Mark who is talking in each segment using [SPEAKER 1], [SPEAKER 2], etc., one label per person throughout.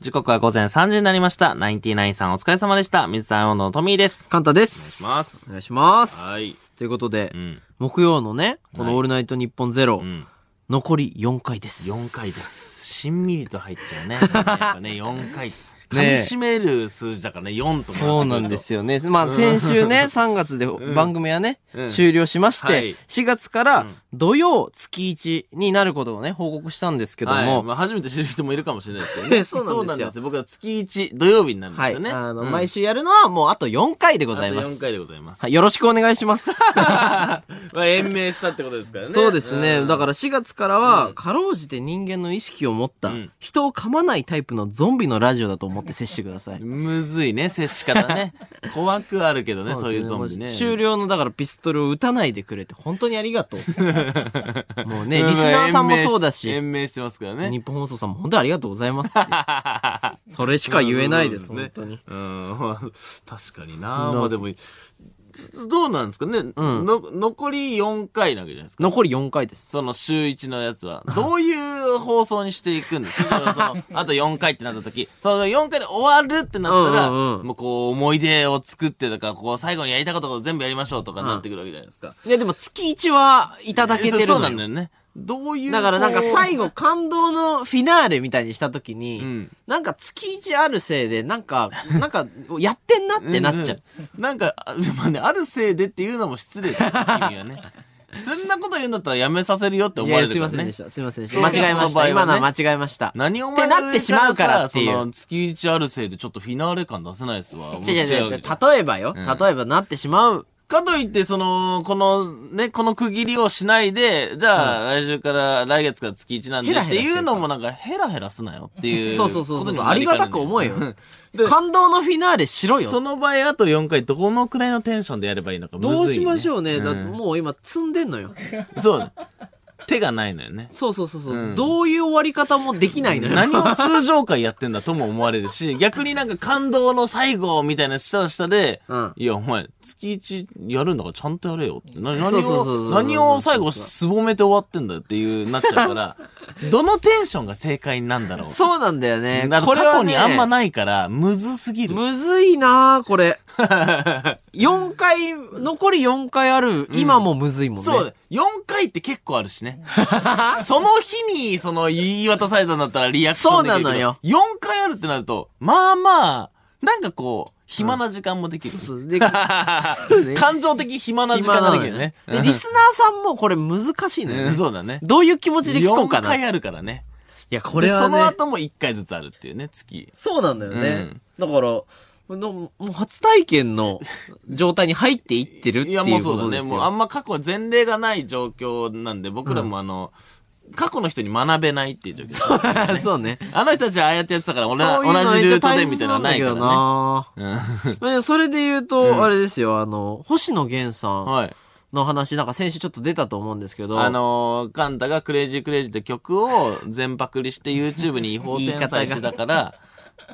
[SPEAKER 1] 時刻は午前3時になりました。ナインティナインさんお疲れ様でした。水溜りボンドのトミーです。
[SPEAKER 2] カンタです。
[SPEAKER 1] お願いします
[SPEAKER 2] お願いします。
[SPEAKER 1] はい
[SPEAKER 2] ということで、
[SPEAKER 1] うん。
[SPEAKER 2] 木曜のね、こ
[SPEAKER 1] は
[SPEAKER 2] の
[SPEAKER 1] い
[SPEAKER 2] オールナイトニッポンゼロ、
[SPEAKER 1] うん。
[SPEAKER 2] 残り4回です。
[SPEAKER 1] 4回です。しんみりと入っちゃうね。やっぱ ね、4回。噛み締める数字だからね、4とか。
[SPEAKER 2] そうなんで。すよね。まあ、先週ね、3月で番組はね、
[SPEAKER 1] うん
[SPEAKER 2] 終了しまして、
[SPEAKER 1] はい
[SPEAKER 2] 4月から土曜月1になることをね、報告したんですけど
[SPEAKER 1] はい。
[SPEAKER 2] も、
[SPEAKER 1] まあ、初めて知る人もいるかもしれないですけどね。
[SPEAKER 2] そうなんですよ
[SPEAKER 1] 僕は月1土曜日になるんで
[SPEAKER 2] は
[SPEAKER 1] す
[SPEAKER 2] い。
[SPEAKER 1] よね。
[SPEAKER 2] あの、
[SPEAKER 1] うん
[SPEAKER 2] 毎週やるのはもうあと4回でご
[SPEAKER 1] あと
[SPEAKER 2] ざいます。
[SPEAKER 1] 4回でございます。
[SPEAKER 2] はい、よろしくお願い します。
[SPEAKER 1] まあ、延命したってことですからね。、
[SPEAKER 2] そうですね。だからら4月からは、かろうじて人間の意識を持った
[SPEAKER 1] ん、
[SPEAKER 2] 人を噛まないタイプのゾンビのラジオだと思って接してください。
[SPEAKER 1] むずいね、接し方 ね。怖くあるけどね、そう
[SPEAKER 2] です
[SPEAKER 1] い
[SPEAKER 2] ね
[SPEAKER 1] うゾンビ
[SPEAKER 2] も
[SPEAKER 1] ね。
[SPEAKER 2] う終了の、だからピストルを撃たないでくれて、本当にあり がとう。もうね、リスナーさんもそうだし、
[SPEAKER 1] 延命してますからね。
[SPEAKER 2] 日本放送さんも本当にありがとうございます って。それしか言えないです、本当に。
[SPEAKER 1] うん、まあ確かにな。まあでも、どうなんですかね、の残り4回なわけじゃないですか。
[SPEAKER 2] 残り4回です。
[SPEAKER 1] その週1のやつは、どういう放送にしていくんですかそ のそのあと4回ってなった時、その4回で終わるってなったら、
[SPEAKER 2] うんうんうん
[SPEAKER 1] もうこう思い出を作ってとか、こう最後にやりたかったことを全部やりましょうとかなってくるわけじゃないですか。
[SPEAKER 2] いや、でも月1はいただけて
[SPEAKER 1] え
[SPEAKER 2] る
[SPEAKER 1] そ
[SPEAKER 2] の
[SPEAKER 1] う
[SPEAKER 2] よ
[SPEAKER 1] なんだよね。どういう。
[SPEAKER 2] だからなんか
[SPEAKER 1] こう
[SPEAKER 2] 最後感動のフィナーレみたいにした時に、
[SPEAKER 1] ん
[SPEAKER 2] なんか月一あるせいで、なんか、 なんか、やってんなってなっちゃう。
[SPEAKER 1] んんなんか、 あまあね、あるせいでっていうのも失礼だよ、君は ね。そんなこと言うんだったらやめさせるよって思
[SPEAKER 2] い
[SPEAKER 1] わ
[SPEAKER 2] や
[SPEAKER 1] れ
[SPEAKER 2] す
[SPEAKER 1] て
[SPEAKER 2] い
[SPEAKER 1] る
[SPEAKER 2] ま
[SPEAKER 1] か
[SPEAKER 2] せん
[SPEAKER 1] ら
[SPEAKER 2] で
[SPEAKER 1] ね
[SPEAKER 2] し。た。すいませんでし
[SPEAKER 1] そう
[SPEAKER 2] た。間違えまし
[SPEAKER 1] そ
[SPEAKER 2] た。
[SPEAKER 1] の場合は
[SPEAKER 2] 今
[SPEAKER 1] ね
[SPEAKER 2] のは間違えました。
[SPEAKER 1] 何を
[SPEAKER 2] ってなってしまうからっていう
[SPEAKER 1] その月一あるせいでちょっとフィナーレ感出せないですわ。
[SPEAKER 2] 違う違う違う。
[SPEAKER 1] 思っちゃわけ
[SPEAKER 2] 例えばよ。
[SPEAKER 1] ん
[SPEAKER 2] 例えばなってしまう。
[SPEAKER 1] かといって、その、この、ね、この区切りをしないで、じゃあ、来週から、来月から月一なんで
[SPEAKER 2] ヘラ
[SPEAKER 1] って
[SPEAKER 2] ヘラしてる
[SPEAKER 1] いうのもなんか、ヘラヘラすなよっていう。
[SPEAKER 2] そうそうそう
[SPEAKER 1] ことに
[SPEAKER 2] そう。
[SPEAKER 1] もな
[SPEAKER 2] あり
[SPEAKER 1] りかねな
[SPEAKER 2] がた
[SPEAKER 1] い
[SPEAKER 2] く思えよ。
[SPEAKER 1] で
[SPEAKER 2] 感動のフィナーレしろ
[SPEAKER 1] そ
[SPEAKER 2] よ。
[SPEAKER 1] の場合、あと4回、どのくらいのテンションでやればいいのかむずい、ね。
[SPEAKER 2] どうしましょうね。
[SPEAKER 1] ん
[SPEAKER 2] だってもう今積んでんのよ。
[SPEAKER 1] そう。手がないのよね。
[SPEAKER 2] そうそうそうそうう。
[SPEAKER 1] ん
[SPEAKER 2] どういう終わり方もできないのよ。
[SPEAKER 1] 何を通常回やってんだとも思われる し、逆になんか感動の最後みたいなしたらしたで、
[SPEAKER 2] うん
[SPEAKER 1] いや、お前、月一やるんだからちゃんとやれよって。な何
[SPEAKER 2] そうそうそうそ
[SPEAKER 1] を、
[SPEAKER 2] う
[SPEAKER 1] 何を最後すぼめて終わってんだよっていうなっちゃうから、 どのテンションが正解なんだろう。
[SPEAKER 2] そうなんだよね。
[SPEAKER 1] だか
[SPEAKER 2] こ
[SPEAKER 1] ら
[SPEAKER 2] れは
[SPEAKER 1] 過去
[SPEAKER 2] ね
[SPEAKER 1] にあんまないから、むずすぎる。
[SPEAKER 2] むずいなぁ、これ。4回、残り4回ある、今もむずいもんね。
[SPEAKER 1] そう、4回って結構あるし ね。その日に、その、言い渡されたんだったらリアクションできるけど。
[SPEAKER 2] そうなのよ
[SPEAKER 1] 4回あるってなると、まあまあ、なんかこう、暇な時間もできる。
[SPEAKER 2] そ うそうで
[SPEAKER 1] 感情的暇な時間ができるね。
[SPEAKER 2] で、リスナーさんもこれ難しいの
[SPEAKER 1] う
[SPEAKER 2] よ
[SPEAKER 1] ん
[SPEAKER 2] ね。
[SPEAKER 1] そうだね。
[SPEAKER 2] どういう気持ちで聞こうか
[SPEAKER 1] 4
[SPEAKER 2] な。い
[SPEAKER 1] 回あるからね。
[SPEAKER 2] や、こ
[SPEAKER 1] こ
[SPEAKER 2] れは
[SPEAKER 1] その
[SPEAKER 2] ね。
[SPEAKER 1] 後も1回ずつあるっていうね、月。
[SPEAKER 2] そうなんだよね。だから、のもう初体験の状態に入っていってるって
[SPEAKER 1] い
[SPEAKER 2] い
[SPEAKER 1] や、もう
[SPEAKER 2] う
[SPEAKER 1] そ
[SPEAKER 2] こ
[SPEAKER 1] う
[SPEAKER 2] と
[SPEAKER 1] だ
[SPEAKER 2] で
[SPEAKER 1] ね。
[SPEAKER 2] す
[SPEAKER 1] もうあ
[SPEAKER 2] よ。
[SPEAKER 1] んま過去前例がない状況なんで、僕らもあの、過去の人に学べないっていう状況。
[SPEAKER 2] そうね。
[SPEAKER 1] あの人たちはああやってやってたから、俺は
[SPEAKER 2] そういうの
[SPEAKER 1] 同じルートでみたいなのはな
[SPEAKER 2] めっ
[SPEAKER 1] い
[SPEAKER 2] ち
[SPEAKER 1] か
[SPEAKER 2] ゃ大切んだけ
[SPEAKER 1] らね。
[SPEAKER 2] どな まあでもそれで言うと、あれですよ、あの、星野源さ
[SPEAKER 1] うん
[SPEAKER 2] ん
[SPEAKER 1] はい。
[SPEAKER 2] の話、なんか先週ちょっと出たと思うんですけど。
[SPEAKER 1] あのー、カンタがクレイジークレイジーって曲を全パクリして YouTube に違法転載してたから、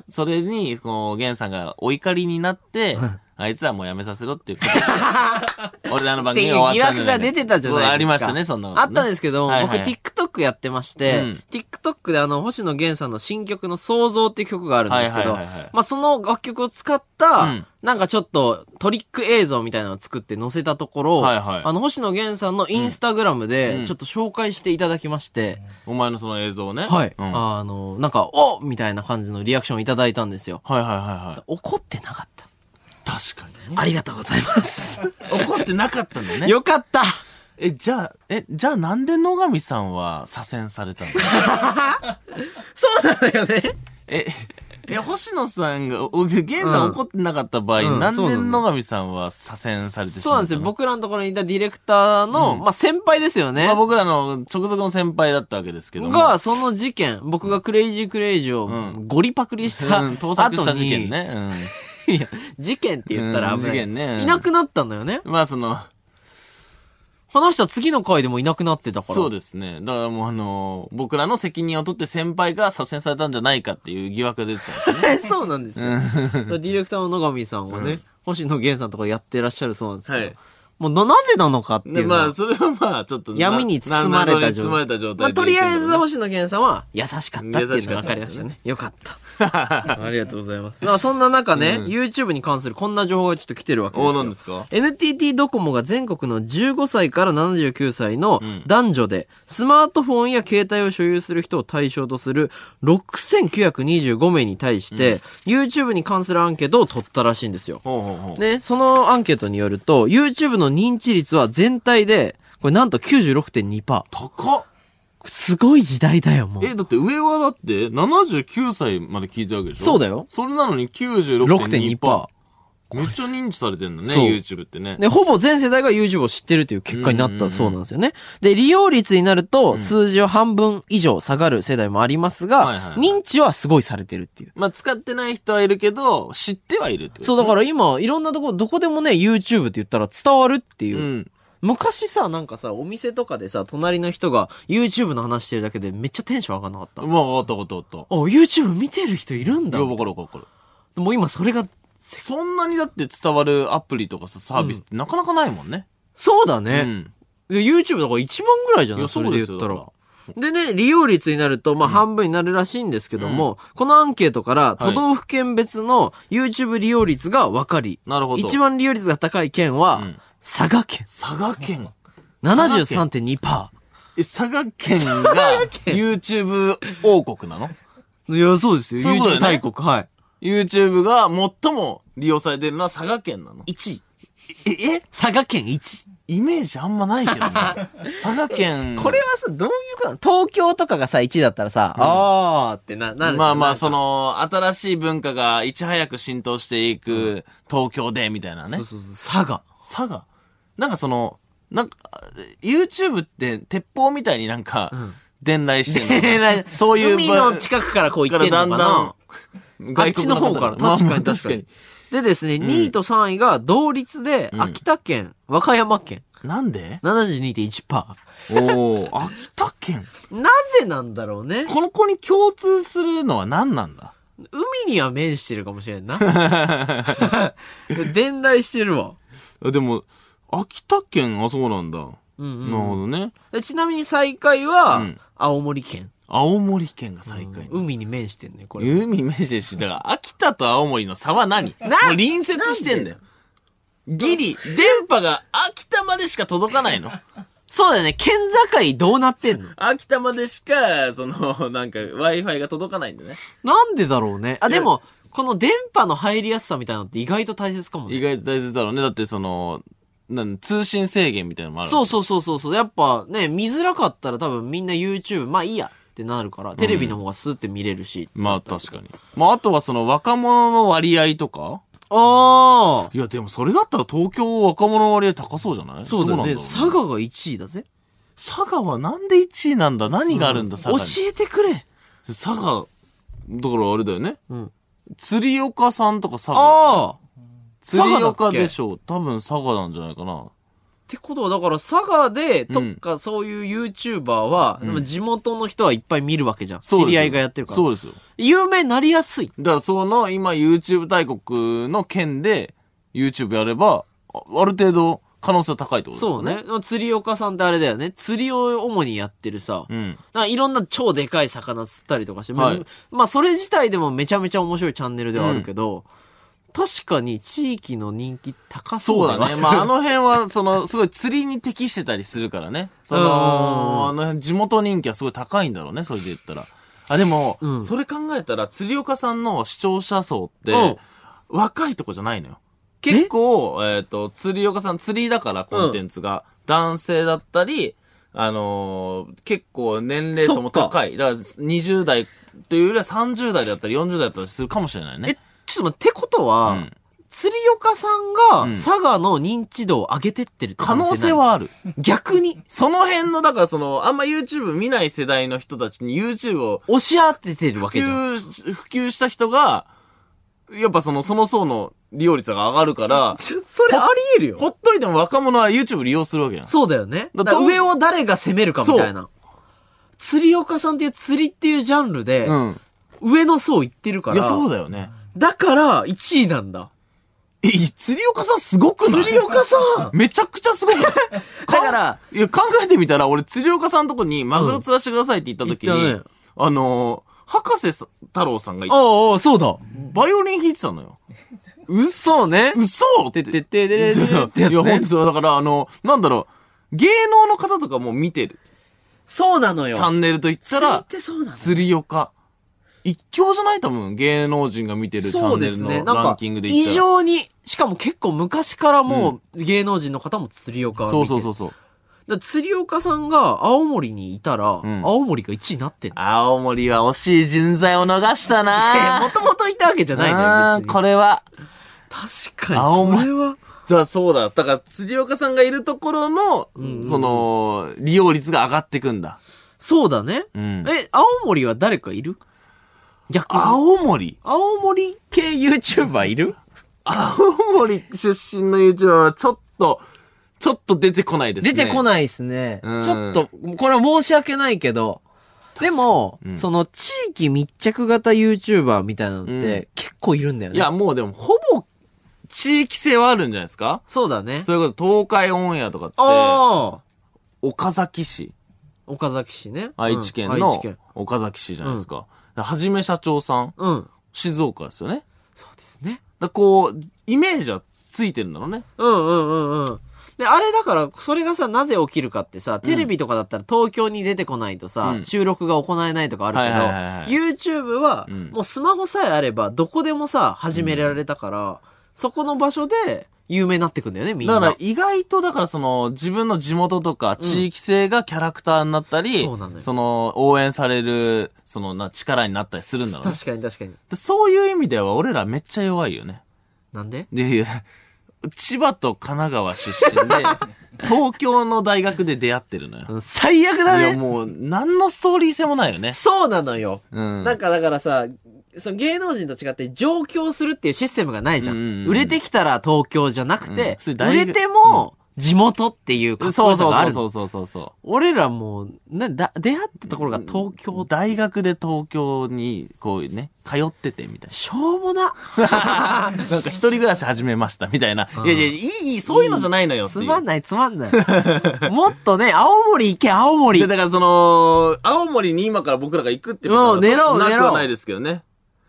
[SPEAKER 1] それに、こう、ゲンさんがお怒りになって、あいつらもうやめさせろっていうことで 俺らの番組が終わったんだよね
[SPEAKER 2] っていう疑惑が出てたじゃないですか
[SPEAKER 1] ありましたね、そんなこと
[SPEAKER 2] あったんですけど、
[SPEAKER 1] はいはい
[SPEAKER 2] 僕 TikTok やってまして、
[SPEAKER 1] うん
[SPEAKER 2] TikTok であの、星野源さんの新曲の想像っていう曲があるんですけど、
[SPEAKER 1] はいはいはいはい
[SPEAKER 2] まあその楽曲を使った、
[SPEAKER 1] うん
[SPEAKER 2] なんかちょっとトリック映像みたいなのを作って載せたところ、
[SPEAKER 1] はいはい
[SPEAKER 2] あの、星野源さんのインスタグラム
[SPEAKER 1] う
[SPEAKER 2] で
[SPEAKER 1] ん、
[SPEAKER 2] ちょっと紹介していただきまして、
[SPEAKER 1] お前のその映像をね。
[SPEAKER 2] はい、
[SPEAKER 1] うんはい
[SPEAKER 2] あの、なんか、おみたいな感じのリアクションをいただいたんですよ。
[SPEAKER 1] はいはいはい。
[SPEAKER 2] 怒ってなかった。
[SPEAKER 1] 確かにね。
[SPEAKER 2] ありがとうございます。
[SPEAKER 1] 怒ってなかったんだね。
[SPEAKER 2] よかった
[SPEAKER 1] え、じゃあ、え、じゃあなんで野上さんは左遷されたの
[SPEAKER 2] そうなんだよね。
[SPEAKER 1] え、え、星野さんが、おゲンさん怒ってなかった場合、
[SPEAKER 2] うん
[SPEAKER 1] なん
[SPEAKER 2] そう
[SPEAKER 1] で
[SPEAKER 2] なんだ
[SPEAKER 1] 野上さんは左遷されてし
[SPEAKER 2] そう
[SPEAKER 1] まったの
[SPEAKER 2] なんですよ。僕らのところにいたディレクターの、まあ先輩ですよね。
[SPEAKER 1] まあ、僕らの直属の先輩だったわけですけども。
[SPEAKER 2] が、その事件、僕がクレイジークレイジーを
[SPEAKER 1] ん
[SPEAKER 2] ゴリパクリし
[SPEAKER 1] う
[SPEAKER 2] た後
[SPEAKER 1] ん
[SPEAKER 2] に、
[SPEAKER 1] 盗作した事件。ね。
[SPEAKER 2] いや、事件って言ったら危ない。
[SPEAKER 1] うん事件ねうん
[SPEAKER 2] いなくなったんだよね。
[SPEAKER 1] うん。まあその、
[SPEAKER 2] この人は次の回でもいなくなってたから。
[SPEAKER 1] そうですね。だからもうあのー僕らの責任を取って先輩が左遷されたんじゃないかっていう疑惑が出てたんですね。
[SPEAKER 2] す。 そうなんですよ。だからディレクターの野上さんはね、星野源さんとかやってらっしゃるそうなんですけど、
[SPEAKER 1] はい
[SPEAKER 2] もうな、なぜなのかっていう
[SPEAKER 1] で、
[SPEAKER 2] のは
[SPEAKER 1] まあそれはまあちょっとな。
[SPEAKER 2] 闇に包まれた
[SPEAKER 1] な謎に
[SPEAKER 2] 状
[SPEAKER 1] 包まれた状態
[SPEAKER 2] まあ、
[SPEAKER 1] で
[SPEAKER 2] とりあえず星野源さんは優しかったって
[SPEAKER 1] 優
[SPEAKER 2] い
[SPEAKER 1] し
[SPEAKER 2] う
[SPEAKER 1] かった
[SPEAKER 2] の分かりましたね。よかった。ありがとうございます。あそんな中ね、YouTube に関するこんな情報がちょっと来てるわけです
[SPEAKER 1] お
[SPEAKER 2] よ。
[SPEAKER 1] ー、なんですか
[SPEAKER 2] NTT ドコモが全国の15歳から79歳の男女で、スマートフォンや携帯を所有する人を対象とする6925名に対して、YouTube に関するアンケートを取ったらしいんですよ。
[SPEAKER 1] ほうほうほう。
[SPEAKER 2] で、そのアンケートによると、YouTube の認知率は全体で、これなんと96.2%。
[SPEAKER 1] 高っ
[SPEAKER 2] すごい時代だよ、もう。
[SPEAKER 1] え、だって上はだって79歳まで聞いてるわけでしょ
[SPEAKER 2] そうだよ。
[SPEAKER 1] それなのに
[SPEAKER 2] 6.2%。
[SPEAKER 1] 96.2%。めっちゃ認知されてんだね、
[SPEAKER 2] そう
[SPEAKER 1] YouTube ってね。
[SPEAKER 2] で、ほぼ全世代が YouTube を知ってるという結果になったそうなんですよね。で、利用率になると数字は半分以上下がる世代もありますが、
[SPEAKER 1] はいはいはい
[SPEAKER 2] 認知はすごいされてるっていう。
[SPEAKER 1] まあ、使ってない人はいるけど、知ってはいるってこと
[SPEAKER 2] そう、だから今、いろんなとこ、どこでもね、YouTube って言ったら伝わるっていう。
[SPEAKER 1] うん。
[SPEAKER 2] 昔さ、なんかさ、お店とかでさ、隣の人が YouTube の話してるだけでめっちゃテンション上がんなかった。あ、
[SPEAKER 1] まあ、わかったわかったわかっ
[SPEAKER 2] YouTube 見てる人いるん
[SPEAKER 1] た。
[SPEAKER 2] だ。
[SPEAKER 1] いや、
[SPEAKER 2] で
[SPEAKER 1] わかるわかるわかる。
[SPEAKER 2] も今それが、
[SPEAKER 1] そんなにだって伝わるアプリとかさ、サービスってなかなかないもんね。
[SPEAKER 2] そうだ
[SPEAKER 1] う
[SPEAKER 2] ね。
[SPEAKER 1] ん。
[SPEAKER 2] で YouTube だから1万ぐらいじゃな
[SPEAKER 1] い
[SPEAKER 2] い
[SPEAKER 1] や
[SPEAKER 2] それで言ったら
[SPEAKER 1] そう。
[SPEAKER 2] でね、利用率になると、まあ、半分になるらしいんですけども、このアンケートから、都道府県別の YouTube 利用率が分かり、
[SPEAKER 1] なるほど。
[SPEAKER 2] 一番利用率が高い県は、
[SPEAKER 1] ん
[SPEAKER 2] 佐賀県。
[SPEAKER 1] 佐賀 県。
[SPEAKER 2] 73.2%。
[SPEAKER 1] え、佐賀県が YouTube 王国なの
[SPEAKER 2] いや、そうですよ。
[SPEAKER 1] そういうこと
[SPEAKER 2] YouTube
[SPEAKER 1] だよね
[SPEAKER 2] 大国、は
[SPEAKER 1] ?YouTube が最も利用されてるのは佐賀県なの
[SPEAKER 2] い。1
[SPEAKER 1] え、え
[SPEAKER 2] 佐賀県1
[SPEAKER 1] イメージあんまないけど ね。佐賀県。
[SPEAKER 2] これはさ、どういうことなの東京とかがさ、1だったらさ、あーってな、なる
[SPEAKER 1] まあまあ、
[SPEAKER 2] そ
[SPEAKER 1] その、新しい文化がいち早く浸透していく、東京で、みたいなね
[SPEAKER 2] う。そうそう、佐賀。
[SPEAKER 1] 佐賀なんかその、なんか、YouTube って鉄砲みたいになんか、伝来してるのかなそう いう
[SPEAKER 2] 海の近くからこう行
[SPEAKER 1] か
[SPEAKER 2] って
[SPEAKER 1] ら
[SPEAKER 2] んの
[SPEAKER 1] だ
[SPEAKER 2] か
[SPEAKER 1] ん
[SPEAKER 2] な。
[SPEAKER 1] だん、
[SPEAKER 2] あっちの方から、確かに確かに。でですね、2位と3位が同率で、秋田県、和歌山県、
[SPEAKER 1] なんで
[SPEAKER 2] 72.1%。
[SPEAKER 1] おお、秋田県。
[SPEAKER 2] なぜなんだろうね。
[SPEAKER 1] この子に共通するのは何なんだ
[SPEAKER 2] 海には面してるかもしれ んな。伝来してるわ。
[SPEAKER 1] でも、秋田県、あ、そうなんだ。なるほどね。
[SPEAKER 2] でちなみに最下位は、
[SPEAKER 1] うん
[SPEAKER 2] 青森県。
[SPEAKER 1] 青森県が最下位。
[SPEAKER 2] 海に面してんね、これ。
[SPEAKER 1] 海明治市。だから、秋田と青森の差は何もう隣接してんだよ。ギリ、電波が秋田までしか届かないの。
[SPEAKER 2] そうだよね、県境どうなってんの
[SPEAKER 1] 秋田までしか、その、なんか、Wi-Fi が届かないんだね。
[SPEAKER 2] なんでだろうね。あ、でも、この電波の入りやすさみたいなのって意外と大切かもね。
[SPEAKER 1] 意外と大切だろうね。だって、その、なん通信制限みたいなのもある。
[SPEAKER 2] そうそうそうそうそう。やっぱね、見づらかったら多分みんな YouTube、まあいいやってなるから、テレビの方がスーって見れるし。
[SPEAKER 1] まあ、確かに。まあ、あとはその、若者の割合とか
[SPEAKER 2] あ
[SPEAKER 1] いや、でもそれだったら東京若者の割合高そうじゃない
[SPEAKER 2] そうだ
[SPEAKER 1] ど
[SPEAKER 2] よ
[SPEAKER 1] なん
[SPEAKER 2] ね。
[SPEAKER 1] ろう
[SPEAKER 2] 佐賀が1位だぜ。
[SPEAKER 1] 佐賀はなんで1位なんだ何があるんだ、佐賀
[SPEAKER 2] 教
[SPEAKER 1] に。
[SPEAKER 2] えてくれ。
[SPEAKER 1] 佐賀、だからあれだよね。
[SPEAKER 2] ん
[SPEAKER 1] 釣り岡さんとか佐賀。
[SPEAKER 2] ああ。っ
[SPEAKER 1] 釣
[SPEAKER 2] 佐賀
[SPEAKER 1] り
[SPEAKER 2] だっけ
[SPEAKER 1] 岡でしょう。多分佐賀なんじゃないかな。
[SPEAKER 2] てことは、だから佐賀で、と
[SPEAKER 1] うん
[SPEAKER 2] かそういう YouTuber は、でも地元の人はいっぱい見るわけじゃん。
[SPEAKER 1] そうです
[SPEAKER 2] 知り合いがやってるから。
[SPEAKER 1] そうですよ。
[SPEAKER 2] 有名になりやすい。
[SPEAKER 1] だからその、今 YouTube 大国の県で YouTube やれば、あある程度可能性は高いってことです
[SPEAKER 2] そ
[SPEAKER 1] よ
[SPEAKER 2] う
[SPEAKER 1] ね。
[SPEAKER 2] ね。釣り岡さんってあれだよね。釣りを主にやってるさ。
[SPEAKER 1] うん。
[SPEAKER 2] なんかいろんな超でかい魚釣ったりとかして、
[SPEAKER 1] はい
[SPEAKER 2] まあそれ自体でもめちゃめちゃ面白いチャンネルではあるけど、確かに地域の人気高
[SPEAKER 1] そ
[SPEAKER 2] そううだ
[SPEAKER 1] だね。ま あ、あの辺は、その、すごい釣りに適してたりするからね。その、あの辺、地元人気はすごい高いんだろうね、それで言ったら。あ、でも、
[SPEAKER 2] ん
[SPEAKER 1] それ考えたら、釣り岡さんの視聴者層って、
[SPEAKER 2] うん
[SPEAKER 1] 若いとこじゃないのよ。結構、えっ、と、釣り岡さん、釣りだから、コンテンツが、男性だったり、あのー結構年齢層も高い。だから、20代というよりは30代だったり、40代だったりするかもしれないね。
[SPEAKER 2] え、ちょっと待って、ってことは、
[SPEAKER 1] うん
[SPEAKER 2] 釣り岡さんが佐賀の認知度を上げてってるって
[SPEAKER 1] 可能性
[SPEAKER 2] ない
[SPEAKER 1] はある。
[SPEAKER 2] 逆に
[SPEAKER 1] その辺の、だからその、あんま YouTube 見ない世代の人たちに YouTube を
[SPEAKER 2] 押し当ててるわ
[SPEAKER 1] 普
[SPEAKER 2] けじゃん。
[SPEAKER 1] 及し、普及した人が、やっぱその、その層の利用率が上がる から、
[SPEAKER 2] ちょそれあり得る
[SPEAKER 1] ほ
[SPEAKER 2] よ。
[SPEAKER 1] っといても若者は YouTube 利用するわけじゃん。
[SPEAKER 2] そうだよね。
[SPEAKER 1] だ
[SPEAKER 2] だから
[SPEAKER 1] どう
[SPEAKER 2] 上を誰が攻めるかみたいな。釣り岡さんっていう釣りっていうジャンルで、
[SPEAKER 1] うん。
[SPEAKER 2] 上の層いってるから。
[SPEAKER 1] いや、そうだよね。
[SPEAKER 2] だから、1位なんだ。
[SPEAKER 1] え、釣り岡さんすごくない
[SPEAKER 2] 釣り岡さん
[SPEAKER 1] めちゃくちゃすごくない
[SPEAKER 2] だから、
[SPEAKER 1] いや、考えてみたら、俺釣り岡さんのとこにマグロ釣らしてくださいって言った時に、
[SPEAKER 2] うん言ったね
[SPEAKER 1] あのー博士さ太郎さんがい
[SPEAKER 2] ああ、そうだ。
[SPEAKER 1] バイオリン弾いてたのよ。
[SPEAKER 2] 嘘ね。
[SPEAKER 1] 嘘って
[SPEAKER 2] てってっ てでれれ
[SPEAKER 1] い
[SPEAKER 2] れれって
[SPEAKER 1] や、
[SPEAKER 2] やつね
[SPEAKER 1] 本当だから、あの、なんだろう、芸能の方とかも見てる。
[SPEAKER 2] そうなのよ。
[SPEAKER 1] チャンネルと言った
[SPEAKER 2] 釣りっ
[SPEAKER 1] ら、
[SPEAKER 2] てそうなの
[SPEAKER 1] 釣りよか。一強じゃない多分、芸能人が見てるチャ
[SPEAKER 2] そう
[SPEAKER 1] ンネ
[SPEAKER 2] ですね。
[SPEAKER 1] ル
[SPEAKER 2] な
[SPEAKER 1] の
[SPEAKER 2] ん
[SPEAKER 1] ラン
[SPEAKER 2] か、
[SPEAKER 1] キングで言
[SPEAKER 2] 異
[SPEAKER 1] ったら。
[SPEAKER 2] 常に、しかも結構昔からもう芸能人の方も釣り岡を見て
[SPEAKER 1] そうそうそううそう。。
[SPEAKER 2] だから釣り岡さんが青森にいたら、
[SPEAKER 1] ん
[SPEAKER 2] 青森が1位になってんの。
[SPEAKER 1] 青森は惜しい人材を逃した な
[SPEAKER 2] もともといたわけじゃない
[SPEAKER 1] あ
[SPEAKER 2] のよ、
[SPEAKER 1] ー
[SPEAKER 2] 別に。
[SPEAKER 1] これは。
[SPEAKER 2] 確かに。
[SPEAKER 1] 青森
[SPEAKER 2] これは。
[SPEAKER 1] じゃあそうだ。だから、釣岡さんがいるところの、その、利用率が上がってくんだ。
[SPEAKER 2] そうだね。
[SPEAKER 1] うん
[SPEAKER 2] え、青森は誰かいる逆に。
[SPEAKER 1] 青森
[SPEAKER 2] 青森系 YouTuber いる
[SPEAKER 1] 青森出身の YouTuber はちょっと、ちょっと出てこないですね。
[SPEAKER 2] 出てこないですね。
[SPEAKER 1] うん
[SPEAKER 2] ちょっと、これは申し訳ないけど、でも、
[SPEAKER 1] うん
[SPEAKER 2] その地域密着型 YouTuber みたいなのっ
[SPEAKER 1] うん
[SPEAKER 2] て結構いるんだよね。
[SPEAKER 1] いや、もうでも、ほぼ、地域性はあるんじゃないですか
[SPEAKER 2] そうだね
[SPEAKER 1] そ。れこそ東海オンエアとかって、
[SPEAKER 2] ああ。
[SPEAKER 1] 岡崎市、
[SPEAKER 2] 岡崎市ね。
[SPEAKER 1] 愛知県
[SPEAKER 2] うん愛
[SPEAKER 1] の
[SPEAKER 2] 知県。
[SPEAKER 1] 岡崎市じゃないですか。はじめ社長さん、
[SPEAKER 2] うん。
[SPEAKER 1] 静岡ですよね。
[SPEAKER 2] そうですね。
[SPEAKER 1] だこう、イメージはついてるんだろうね。
[SPEAKER 2] うんうんうんうん。で、あれだから、それがさ、なぜ起きるかってさ、テレビとかだったら東京に出てこないとさ、
[SPEAKER 1] うん
[SPEAKER 2] 収録が行えないとかある
[SPEAKER 1] はいはいはいはい
[SPEAKER 2] けど、YouTube は
[SPEAKER 1] うん、
[SPEAKER 2] もうスマホさえあれば、どこでもさ、始められたから、そこの場所で、有名になってくんだよね、みん
[SPEAKER 1] だ
[SPEAKER 2] な。
[SPEAKER 1] から意外と、だからその、自分の地元とか地域性がキャラクターになったり、
[SPEAKER 2] そうなのよ
[SPEAKER 1] の、応援される、その、な、力になったりするんだろうね。
[SPEAKER 2] 確かに確かに。
[SPEAKER 1] でそういう意味では俺らめっちゃ弱いよね。
[SPEAKER 2] なんで
[SPEAKER 1] で、いや千葉と神奈川出身で、東京の大学で出会ってるのよ。
[SPEAKER 2] うん最悪
[SPEAKER 1] い
[SPEAKER 2] だ
[SPEAKER 1] や
[SPEAKER 2] ね。
[SPEAKER 1] もう、何のストーリー性もないよね。
[SPEAKER 2] そうなのよ。
[SPEAKER 1] うん。
[SPEAKER 2] なんかだからさ、その芸能人と違って上京するっていうシステムがないじゃん。
[SPEAKER 1] うんうんうん
[SPEAKER 2] 売れてきたら東京じゃなく
[SPEAKER 1] うん
[SPEAKER 2] て、
[SPEAKER 1] 普通大学
[SPEAKER 2] 売れても地元っていうかっこ
[SPEAKER 1] そ
[SPEAKER 2] よ
[SPEAKER 1] う
[SPEAKER 2] さ
[SPEAKER 1] そう
[SPEAKER 2] があるの。
[SPEAKER 1] そうそうそうそう。
[SPEAKER 2] 俺らもう、な、だ、出会ったところが東京、
[SPEAKER 1] 大学で東京に、こうね、通っててみたい
[SPEAKER 2] しょうも な。
[SPEAKER 1] な。なんか一人暮らし始めましたみたいな。いやいや、いい、そういうのじゃないのよって
[SPEAKER 2] つ
[SPEAKER 1] いう。
[SPEAKER 2] まんないつまんない。もっとね、青森行け、青森
[SPEAKER 1] で。だからその、青森に今から僕らが行くってことは
[SPEAKER 2] うん狙おう
[SPEAKER 1] なく
[SPEAKER 2] 狙お
[SPEAKER 1] は
[SPEAKER 2] う
[SPEAKER 1] ないですけどね。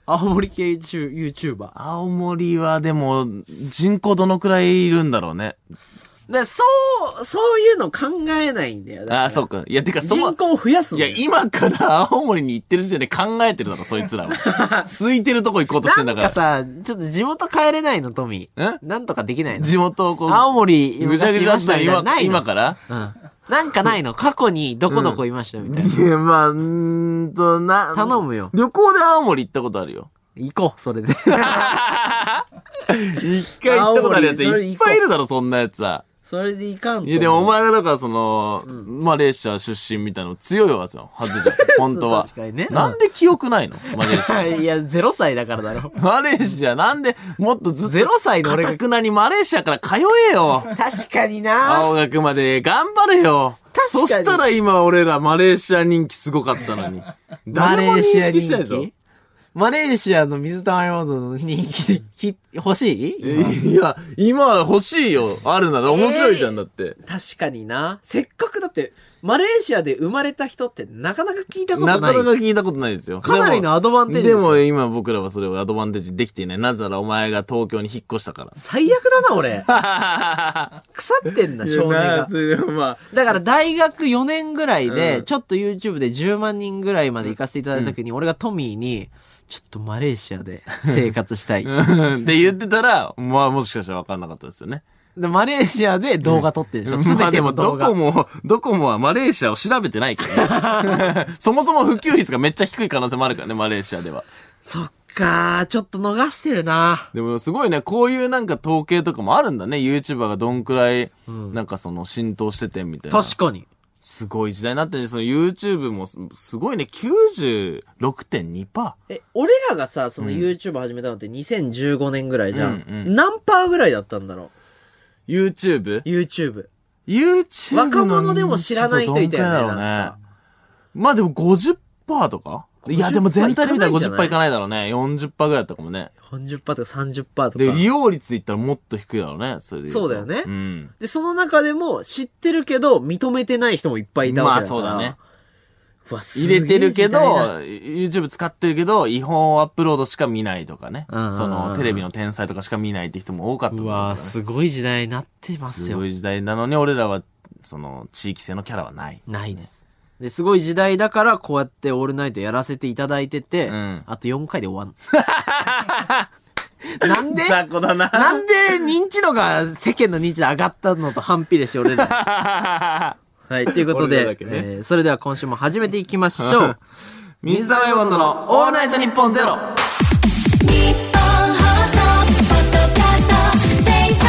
[SPEAKER 2] 青森系 YouTuber。
[SPEAKER 1] 青森はでも、人口どのくらいいるんだろうね。
[SPEAKER 2] で、そう、そういうの考えないんだよ。だから
[SPEAKER 1] ああ、そうか。いや、てか、そ
[SPEAKER 2] 人
[SPEAKER 1] こ、
[SPEAKER 2] 口を増やす
[SPEAKER 1] い
[SPEAKER 2] の
[SPEAKER 1] や、
[SPEAKER 2] よ。
[SPEAKER 1] 今から青森に行ってる時点で考えてるだろ、そいつらは。 空いてるとこ行こうとしてん
[SPEAKER 2] な
[SPEAKER 1] だか
[SPEAKER 2] ん
[SPEAKER 1] ら。
[SPEAKER 2] かさ、ちょっと地元帰れないの、トミー。
[SPEAKER 1] ん
[SPEAKER 2] なんとかできないの
[SPEAKER 1] 地元をこう、
[SPEAKER 2] 青森、
[SPEAKER 1] ぐちゃぐちゃだったら
[SPEAKER 2] 昔いましたみたいな
[SPEAKER 1] 今、
[SPEAKER 2] ないの
[SPEAKER 1] 今から
[SPEAKER 2] うん。なんかないの過去にどこどこいましたみたいな。
[SPEAKER 1] いや、まあ、うーんと、な、
[SPEAKER 2] 頼むよ
[SPEAKER 1] 旅行で青森行ったことあるよ。
[SPEAKER 2] 行こう、それで。
[SPEAKER 1] 一回行ったことあるやつ
[SPEAKER 2] 青森それ
[SPEAKER 1] いっぱいいるだろ、そんなやつは。
[SPEAKER 2] それで行かんと。
[SPEAKER 1] いや、でもお前がだからその、マレーシア出身みたいなの強いはずよ。はずじゃ ん。本当は。
[SPEAKER 2] 確かにね
[SPEAKER 1] なんで記憶ないのマレーシア。
[SPEAKER 2] いや、0歳だからだろ。
[SPEAKER 1] マレーシア、なんで、もっとずっと、
[SPEAKER 2] 0歳の俺が
[SPEAKER 1] か。くなにマレーシアから通えよ。
[SPEAKER 2] 確かにな
[SPEAKER 1] 青学まで頑張れよ。
[SPEAKER 2] 確か
[SPEAKER 1] そ
[SPEAKER 2] に
[SPEAKER 1] したら今俺らマレーシア人気すごかった のに。誰も認識してないぞ。
[SPEAKER 2] マレーシアの水溜りボンドの人気で、ひ、欲しい
[SPEAKER 1] いや、今欲しいよ。あるなら面白いじゃんだって。
[SPEAKER 2] 確かになせっかくだって、マレーシアで生まれた人ってなかなか聞いたことな。
[SPEAKER 1] ないかなか聞いたことないですよ。
[SPEAKER 2] かなりのアドバンテージです
[SPEAKER 1] で
[SPEAKER 2] よ
[SPEAKER 1] も今僕らはそれをアドバンテージできていない。なぜならお前が東京に引っ越した から。
[SPEAKER 2] 最悪だな、俺。腐ってんな、少年が。
[SPEAKER 1] まあ、
[SPEAKER 2] だから大学4年ぐらいで、ちょっと YouTube で10万人ぐらいまで行かせていただいた時に、俺がトミーに、ちょっとマレーシアで生活した い。
[SPEAKER 1] って言ってたら、まあもしかしたら分かんなかったですよね。
[SPEAKER 2] でマレーシアで動画撮ってるでしょす
[SPEAKER 1] ま
[SPEAKER 2] べ
[SPEAKER 1] あ
[SPEAKER 2] て
[SPEAKER 1] でも
[SPEAKER 2] の動
[SPEAKER 1] ど
[SPEAKER 2] 画
[SPEAKER 1] こ。も、どこもはマレーシアを調べてないけど、 ね、そもそも普及率がめっちゃ低い可能性もあるからね、マレーシアでは。
[SPEAKER 2] そっかー、ちょっと逃してるな
[SPEAKER 1] でもすごいね、こういうなんか統計とかもあるんだね。YouTuber がどんくらい、なんかその浸透しててみたいな。
[SPEAKER 2] 確かに。
[SPEAKER 1] すごい時代になってね、その YouTube もすすごいね、96.2%。
[SPEAKER 2] え、俺らがさ、その YouTube 始めたのって2015年ぐらいじゃん。
[SPEAKER 1] うん
[SPEAKER 2] 何パーぐらいだったんだろ
[SPEAKER 1] YouTube?YouTube
[SPEAKER 2] う ?YouTube。
[SPEAKER 1] の
[SPEAKER 2] 若者でも知らない人い
[SPEAKER 1] どんく
[SPEAKER 2] たよね
[SPEAKER 1] らだろう
[SPEAKER 2] なんか
[SPEAKER 1] まあでも50%とかいやでも全体で見たら50%い
[SPEAKER 2] い
[SPEAKER 1] かないだろうね。40%ぐらいだったかもね。
[SPEAKER 2] 40%とか30%と
[SPEAKER 1] で、利
[SPEAKER 2] か。
[SPEAKER 1] 用率いったらもっと低いだろうね。それで言と
[SPEAKER 2] そうだよね
[SPEAKER 1] うん。
[SPEAKER 2] で、その中でも知ってるけど認めてない人もいっぱいいたわ
[SPEAKER 1] まあ
[SPEAKER 2] けだか
[SPEAKER 1] そ
[SPEAKER 2] ら。
[SPEAKER 1] うだね。
[SPEAKER 2] うわすげえ
[SPEAKER 1] 入れてるけど、
[SPEAKER 2] 時代だ
[SPEAKER 1] YouTube 使ってるけど、違法アップロードしか見ないとかね。
[SPEAKER 2] うんうんうんうん
[SPEAKER 1] その、テレビの天才とかしか見ないって人も多かったと
[SPEAKER 2] う
[SPEAKER 1] 思うから
[SPEAKER 2] わ
[SPEAKER 1] ね
[SPEAKER 2] すごい時代になってます
[SPEAKER 1] す
[SPEAKER 2] よ
[SPEAKER 1] ご。い時代なのに、俺らは、その、地域性のキャラは ない。
[SPEAKER 2] ないです。で、すごい時代だから、こうやってオールナイトやらせていただいてて、
[SPEAKER 1] ん
[SPEAKER 2] あと4回で 終わん。なんで
[SPEAKER 1] 雑魚だな。
[SPEAKER 2] なんで認知度が世間の認知度上がったのと反比例し て俺ら。はい、ということ
[SPEAKER 1] 俺ら
[SPEAKER 2] で
[SPEAKER 1] だ、けね
[SPEAKER 2] えーそれでは今週も始めていきまし ょう。
[SPEAKER 1] 水溜りボンドのオールナイトニッポンゼロ
[SPEAKER 3] 日本放送ポッドキャストステーシ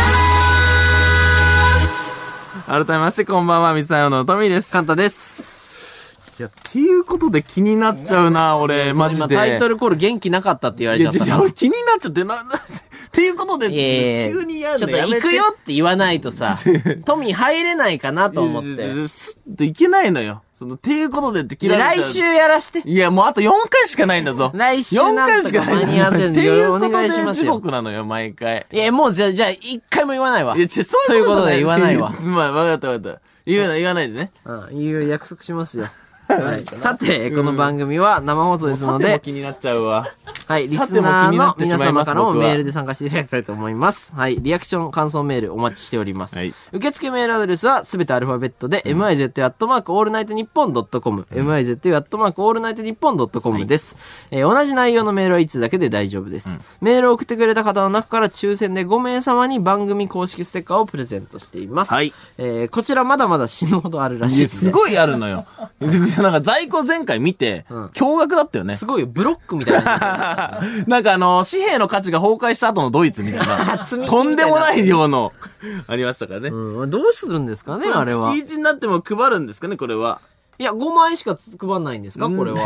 [SPEAKER 3] ョン
[SPEAKER 1] 改めまして、こんばんは、水溜りボンドのトミーです。
[SPEAKER 2] カンタです。
[SPEAKER 1] いや、っていうことで気になっちゃうな、俺、マジ
[SPEAKER 2] 今
[SPEAKER 1] で。
[SPEAKER 2] タイトルコール元気なかったって言われ
[SPEAKER 1] い
[SPEAKER 2] ち
[SPEAKER 1] や、
[SPEAKER 2] ゃった
[SPEAKER 1] じ
[SPEAKER 2] な。
[SPEAKER 1] ゃ俺気になっちゃって、な、な、 っていうことで、
[SPEAKER 2] いやいや
[SPEAKER 1] 急にやる
[SPEAKER 2] ちょ
[SPEAKER 1] の
[SPEAKER 2] っと
[SPEAKER 1] やめ
[SPEAKER 2] 行
[SPEAKER 1] て
[SPEAKER 2] くよって言わないとさ、 トミー入れないかなと思っ
[SPEAKER 1] いやいや
[SPEAKER 2] て
[SPEAKER 1] い。やスッといけないのよ。その、っていうことでって
[SPEAKER 2] い
[SPEAKER 1] 嫌
[SPEAKER 2] や
[SPEAKER 1] い
[SPEAKER 2] 来週やらして。
[SPEAKER 1] いや、もうあと4回しかないんだぞ。
[SPEAKER 2] 来週
[SPEAKER 1] 4
[SPEAKER 2] なん
[SPEAKER 1] 回
[SPEAKER 2] と
[SPEAKER 1] し
[SPEAKER 2] か
[SPEAKER 1] かない
[SPEAKER 2] 間に合わせるんで
[SPEAKER 1] ってう
[SPEAKER 2] お願いしますよ
[SPEAKER 1] ことで地獄なのよ、毎回。
[SPEAKER 2] いや、もうじゃあ、じゃあ、一回も言わないわ。
[SPEAKER 1] いや、ちょそういうこと
[SPEAKER 2] ということで言わないわ
[SPEAKER 1] まあ、わかったわかった。言うな、言わないで ね。
[SPEAKER 2] うん、いう約束します よ。はい、さて、この番組は生放送ですの
[SPEAKER 1] さても
[SPEAKER 2] で、
[SPEAKER 1] 気になっちゃうわ。
[SPEAKER 2] はい、リ
[SPEAKER 1] さ
[SPEAKER 2] ス
[SPEAKER 1] ても
[SPEAKER 2] ナ
[SPEAKER 1] 気
[SPEAKER 2] ー
[SPEAKER 1] にな
[SPEAKER 2] の
[SPEAKER 1] ってし
[SPEAKER 2] 皆
[SPEAKER 1] まい
[SPEAKER 2] 様
[SPEAKER 1] ます
[SPEAKER 2] からも
[SPEAKER 1] 僕は
[SPEAKER 2] メールで参加していただきたいと思います。はい、リアクション、感想メールお待ちしております。
[SPEAKER 1] はい
[SPEAKER 2] 受付メールアドレスはすべてアルファベットで、m i z a t m a r k a l l n i g h t n i p p o n c o m m i z a t m a r k a l l n i g h t n i p p o n c o m です、えー同じ内容のメールはいつだけで大丈夫です。メールを送ってくれた方の中から抽選で5名様に番組公式ステッカーをプレゼントしています。
[SPEAKER 1] はい
[SPEAKER 2] えーこちらまだまだ死ぬほどあるらしい
[SPEAKER 1] いや
[SPEAKER 2] です
[SPEAKER 1] す
[SPEAKER 2] ね。
[SPEAKER 1] ごいあるのよ。 なんか在庫前回見て、驚愕だったよね。
[SPEAKER 2] すごいよ、ブロックみた いな。
[SPEAKER 1] なんかあの、紙幣の価値が崩壊した後のドイツみたい な。
[SPEAKER 2] 積み木
[SPEAKER 1] と
[SPEAKER 2] みたいな
[SPEAKER 1] んでもない量の、 ありましたからね。
[SPEAKER 2] うん、どうするんですかね、あれは。
[SPEAKER 1] 月一になっても配るんですかね、これは。
[SPEAKER 2] いや、5枚しか配らないんですかこれは。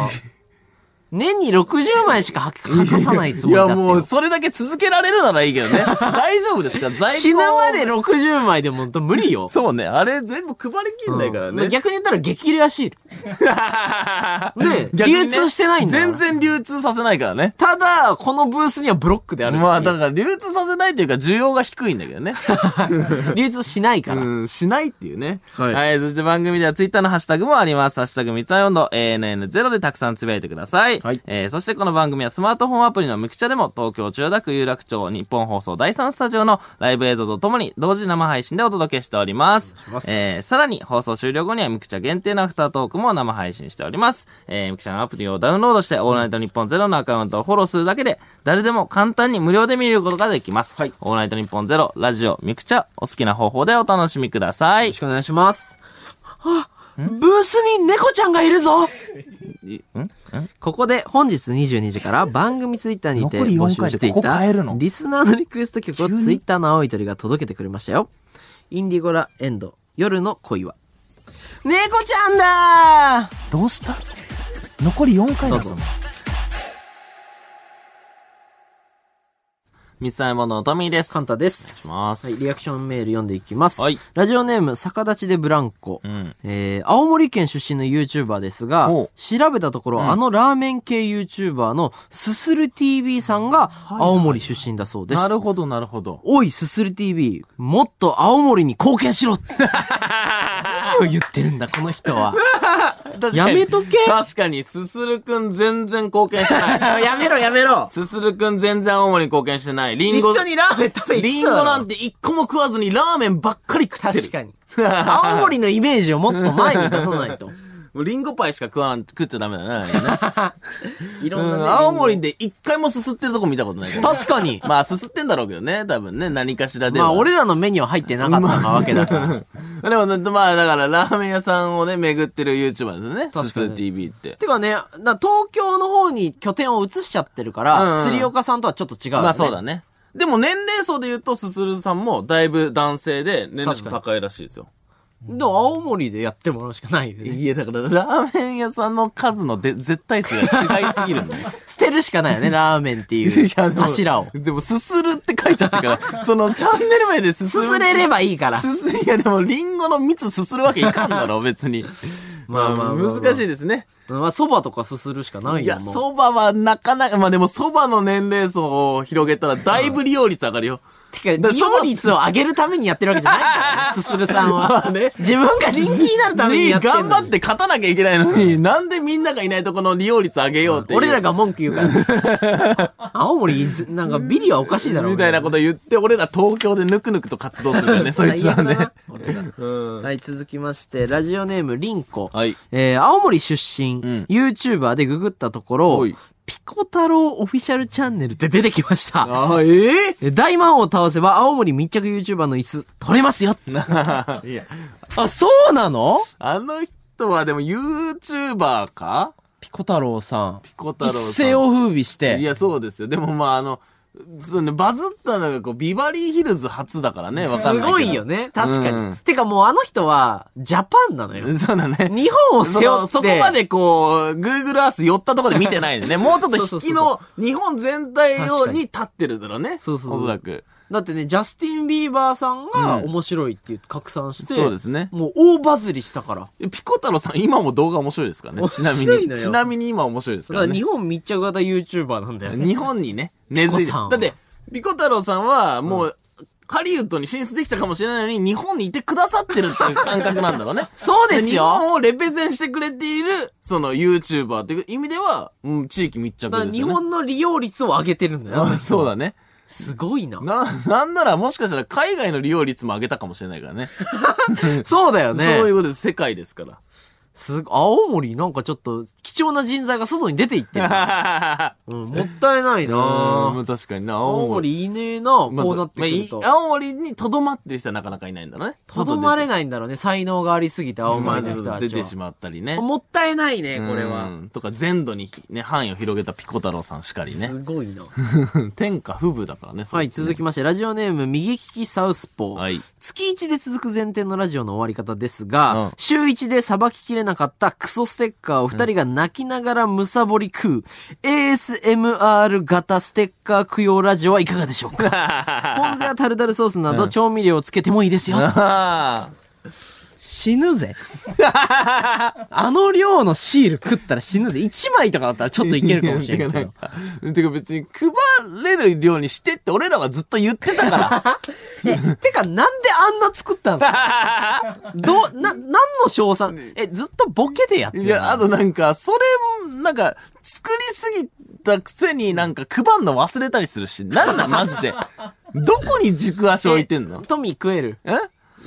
[SPEAKER 2] 年に60枚しかは書かさないつ
[SPEAKER 1] い
[SPEAKER 2] もりだっ
[SPEAKER 1] や、
[SPEAKER 2] てよ。
[SPEAKER 1] もう、それだけ続けられるならいいけどね。 大丈夫ですか在庫。
[SPEAKER 2] 死ぬまで60枚でもう無理よ。
[SPEAKER 1] そうね。あれ全部配りきんないから
[SPEAKER 2] うん
[SPEAKER 1] ね。
[SPEAKER 2] 逆に言ったら激レアシール。ね
[SPEAKER 1] 逆にね
[SPEAKER 2] 流通してないんだから
[SPEAKER 1] 全然流通させないからね。
[SPEAKER 2] ただ、このブースにはブロックである。
[SPEAKER 1] まあ、だから流通させないというか、需要が低いんだけ どね。
[SPEAKER 2] 流通しないから。
[SPEAKER 1] うん、しないっていうね。
[SPEAKER 2] は
[SPEAKER 1] はいい。そして番組ではツイッターのハッシュタグもあります。ハッシュタグ三つ4度、ANN0 でたくさんつぶやいてください。
[SPEAKER 2] はい
[SPEAKER 1] えーそしてこの番組はスマートフォンアプリのむきちゃでも、東京千代田区有楽町日本放送第3スタジオのライブ映像とともに、同時生配信でお届けしております。
[SPEAKER 2] ます
[SPEAKER 1] えーさらに放送終了後にはむきちゃ限定のアフタートークも生配信しております。えー、むきちゃのアプリをダウンロードして、オールナイト日本ゼロのアカウントをフォローするだけで、誰でも簡単に無料で見ることができます。
[SPEAKER 2] はい
[SPEAKER 1] オールナイトニッポンゼロ、ラジオ、ミクチャ、お好きな方法でお楽しみくださ
[SPEAKER 2] よろ
[SPEAKER 1] い
[SPEAKER 2] し。くお願いします。あ、ブースに猫ちゃんがいるぞここで本日22時から番組ツイッターにて
[SPEAKER 1] 残り
[SPEAKER 2] 募
[SPEAKER 1] 4
[SPEAKER 2] 集
[SPEAKER 1] 回で
[SPEAKER 2] してい
[SPEAKER 1] ここ
[SPEAKER 2] た
[SPEAKER 1] 変えるの
[SPEAKER 2] リスナーのリクエスト曲をツイッターの青い鳥が届けてくれましたよ。インディゴラエンド、夜の恋は。猫ちゃんだー
[SPEAKER 1] どうした残り4回
[SPEAKER 2] だぞ。
[SPEAKER 1] 三つ合いもののトミーです。
[SPEAKER 2] カンタです。
[SPEAKER 1] お願いします
[SPEAKER 2] はい、リアクションメール読んでいきます。
[SPEAKER 1] はい
[SPEAKER 2] ラジオネーム、逆立ちでブランコ。
[SPEAKER 1] ん
[SPEAKER 2] えー、青森県出身の YouTuber ですが
[SPEAKER 1] ほう、
[SPEAKER 2] 調べたところ、あのラーメン系 YouTuber のすする TV さんが青森出身だそうです。
[SPEAKER 1] なるほど、なるほど。
[SPEAKER 2] おい、すする TV、もっと青森に貢献し ろ何を言ってるんだ、この人は。やめとけ
[SPEAKER 1] 確かに、すするくん全然貢献してない。
[SPEAKER 2] やめろ、やめろ
[SPEAKER 1] すするくん全然青森に貢献してない。リン
[SPEAKER 2] 一
[SPEAKER 1] ゴ、
[SPEAKER 2] 緒にラーメン食べ
[SPEAKER 1] リンゴなん
[SPEAKER 2] て
[SPEAKER 1] て一個も食わずにラーメンばっかり食ってる。
[SPEAKER 2] 確かに。 青森のイメージをもっと前に出さ ないと。
[SPEAKER 1] もうリンゴパイしか食わん、食っちゃダメだね。あれね
[SPEAKER 2] いろ
[SPEAKER 1] うん
[SPEAKER 2] なね。
[SPEAKER 1] ん、青森で一回もすすってるとこ見たことないけど。
[SPEAKER 2] 確か に。
[SPEAKER 1] まあ、すすってんだろうけどね、多分ね、何かしらで
[SPEAKER 2] ま
[SPEAKER 1] は。
[SPEAKER 2] あ、俺らの目には入ってなかったわけだから。
[SPEAKER 1] でも、まあ、だから、ラーメン屋さんをね、巡ってる YouTuber ですね。
[SPEAKER 2] かに
[SPEAKER 1] すす TV って。
[SPEAKER 2] てかね、な東京の方に拠点を移しちゃってるから、
[SPEAKER 1] うんうん
[SPEAKER 2] 釣り岡さんとはちょっと違うよね。
[SPEAKER 1] まあ、そうだね。でも、年齢層で言うと、すするさんも、だいぶ男性で、年齢層
[SPEAKER 2] 確
[SPEAKER 1] 高いらしいですよ。
[SPEAKER 2] でも青森でやってもらうしかないよね。
[SPEAKER 1] いや、だから、ラーメン屋さんの数ので絶対数が違いすぎるんだよ。
[SPEAKER 2] 捨てるしかないよね、ラーメンって い
[SPEAKER 1] いうやでも
[SPEAKER 2] 柱を。
[SPEAKER 1] でも、すするって書いちゃってるから、 その、チャンネル名ですす
[SPEAKER 2] すすれればいいから。
[SPEAKER 1] すす、いやでも、リンゴの蜜すするわけいかんだろ、別に。
[SPEAKER 2] まあまあまあまあ
[SPEAKER 1] 難しいですね。
[SPEAKER 2] まあ、そばとかすするしかないよ。
[SPEAKER 1] いや、
[SPEAKER 2] もう
[SPEAKER 1] 蕎麦はなかなか、まあでも蕎麦の年齢層を広げたらだいぶ利用率上がるよ。
[SPEAKER 2] て
[SPEAKER 1] だから
[SPEAKER 2] か、利
[SPEAKER 1] そば
[SPEAKER 2] 用率を上げるためにやってるわけじゃないからね、すするさ ん
[SPEAKER 1] まあ
[SPEAKER 2] は。
[SPEAKER 1] ね。
[SPEAKER 2] 自分が人気になるために
[SPEAKER 1] ね
[SPEAKER 2] やってん
[SPEAKER 1] 頑
[SPEAKER 2] の
[SPEAKER 1] 張
[SPEAKER 2] に
[SPEAKER 1] って勝たなきゃいけないのに、なんでみんながいないとこの利用率上げようっていう。
[SPEAKER 2] 俺らが文句言うから。 青森、なんかビリはおかしいだろ。
[SPEAKER 1] みたいなこと言って、俺ら東京でぬくぬくと活動するよ ね、そいつはね。
[SPEAKER 2] 最悪だな。俺がはい、続きまして、ラジオネーム、リンコ。
[SPEAKER 1] はい
[SPEAKER 2] えー、青森出身、
[SPEAKER 1] ん
[SPEAKER 2] YouTuber でググったところ
[SPEAKER 1] おい、
[SPEAKER 2] ピコ太郎オフィシャルチャンネルって出てきました。
[SPEAKER 1] ああ、え
[SPEAKER 2] えー大魔王を倒せば青森密着 YouTuber の椅子取れますよ。
[SPEAKER 1] えいや、
[SPEAKER 2] あ、そうなの
[SPEAKER 1] あの人はでも YouTuber か
[SPEAKER 2] ピコ太郎さん。
[SPEAKER 1] ピコ太郎さん。
[SPEAKER 2] 一世を風靡して。
[SPEAKER 1] いや、そうですよ。でもまあ、あの、そうね、バズったのがこう、ビバリーヒルズ初だからね、わかん
[SPEAKER 2] す
[SPEAKER 1] ないけど。
[SPEAKER 2] ごいよね。確かに。
[SPEAKER 1] うん
[SPEAKER 2] てかもうあの人は、ジャパンなのよ。
[SPEAKER 1] そうだね。
[SPEAKER 2] 日本を背負って。
[SPEAKER 1] そのそこまでこう、Google Earth 寄ったところで見てないね。もうちょっと引きの日本全体
[SPEAKER 2] 確
[SPEAKER 1] を
[SPEAKER 2] かに
[SPEAKER 1] に立ってるだろうね。
[SPEAKER 2] そうそうそう
[SPEAKER 1] おそらく。
[SPEAKER 2] だってね、ジャスティン・ビーバーさんが
[SPEAKER 1] うん
[SPEAKER 2] 面白いっていう拡散して、
[SPEAKER 1] そうですね
[SPEAKER 2] もう大バズりしたから。
[SPEAKER 1] ピコ太郎さん、今も動画面白いですからね。
[SPEAKER 2] 面
[SPEAKER 1] ちなみ
[SPEAKER 2] 白いの
[SPEAKER 1] に。
[SPEAKER 2] よ
[SPEAKER 1] ちなみに今面白いですか
[SPEAKER 2] だからら
[SPEAKER 1] ね
[SPEAKER 2] 日。本密着型 YouTuber なんだ よね。
[SPEAKER 1] 日本にね、根付いて
[SPEAKER 2] ピコさんは
[SPEAKER 1] だって、ピコ太郎さんは、もう、ハリウッドに進出できたかもしれないのに、日本にいてくださってるっていう感覚なんだろうね。
[SPEAKER 2] そうです
[SPEAKER 1] 日
[SPEAKER 2] よ
[SPEAKER 1] 本をレペゼンしてくれている、その YouTuber っていう意味では、うん、地域密着で
[SPEAKER 2] だ
[SPEAKER 1] す
[SPEAKER 2] か
[SPEAKER 1] よね。
[SPEAKER 2] ら日本の利用率を上げてるんだよ。
[SPEAKER 1] あ そうだね。
[SPEAKER 2] すごいな。
[SPEAKER 1] な、なんならもしかしたら海外の利用率も上げたかもしれないからね。
[SPEAKER 2] そうだよね。
[SPEAKER 1] そういうことです。世界ですから。
[SPEAKER 2] すご青森なんかちょっと貴重な人材が外に出ていってる。 うん、もったいないな
[SPEAKER 1] あ
[SPEAKER 2] ぁ
[SPEAKER 1] あ、確かにな。
[SPEAKER 2] 青
[SPEAKER 1] 青森。
[SPEAKER 2] 森いねえなこ
[SPEAKER 1] まず
[SPEAKER 2] うなってくると
[SPEAKER 1] まあ。い青森に留まってる人はなかなかいないんだろうね。
[SPEAKER 2] とどまれ
[SPEAKER 1] ない。
[SPEAKER 2] ないんだろうね。才能がありすぎて青
[SPEAKER 1] まあ
[SPEAKER 2] 森の人たちは。
[SPEAKER 1] 出てしまったりね。
[SPEAKER 2] もったいないね、これ
[SPEAKER 1] う
[SPEAKER 2] は。
[SPEAKER 1] ん。とか、全土にね、範囲を広げたピコ太郎さんしかりね
[SPEAKER 2] す。ごいな。
[SPEAKER 1] 天下不武だからね。
[SPEAKER 2] はい、続
[SPEAKER 1] き。
[SPEAKER 2] きまして、ラジオネーム、右利きサウスポー。
[SPEAKER 1] はい
[SPEAKER 2] 月1で続く前提のラジオの終わり方ですが、
[SPEAKER 1] うん
[SPEAKER 2] 週1でさばききれなかったクソステッカーを二人が泣きながらむさぼり食う、ASMR 型ステッカー供養ラジオはいかがでしょ うかポン酢やタルタルソースなど調味料をつけてもいいですよ。
[SPEAKER 1] あ
[SPEAKER 2] 死ぬぜ。 あの量のシール食ったら死ぬぜ。1枚とかだったらちょっといけるかもし れない けど。
[SPEAKER 1] あ。てか別に配れる量にしてって俺らはずっと言ってたから。
[SPEAKER 2] え、てか、なんであんな作ったんですかどう、な、何の賞賛え、ずっとボケでやって る
[SPEAKER 1] いや、あとなんか、それ、なんか、作りすぎたくせになんか配んの忘れたりするし、なんだマジ で。どこに軸足置いてんの
[SPEAKER 2] トミー食える
[SPEAKER 1] え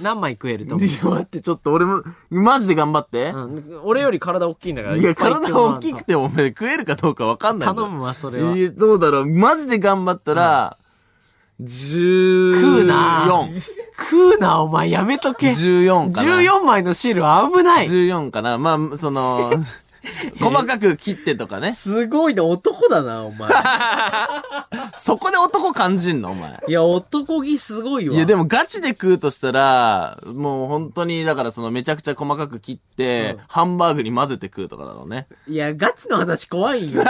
[SPEAKER 2] 何枚食えるトミー。
[SPEAKER 1] 待って、ちょっと俺も、マジで頑張って。
[SPEAKER 2] うん、俺より体大きいんだから。
[SPEAKER 1] いや、体大きく
[SPEAKER 2] て。
[SPEAKER 1] てもお前食えるかどうかわかんないんだよ
[SPEAKER 2] 頼むわそれはい
[SPEAKER 1] やどうだろう。マジで頑張ったら、十、
[SPEAKER 2] 食うな
[SPEAKER 1] 4。
[SPEAKER 2] 食うな、お前やめとけ。
[SPEAKER 1] 14かな。
[SPEAKER 2] 14枚のシールは危ない。
[SPEAKER 1] 14かな。まあ、その、 細かく切ってとかね。
[SPEAKER 2] すごいな、男だな、お前。
[SPEAKER 1] そこで男感じんのお前。
[SPEAKER 2] いや、男気すごいわ。
[SPEAKER 1] いや、でもガチで食うとしたら、もう本当に、だからそのめちゃくちゃ細かく切って、ハンバーグに混ぜて食うとかだろうね。
[SPEAKER 2] いや、ガチの話怖いよ。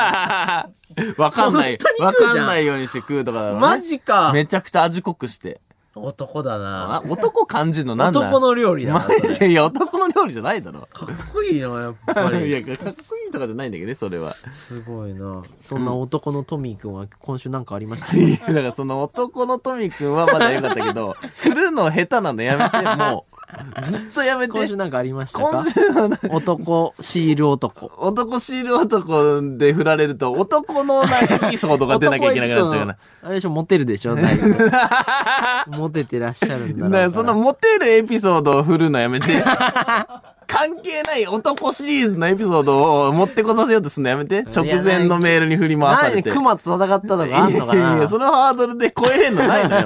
[SPEAKER 1] わかんない
[SPEAKER 2] 本当。に
[SPEAKER 1] わ
[SPEAKER 2] 食うじゃん
[SPEAKER 1] かんないようにして食うとかだろうね。
[SPEAKER 2] マジか。
[SPEAKER 1] めちゃくちゃ味濃くして。
[SPEAKER 2] 男だ
[SPEAKER 1] あ
[SPEAKER 2] な。
[SPEAKER 1] 男感じるのなんだ
[SPEAKER 2] 男の料理だな。
[SPEAKER 1] マ
[SPEAKER 2] それ
[SPEAKER 1] ジで いや、男の料理じゃないだろ。
[SPEAKER 2] かっこいいな、やっぱり
[SPEAKER 1] い。や、かっこいいとかじゃないんだけどね、それは。
[SPEAKER 2] すごいな。そんな男のトミーくんは今週なんかありま した
[SPEAKER 1] いやだからその男のトミ君はまだ良かったけど、 振るの下手なのやめて、もう。ずっとやめて。
[SPEAKER 2] 今週なんかありましたか
[SPEAKER 1] 今週はな
[SPEAKER 2] 男、シール男。
[SPEAKER 1] 男シール男で振られると、男のなんかエピソードが出なきゃいけなくなっ ちゃうから。
[SPEAKER 2] あれでしょ、モテるで しょだいぶモテてらっしゃるんだ
[SPEAKER 1] だか
[SPEAKER 2] ろうから
[SPEAKER 1] らそのモテるエピソードを振るのや めて。関係ない男シリーズのエピソードを持ってこさせようとするのやめて。直前のメールに振り回さ
[SPEAKER 2] 何
[SPEAKER 1] れ
[SPEAKER 2] で
[SPEAKER 1] て。
[SPEAKER 2] 熊と戦ったとかあんのか
[SPEAKER 1] いやいやい
[SPEAKER 2] な
[SPEAKER 1] やそのハードルで超えれんのないのよ。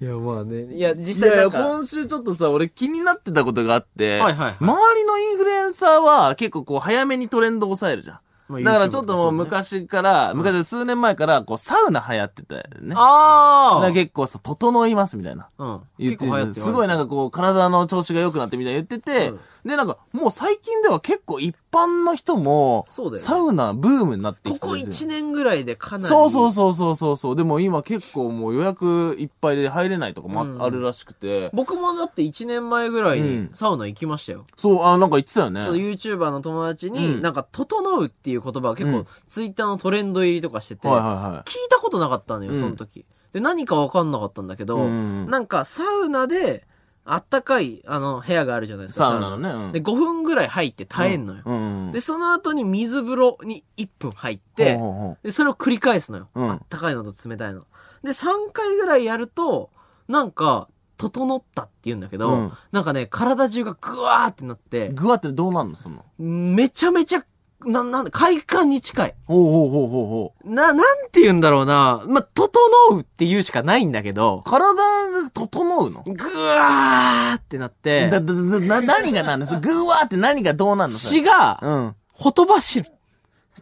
[SPEAKER 2] いや、まあね。いや、
[SPEAKER 1] い
[SPEAKER 2] 実
[SPEAKER 1] や
[SPEAKER 2] 際
[SPEAKER 1] い
[SPEAKER 2] な
[SPEAKER 1] や、
[SPEAKER 2] んか、
[SPEAKER 1] 今週ちょっとさ、俺気になってたことがあって、
[SPEAKER 2] はいはいはい
[SPEAKER 1] 周りのインフルエンサーは結構こう早めにトレンドを抑えるじゃん。
[SPEAKER 2] まあ
[SPEAKER 1] だからちょっともう
[SPEAKER 2] YouTube と
[SPEAKER 1] 昔から、昔数年前から、こう、サウナ流行ってたよね。だ
[SPEAKER 2] あ
[SPEAKER 1] から
[SPEAKER 2] ー
[SPEAKER 1] 結構さ、整いますみたいな。
[SPEAKER 2] うん。
[SPEAKER 1] 言って
[SPEAKER 2] 結構流行
[SPEAKER 1] て
[SPEAKER 2] って
[SPEAKER 1] すごいなん
[SPEAKER 2] か、
[SPEAKER 1] かこう、体の調子が良くなってみたいな言ってて、で、なんか、もう最近では結構一般の人も、
[SPEAKER 2] そうだよね
[SPEAKER 1] サウナブームになって
[SPEAKER 2] こ
[SPEAKER 1] きて
[SPEAKER 2] こ
[SPEAKER 1] るんです
[SPEAKER 2] 1
[SPEAKER 1] よ。
[SPEAKER 2] 年ぐらいでかなり。
[SPEAKER 1] そうそうそ
[SPEAKER 2] そ
[SPEAKER 1] うそうそうそう。でも今結構もう予約いっぱいで入れないとかもあ,、
[SPEAKER 2] うん
[SPEAKER 1] るらしくて
[SPEAKER 2] う。。僕もだって1年前ぐらいうに
[SPEAKER 1] ん
[SPEAKER 2] サウナ行きましたよ。
[SPEAKER 1] そう、あ、なんか言ってたよね。
[SPEAKER 2] そう、YouTuber の友達に、
[SPEAKER 1] うん
[SPEAKER 2] なんか、整うっていう言葉が結
[SPEAKER 1] う
[SPEAKER 2] 構
[SPEAKER 1] ん、
[SPEAKER 2] ツイッターのトレンド入りとかしてて、
[SPEAKER 1] はいは
[SPEAKER 2] 聞いたことなかったのよ、
[SPEAKER 1] うん
[SPEAKER 2] その時。で、何かわかんなかったんだけど、
[SPEAKER 1] うん
[SPEAKER 2] なんか、サウナで、あったかい、あの、部屋があるじゃないですか。
[SPEAKER 1] サウナのねうん
[SPEAKER 2] で、5分ぐらい入って耐えんのよ。
[SPEAKER 1] いはい。うん。
[SPEAKER 2] で、その後に水風呂に1分入って、
[SPEAKER 1] ほうほうほう
[SPEAKER 2] で、それを繰り返すのよ。
[SPEAKER 1] うん
[SPEAKER 2] あったかいのと冷たいの。で、3回ぐらいやると、なんか、整ったって言うんだけど、
[SPEAKER 1] うん
[SPEAKER 2] なんかね、体中がグワーってなって、
[SPEAKER 1] グワってどうなんのその。
[SPEAKER 2] めちゃめちゃ、な、なんだ、快感に近い。
[SPEAKER 1] ほうほうほうほうほう。
[SPEAKER 2] な、なんて言うんだろうな。まあ、整うって言うしかないんだけど、
[SPEAKER 1] 体が整うの
[SPEAKER 2] ぐわーってなって、
[SPEAKER 1] だ、だ、だ、な、何がなんですグワーって何がどうなんのそれ
[SPEAKER 2] 血が、
[SPEAKER 1] うん。
[SPEAKER 2] ほとばしる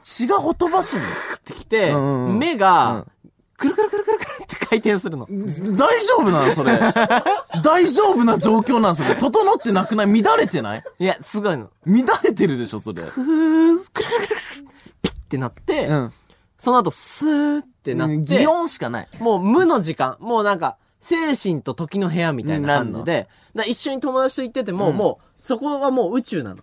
[SPEAKER 1] 血がほとばしんの
[SPEAKER 2] ってきて、
[SPEAKER 1] うんうんうん
[SPEAKER 2] 目が、くるくるくるくるくるって回転するの。
[SPEAKER 1] 大丈夫なのそれ。大丈夫な状況なんそれ。整ってなくない乱れてない
[SPEAKER 2] いや、すごいの。
[SPEAKER 1] 乱れてるでしょ、それ。
[SPEAKER 2] くーくるくるくるくるピッてなって、
[SPEAKER 1] うん。
[SPEAKER 2] その後、スーってなって、
[SPEAKER 1] 擬音しかない。
[SPEAKER 2] もう無の時間。もうなんか、精神と時の部屋みたいな感じで、な一緒に友達と行ってても、もう、そこはもう宇宙なの。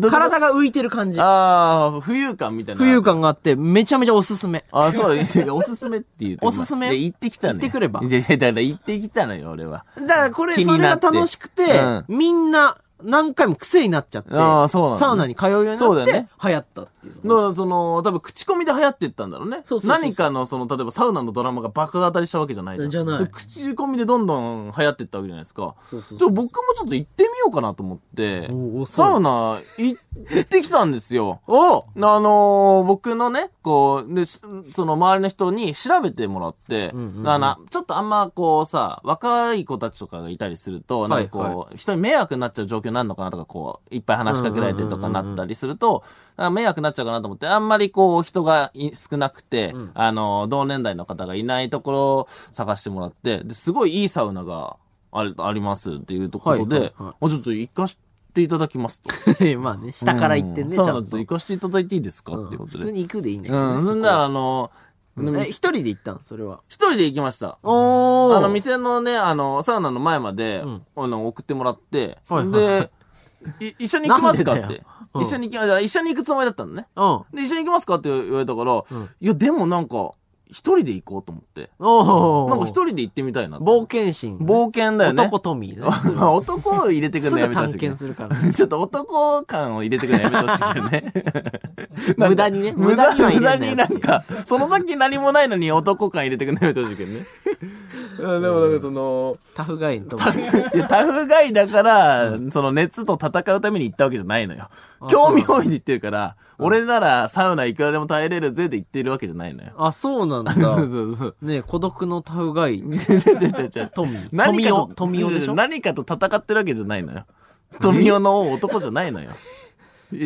[SPEAKER 2] 体が浮いてる感じ。
[SPEAKER 1] ああ、浮遊感みたいな。
[SPEAKER 2] 浮遊感があって、めちゃめちゃおすすめ。
[SPEAKER 1] あ、そうだ、おすすめって言うて。
[SPEAKER 2] おすすめ
[SPEAKER 1] で、行ってきたのよ
[SPEAKER 2] 行ってくれば
[SPEAKER 1] で、だから行ってきたのよ、俺は。
[SPEAKER 2] だからこれ、
[SPEAKER 1] 気にな
[SPEAKER 2] そ
[SPEAKER 1] って
[SPEAKER 2] れが楽しくて、
[SPEAKER 1] う
[SPEAKER 2] みんな何回も癖になっちゃって、
[SPEAKER 1] あーそうなんだ
[SPEAKER 2] サウナに通うようになって、
[SPEAKER 1] そうだよね
[SPEAKER 2] 流行ったっていう
[SPEAKER 1] だから、その、多分、口コミで流行ってったんだろうね。
[SPEAKER 2] そうそうそうそう
[SPEAKER 1] 何かの、その、例えば、サウナのドラマが爆当たりしたわけじゃない
[SPEAKER 2] じゃない
[SPEAKER 1] 口コミでどんどん流行ってったわけじゃないですか。
[SPEAKER 2] そうそうそう
[SPEAKER 1] でも僕もちょっと行ってみようかなと思って
[SPEAKER 2] おうお、う
[SPEAKER 1] サ
[SPEAKER 2] そう
[SPEAKER 1] ウナ、い行ってきたんですよ。
[SPEAKER 2] お
[SPEAKER 1] あのー僕のね、こう、で、しその周りの人に調べてもらって、あのちょっとあんまこうさ、若い子たちとかがいたりすると、なんかこう、
[SPEAKER 2] はい
[SPEAKER 1] 人に迷惑になっちゃう状況になるのかなとか、こう、いっぱい話しかけられてとかなったりすると、あ迷惑になっちゃうかなと思って、あんまりこう、人がい少なくて、あのー同年代の方がいないところを探してもらって、ですごいいいサウナがあるありますっていうところで、
[SPEAKER 2] はいはいはい
[SPEAKER 1] もうちょっと行かしていただきますと。
[SPEAKER 2] まあね、下から行ってね、ち
[SPEAKER 1] サウ
[SPEAKER 2] ゃ
[SPEAKER 1] ナ
[SPEAKER 2] んと
[SPEAKER 1] と。行かせていただいていいですか、ってこと
[SPEAKER 2] 普
[SPEAKER 1] で。
[SPEAKER 2] 通に行くでいいんだけどね
[SPEAKER 1] うん、そんなら、あの、
[SPEAKER 2] そこ
[SPEAKER 1] で
[SPEAKER 2] え
[SPEAKER 1] も
[SPEAKER 2] 一
[SPEAKER 1] 一
[SPEAKER 2] 人で行ったんそれは。
[SPEAKER 1] 人で行きました。あ
[SPEAKER 2] お
[SPEAKER 1] の、店のね、あの、サウナの前まで、あの、送ってもらって、
[SPEAKER 2] はい
[SPEAKER 1] で、い一緒に行きますかっ
[SPEAKER 2] なんで
[SPEAKER 1] て
[SPEAKER 2] だよ。うん
[SPEAKER 1] 一緒に行き、あ一緒に行くつもりだったのね。
[SPEAKER 2] うん。
[SPEAKER 1] で、一緒に行きますかって言われたから、いや、でもなんか、一人で行こうと思って。
[SPEAKER 2] おー
[SPEAKER 1] なんか一人で行ってみたいな。
[SPEAKER 2] 冒険心。
[SPEAKER 1] 冒険だよね。
[SPEAKER 2] 男トミーね。
[SPEAKER 1] まあ 男を入れてくる
[SPEAKER 2] す
[SPEAKER 1] のや
[SPEAKER 2] ぐ
[SPEAKER 1] めてほ
[SPEAKER 2] 探
[SPEAKER 1] しいけど
[SPEAKER 2] 検するか ら。
[SPEAKER 1] ちょっと男感を入れてくるのやめてほしいけど ね。
[SPEAKER 2] 無駄にね
[SPEAKER 1] 無
[SPEAKER 2] 無
[SPEAKER 1] 駄
[SPEAKER 2] 駄
[SPEAKER 1] に
[SPEAKER 2] には入れ
[SPEAKER 1] 無
[SPEAKER 2] な
[SPEAKER 1] 駄
[SPEAKER 2] い
[SPEAKER 1] になんか、その先何もないのに男感入れてくるのやめてほしいけどね。でもなんかその、
[SPEAKER 2] タフガイのトミ
[SPEAKER 1] タ
[SPEAKER 2] ー。
[SPEAKER 1] いやタフガイだから、その熱と戦うために行ったわけじゃないのよ。興味本位で行ってるから、俺ならサウナいくらでも耐えれるぜで言ってるわけじゃないのよ。
[SPEAKER 2] あ、そうなんだ。
[SPEAKER 1] そうそうそう。
[SPEAKER 2] ね孤独のタフガイ。
[SPEAKER 1] ちょちょちょちょ。
[SPEAKER 2] トミー
[SPEAKER 1] 何かと
[SPEAKER 2] トミオトミオでしょ
[SPEAKER 1] 何かと戦ってるわけじゃないのよ。トミオの男じゃないのよ。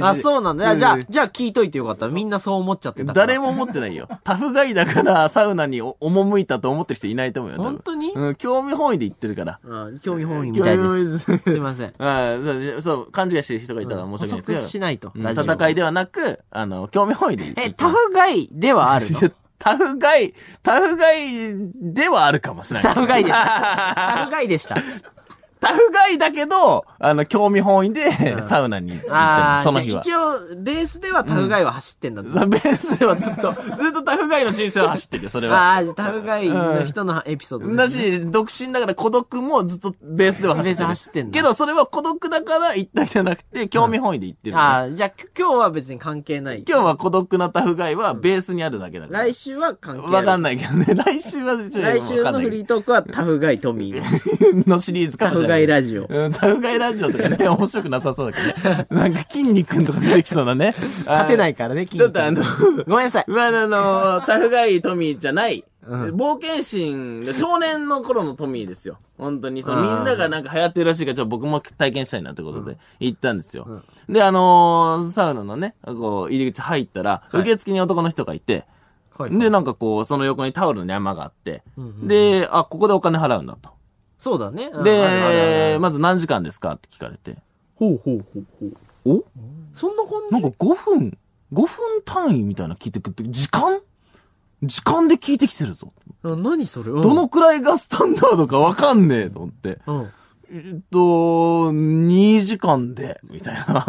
[SPEAKER 2] あ、そうなんだ。いやじゃ
[SPEAKER 1] う
[SPEAKER 2] あ、
[SPEAKER 1] ん
[SPEAKER 2] じゃあ聞いといてよかった。みんなそう思っちゃってたから。
[SPEAKER 1] 誰も思って ないよ。タフガイだからサウナにお赴いたと思ってる人いないと思うよ。多分
[SPEAKER 2] 本当に
[SPEAKER 1] うん、興味本位で言ってるから。
[SPEAKER 2] うん興味本位みたいです。
[SPEAKER 1] 興味本位です
[SPEAKER 2] すいません。
[SPEAKER 1] うんそう、そう、勘違いしてる人がいたら申し訳ない
[SPEAKER 2] 補
[SPEAKER 1] ですけ
[SPEAKER 2] 足
[SPEAKER 1] ど。
[SPEAKER 2] しないと。
[SPEAKER 1] うん
[SPEAKER 2] ラジオ
[SPEAKER 1] 戦いではなく、あの、興味本位で言って
[SPEAKER 2] え、タフガイではあるの
[SPEAKER 1] タフガイ、タフガイではあるかもしれない。
[SPEAKER 2] タフガイでした。タフガイでした。
[SPEAKER 1] タフガイだけど、あの、興味本位で、サウナに行ってる
[SPEAKER 2] あ
[SPEAKER 1] その
[SPEAKER 2] あ、
[SPEAKER 1] 日
[SPEAKER 2] じゃ
[SPEAKER 1] は
[SPEAKER 2] あ。一応、ベースではタフガイは走ってんだ。
[SPEAKER 1] ザベースではずっと、ずっとタフガイの人生を走ってるよ、それは。
[SPEAKER 2] ああ、じゃあタフガイの人のエピソードね。
[SPEAKER 1] だし、独身だから孤独もずっとベースでは走ってる。
[SPEAKER 2] ベース走ってんだ
[SPEAKER 1] けど、それは孤独だから行ったんじゃなくて、興味本位で行ってる、
[SPEAKER 2] ああ、じゃあ今日は別に関係ない。
[SPEAKER 1] 今日は孤独なタフガイはベースにあるだけだから。
[SPEAKER 2] 来週は関係ない。
[SPEAKER 1] わかんないけどね。 来週はちょっと
[SPEAKER 2] 来週
[SPEAKER 1] わか
[SPEAKER 2] の
[SPEAKER 1] んな
[SPEAKER 2] フ
[SPEAKER 1] いけ
[SPEAKER 2] リートークはタフガイトミー。
[SPEAKER 1] どのシリーズか
[SPEAKER 2] タ
[SPEAKER 1] もし
[SPEAKER 2] フ
[SPEAKER 1] れない。
[SPEAKER 2] ガイラジオ。
[SPEAKER 1] うん、タフガイラジオとかね、面白くなさそうだけどね。なんか、筋肉とか出てきそうだね。。
[SPEAKER 2] 勝てないいからね、
[SPEAKER 1] ちょっとあの、
[SPEAKER 2] ごめんなさい。
[SPEAKER 1] まあ、あの、タフガイトミーじゃない、冒険心、少年の頃のトミーですよ。本当に、その
[SPEAKER 2] うん
[SPEAKER 1] みんながなんか流行ってるらしいから、ちょっと僕も体験したいなってことで、行ったんですよ。で、あのーサウナのね、こう、入り口入ったら、受付に男の人がいて、で、なんかこう、その横にタオルの山があって、で、あ、ここでお金払うんだと。
[SPEAKER 2] そうだね。うんあるあるある
[SPEAKER 1] で、まず何時間ですかって聞かれて。
[SPEAKER 2] ほうほうほうほう。
[SPEAKER 1] お
[SPEAKER 2] そんな感じ
[SPEAKER 1] なんか5分、5分単位みたいなの聞いてくって、時間時間で聞いてきてるぞ。
[SPEAKER 2] な何それ、うん
[SPEAKER 1] どのくらいがスタンダードかわかんねえと思って。
[SPEAKER 2] うん。
[SPEAKER 1] えっと、2時間で、みたいな。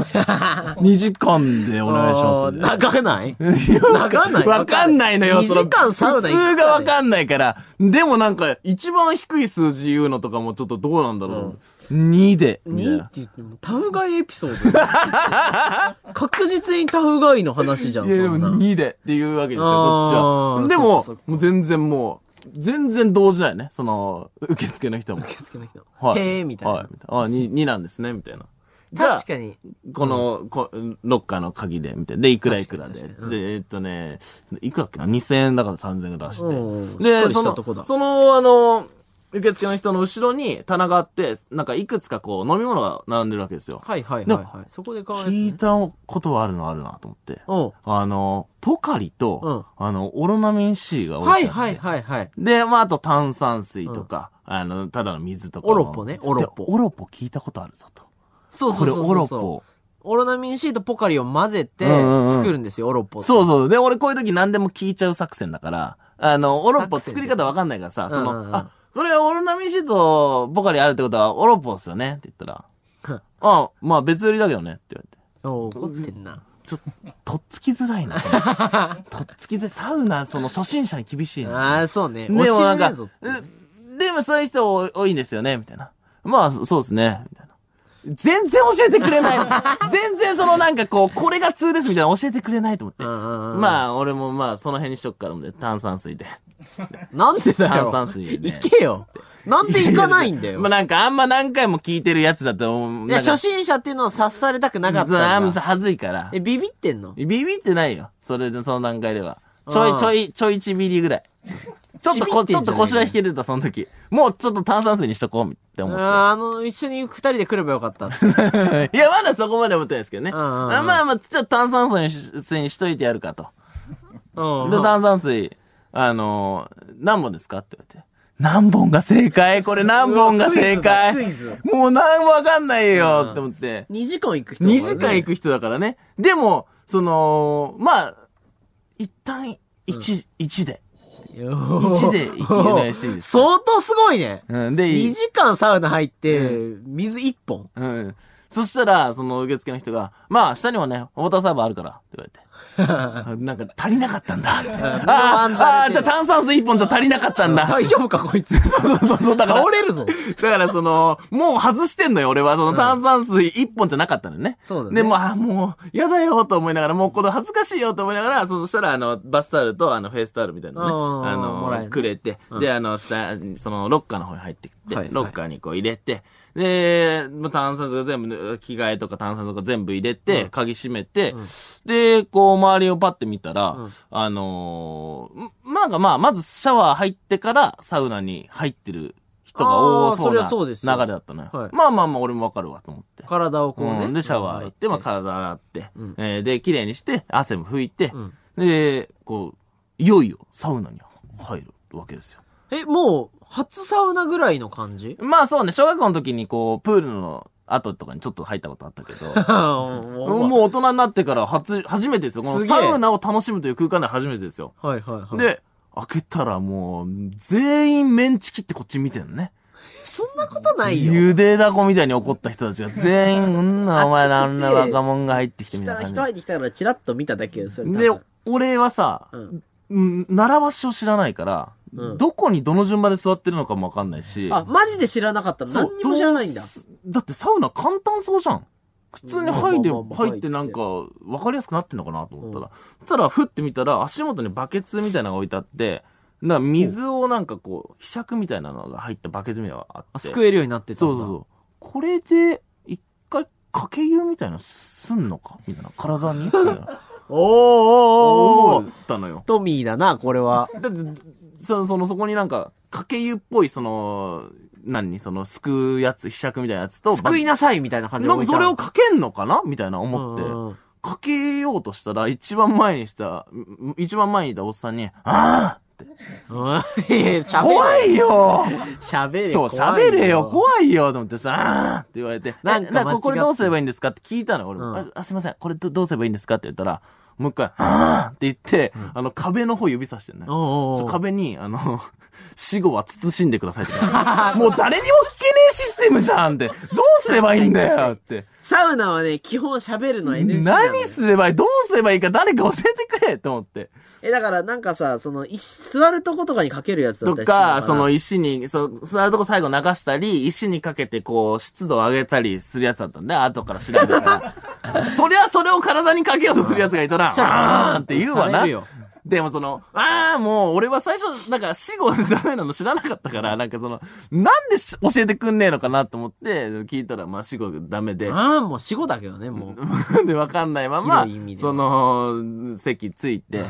[SPEAKER 1] 2時 間でお願いしますみ たいな。
[SPEAKER 2] 長ない長ない
[SPEAKER 1] わかんないのよ、
[SPEAKER 2] 2時間サウナ
[SPEAKER 1] 普通がわかんないから。でもなんか、一番低い数字言うのとかもちょっとどうなんだろうと思って。2で。みたい
[SPEAKER 2] 2っ
[SPEAKER 1] な
[SPEAKER 2] て言っても、タフガイエピソー ド。確実にタフガイの話じゃん、
[SPEAKER 1] いやで
[SPEAKER 2] そ
[SPEAKER 1] も
[SPEAKER 2] んな。
[SPEAKER 1] 2でっていうわけですよ、こっち
[SPEAKER 2] あー
[SPEAKER 1] は。で
[SPEAKER 2] そっ
[SPEAKER 1] も
[SPEAKER 2] かそっか、
[SPEAKER 1] もう全然もう、全然同時だよね、その、受付の人も。
[SPEAKER 2] 受付の人
[SPEAKER 1] はい。
[SPEAKER 2] へえ、みたい
[SPEAKER 1] は
[SPEAKER 2] な。
[SPEAKER 1] い。あ、2、2なんですね、みたいな。じゃあ
[SPEAKER 2] 確、かに。
[SPEAKER 1] この、こロッカーの鍵で、みたいな。で、いくらいくらで。
[SPEAKER 2] 確かに確
[SPEAKER 1] で、えっとね、いくらっけな ?2000 円だから3000円出
[SPEAKER 2] お
[SPEAKER 1] して。
[SPEAKER 2] ー
[SPEAKER 1] で
[SPEAKER 2] しっか、り
[SPEAKER 1] そ
[SPEAKER 2] した
[SPEAKER 1] の
[SPEAKER 2] とこだ、
[SPEAKER 1] その、あの、受付の人の後ろに棚があって、なんかいくつかこう飲み物が並んでるわけですよ。
[SPEAKER 2] はいはい
[SPEAKER 1] で
[SPEAKER 2] はい
[SPEAKER 1] も
[SPEAKER 2] はい。そこで買われ
[SPEAKER 1] 聞い
[SPEAKER 2] て。
[SPEAKER 1] たことはあるのあるなと思って。
[SPEAKER 2] おう
[SPEAKER 1] あの、ポカリと、あの、オロナミン C が置
[SPEAKER 2] は
[SPEAKER 1] い
[SPEAKER 2] い
[SPEAKER 1] てあって
[SPEAKER 2] はいはいはい。
[SPEAKER 1] で、まあ、あと炭酸水とか、あの、ただの水とかも。
[SPEAKER 2] オロポねオロポ
[SPEAKER 1] でオロポ聞いたことあるぞと。
[SPEAKER 2] そう
[SPEAKER 1] こ
[SPEAKER 2] そう
[SPEAKER 1] れ
[SPEAKER 2] そうそう。
[SPEAKER 1] オロポ。
[SPEAKER 2] オロナミン C とポカリを混ぜて
[SPEAKER 1] うんうんうん
[SPEAKER 2] 作るんですよ、オロポって。
[SPEAKER 1] そうそう。で、俺こういう時何でも聞いちゃう作戦だから、あの、オロポ
[SPEAKER 2] 作戦
[SPEAKER 1] 作り方わかんないからさ、その、
[SPEAKER 2] うんうんうん
[SPEAKER 1] あ、これオロナミン C とポカリあるってことはオロポっすよねって言ったら、 あ、まあ別売りだけどねって言われて。
[SPEAKER 2] おう。怒ってんな。
[SPEAKER 1] ちょっと、とっつきづら いな。これとっつきづらい。サウナ、その初心者に厳しいな。
[SPEAKER 2] ああ、そう
[SPEAKER 1] で
[SPEAKER 2] ね。教
[SPEAKER 1] もな
[SPEAKER 2] え
[SPEAKER 1] ん
[SPEAKER 2] ね
[SPEAKER 1] か、
[SPEAKER 2] えぞ。
[SPEAKER 1] うでもそういう人多い多いんですよね、みたいな。まあ、そそうですね、みたいな。全然教えてくれ ない。全然そのなんかこう、これが通ですみたいなの教えてくれないと思って。
[SPEAKER 2] んうん
[SPEAKER 1] まあ、俺もまあ、その辺にしとくかと思って、炭酸水で。
[SPEAKER 2] なんでだよ。
[SPEAKER 1] 炭酸水ね
[SPEAKER 2] 行けよ。なんで行かないんだよ。
[SPEAKER 1] まあなんかあんま何回も聞いてるやつだと、
[SPEAKER 2] いや、初
[SPEAKER 1] 心
[SPEAKER 2] 心者っていうのを察されたくなかったん
[SPEAKER 1] あんま
[SPEAKER 2] だ。
[SPEAKER 1] はずいから
[SPEAKER 2] え、。ビビってんの
[SPEAKER 1] ビビってないよ。それで、その段階では。ちょ
[SPEAKER 2] ああ
[SPEAKER 1] いちょい、ちょい1ミリぐらい。ちょっと
[SPEAKER 2] ちび
[SPEAKER 1] こ、
[SPEAKER 2] って
[SPEAKER 1] ち
[SPEAKER 2] んじゃ
[SPEAKER 1] ょ
[SPEAKER 2] ね
[SPEAKER 1] っ
[SPEAKER 2] えか
[SPEAKER 1] と腰が引けてた、その時。もうちょっと炭酸水にしとこうって思って。
[SPEAKER 2] ああの、一緒に二人で来ればよか ったって。
[SPEAKER 1] いや、まだそこまで思ってないですけどね。
[SPEAKER 2] んうんうん
[SPEAKER 1] あまあまあ、ちょっと炭酸水にし水にしといてやるかと。
[SPEAKER 2] うん
[SPEAKER 1] で、炭酸水、あのー何本ですかって言われて。何本が正解 これ何本が正解
[SPEAKER 2] うわクイズだク
[SPEAKER 1] もう何もわかんないよって思って。
[SPEAKER 2] 二時間行く人
[SPEAKER 1] 2時間行
[SPEAKER 2] く。
[SPEAKER 1] く人だからね。でも、その、まあ、一旦1、一で。1でお願いしていいですか
[SPEAKER 2] 相当すごいね。
[SPEAKER 1] うん、で、
[SPEAKER 2] 二時間サウナ入って、水一本。
[SPEAKER 1] うん。そしたら、その受付の人が、まあ、下にもね、ウォーターサーバーあるから、って言われ て。あなんか足りなかったんだ、って。あーあー、じゃあ炭酸水一本じゃ足りなかったんだ。
[SPEAKER 2] 大丈夫か、こいつ。
[SPEAKER 1] そうそうそう、だから
[SPEAKER 2] 倒、れるぞ。
[SPEAKER 1] だからその、もう外してんのよ、俺は。その炭酸水一本じゃなかったのよね。
[SPEAKER 2] そうだね
[SPEAKER 1] で、もう、あーもう、やだよ、と思いながら、もうこの恥ずかしいよ、と思いながら、そそしたら、あの、バスタオルと、あの、フェイスタオルみたいなのね、
[SPEAKER 2] あー
[SPEAKER 1] あ
[SPEAKER 2] もらえ
[SPEAKER 1] の、
[SPEAKER 2] るね
[SPEAKER 1] くれて、で、あの、下、その、ロッカーの方に入ってきて、
[SPEAKER 2] はいはい
[SPEAKER 1] ロッカーにこう入れて、で、もう炭酸水が全部、着替えとか炭酸水とか全部入れて、鍵閉めて、で、こう、周りをパッて見たら、あのー、んなんかまあ、まずシャワー入ってから、サウナに入ってる人が多そう
[SPEAKER 2] あーそりゃそうですよ
[SPEAKER 1] な流れだったのよ。
[SPEAKER 2] はい
[SPEAKER 1] まあまあまあ、俺もわかるわと思って。
[SPEAKER 2] 体をこうね。
[SPEAKER 1] うんで、シャワー行って、まあ、体洗って、えーで、綺麗にして、汗も拭いて、
[SPEAKER 2] ん
[SPEAKER 1] で、こう、いよいよサウナに入るわけですよ。
[SPEAKER 2] え、もう、初サウナぐらいの感じ
[SPEAKER 1] まあそうね、小学校の時にこう、プールの後とかにちょっと入ったことあったけ ど、もう
[SPEAKER 2] も
[SPEAKER 1] 大人になってから初、初めてですよ。この
[SPEAKER 2] すげえ
[SPEAKER 1] サウナを楽しむという空間で初めてですよ。
[SPEAKER 2] う。はいはいはい。、
[SPEAKER 1] で、開けたらもう、全員メンチ切ってこっち見てんのね。
[SPEAKER 2] そんなことないよ。
[SPEAKER 1] ゆでだこみたいに怒った人 たちが全員、うんな、お前らあんな若者が入ってきてみたいな
[SPEAKER 2] 人
[SPEAKER 1] 感
[SPEAKER 2] 入ってきたからチラッと見ただけよ、それ。
[SPEAKER 1] じ。で、俺はさ、うん、習わしを知らないから、
[SPEAKER 2] ん
[SPEAKER 1] どこにどの順番で座ってるのかもわかんないし。
[SPEAKER 2] あ、マジで知らなかったの
[SPEAKER 1] そう
[SPEAKER 2] 何にも知らないんだ
[SPEAKER 1] どう。すだってサウナ簡単そうじゃん。普通に入って、
[SPEAKER 2] まあまあまあまあ
[SPEAKER 1] 入ってなんか、わかりやすくなってんのかなと思ったら。そしたら、ふってみたら、足元にバケツみたいなのが置いてあって、なんか水をなんかこう、柄杓みたいなのが入ったバケツみたいなのがあって。
[SPEAKER 2] あ、すくえるようになってたん
[SPEAKER 1] そ
[SPEAKER 2] だ。
[SPEAKER 1] うそうそう。これで、一回、かけ湯みたいなのすんのかみたいな。体にみたいな。
[SPEAKER 2] おーおーおーおー
[SPEAKER 1] 思ったのよ。
[SPEAKER 2] トミーだな、これは。
[SPEAKER 1] だって、そその、そこになんか、かけ湯っぽい、その、何その、すくうやつ、ひしゃくみたいなやつと、
[SPEAKER 2] 救いなさいみたいな感じで
[SPEAKER 1] なん
[SPEAKER 2] 置
[SPEAKER 1] か
[SPEAKER 2] いてあ
[SPEAKER 1] それ
[SPEAKER 2] る
[SPEAKER 1] をかけんのかなみたいな思って
[SPEAKER 2] うんうんうん、
[SPEAKER 1] かけようとしたら、一番前にした、ん一番前にいたおっさんに、ああって、
[SPEAKER 2] 怖
[SPEAKER 1] 怖いよ
[SPEAKER 2] 喋れ
[SPEAKER 1] そう、
[SPEAKER 2] 怖
[SPEAKER 1] 喋
[SPEAKER 2] い
[SPEAKER 1] れよ、怖いよと思ってさ、あーって言われて、な
[SPEAKER 2] な
[SPEAKER 1] んん
[SPEAKER 2] か
[SPEAKER 1] か、
[SPEAKER 2] 間違って
[SPEAKER 1] ここれどうすればいいんですかって聞いたの、俺も。ああ、すいません、これどどうすればいいんですかって言ったら、もう一回、あーって言って、あの、壁の方指さしてね。
[SPEAKER 2] おうおうおう
[SPEAKER 1] そう壁に、あの、 死後は慎んでくださいって書いてある。 もう誰にも聞けねえシステムじゃんって、どうすればいいんだよって。
[SPEAKER 2] サウナはね、基本喋るの NG なのよ
[SPEAKER 1] 何すればいい、どうすればいいか誰か教えてくれと思って。
[SPEAKER 2] え、だからなんかさ、その、い座るとことかにかけるやつだ
[SPEAKER 1] と
[SPEAKER 2] ったり
[SPEAKER 1] か、その
[SPEAKER 2] い
[SPEAKER 1] 石に、そう、座るとこ最後流したり、石にかけてこう、湿度を上げたりするやつだったんだよ、後から 調べたから。そりゃ、それを体にかけようとするやつがいたら、あーんって言うわ
[SPEAKER 2] さ
[SPEAKER 1] な
[SPEAKER 2] れるよ。
[SPEAKER 1] でもその、あーもう、俺は最初、なんか死後ダメなの知らなかったから、なんかその、なんでし教えてくんねえのかなと思って、聞いたら、まあ死後ダメで、
[SPEAKER 2] ああ、もう死後だけどね、も う。
[SPEAKER 1] で、わかんないまま
[SPEAKER 2] 広い意味、では
[SPEAKER 1] その、席ついて、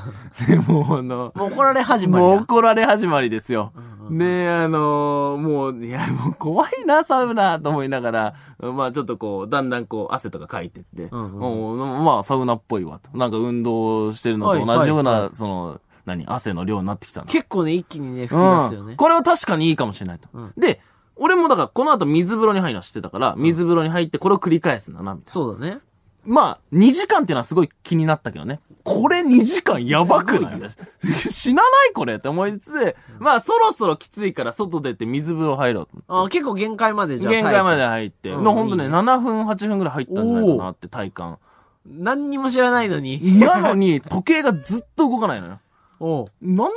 [SPEAKER 1] で、もうあの、
[SPEAKER 2] もう怒られ始まり
[SPEAKER 1] もう
[SPEAKER 2] だ。
[SPEAKER 1] 怒られ始まりですよ。ねあのーもう、いや、もう怖いな、サウナ、と思いながら、まあちょっとこう、だんだんこう、汗とかかいてって、もうまあサウナっぽいわ、と。なんか運動してるのと同じような、
[SPEAKER 2] はい
[SPEAKER 1] その、何、汗の量になってきたの。
[SPEAKER 2] 結構ね、一気にね、吹きますよ
[SPEAKER 1] う
[SPEAKER 2] ね
[SPEAKER 1] ん。。これは確かにいいかもしれないと。で、俺もだから、この後水風呂に入るの知ってたから、水風呂に入ってこれを繰り返すんだな、みたいな。
[SPEAKER 2] そうだね。
[SPEAKER 1] まあ、2時間っていうのはすごい気になったけどね。これ2時間やばくない死なないこれって思いつつ、まあそろそろきついから外出て水風呂入ろうと思って。
[SPEAKER 2] あー結構限界までじゃあ。
[SPEAKER 1] 限界まで
[SPEAKER 2] 耐えて。
[SPEAKER 1] 入って。
[SPEAKER 2] うん
[SPEAKER 1] のほんとね、
[SPEAKER 2] いい
[SPEAKER 1] 7分、8分ぐらい入ったんじゃないかなって体感。
[SPEAKER 2] 何にも知らないのに。
[SPEAKER 1] なのに、時計がずっと動かないのよ。
[SPEAKER 2] おう
[SPEAKER 1] 7分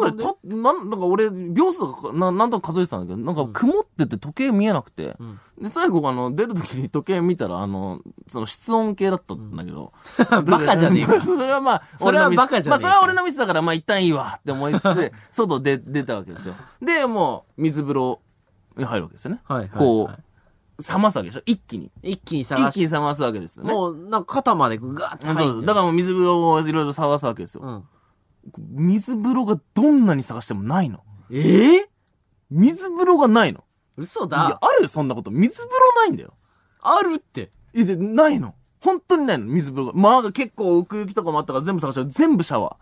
[SPEAKER 1] ぐらいたっ、なん、なんか俺、秒数とかな、なんとか数えてたんだけど、なんか曇ってて時計見えなくて、で、最後、あの、出るときに時計見たら、あの、その室温計だったんだけど、
[SPEAKER 2] バカじゃねえか。
[SPEAKER 1] それはまあ、
[SPEAKER 2] それは
[SPEAKER 1] 俺のミス
[SPEAKER 2] バカじゃねえか
[SPEAKER 1] まあ、それは俺のミスだから、まあ、一旦いいわって思いつ つ、外で出たわけですよ。で、もう、水風呂に入るわけですよね。
[SPEAKER 2] はいはいはい
[SPEAKER 1] こう、冷ますわけでしょ一気に。
[SPEAKER 2] 一気に探
[SPEAKER 1] 一
[SPEAKER 2] し
[SPEAKER 1] 気に冷ますわけですよね。
[SPEAKER 2] もう、なんか肩までガーって入ってる。
[SPEAKER 1] そうだからもう水風呂をいろいろ探すわけですよ。
[SPEAKER 2] うん
[SPEAKER 1] 水風呂がどんなに探してもないの。
[SPEAKER 2] ええ
[SPEAKER 1] 水風呂がないの。い
[SPEAKER 2] 嘘
[SPEAKER 1] や
[SPEAKER 2] だ、。
[SPEAKER 1] あるよ、そんなこと。水風呂ないんだよ。
[SPEAKER 2] あるって。
[SPEAKER 1] え、で、ないの。本当にないの、水風呂が。まあ、結構奥行きとかもあったから全部探したら全部シャワ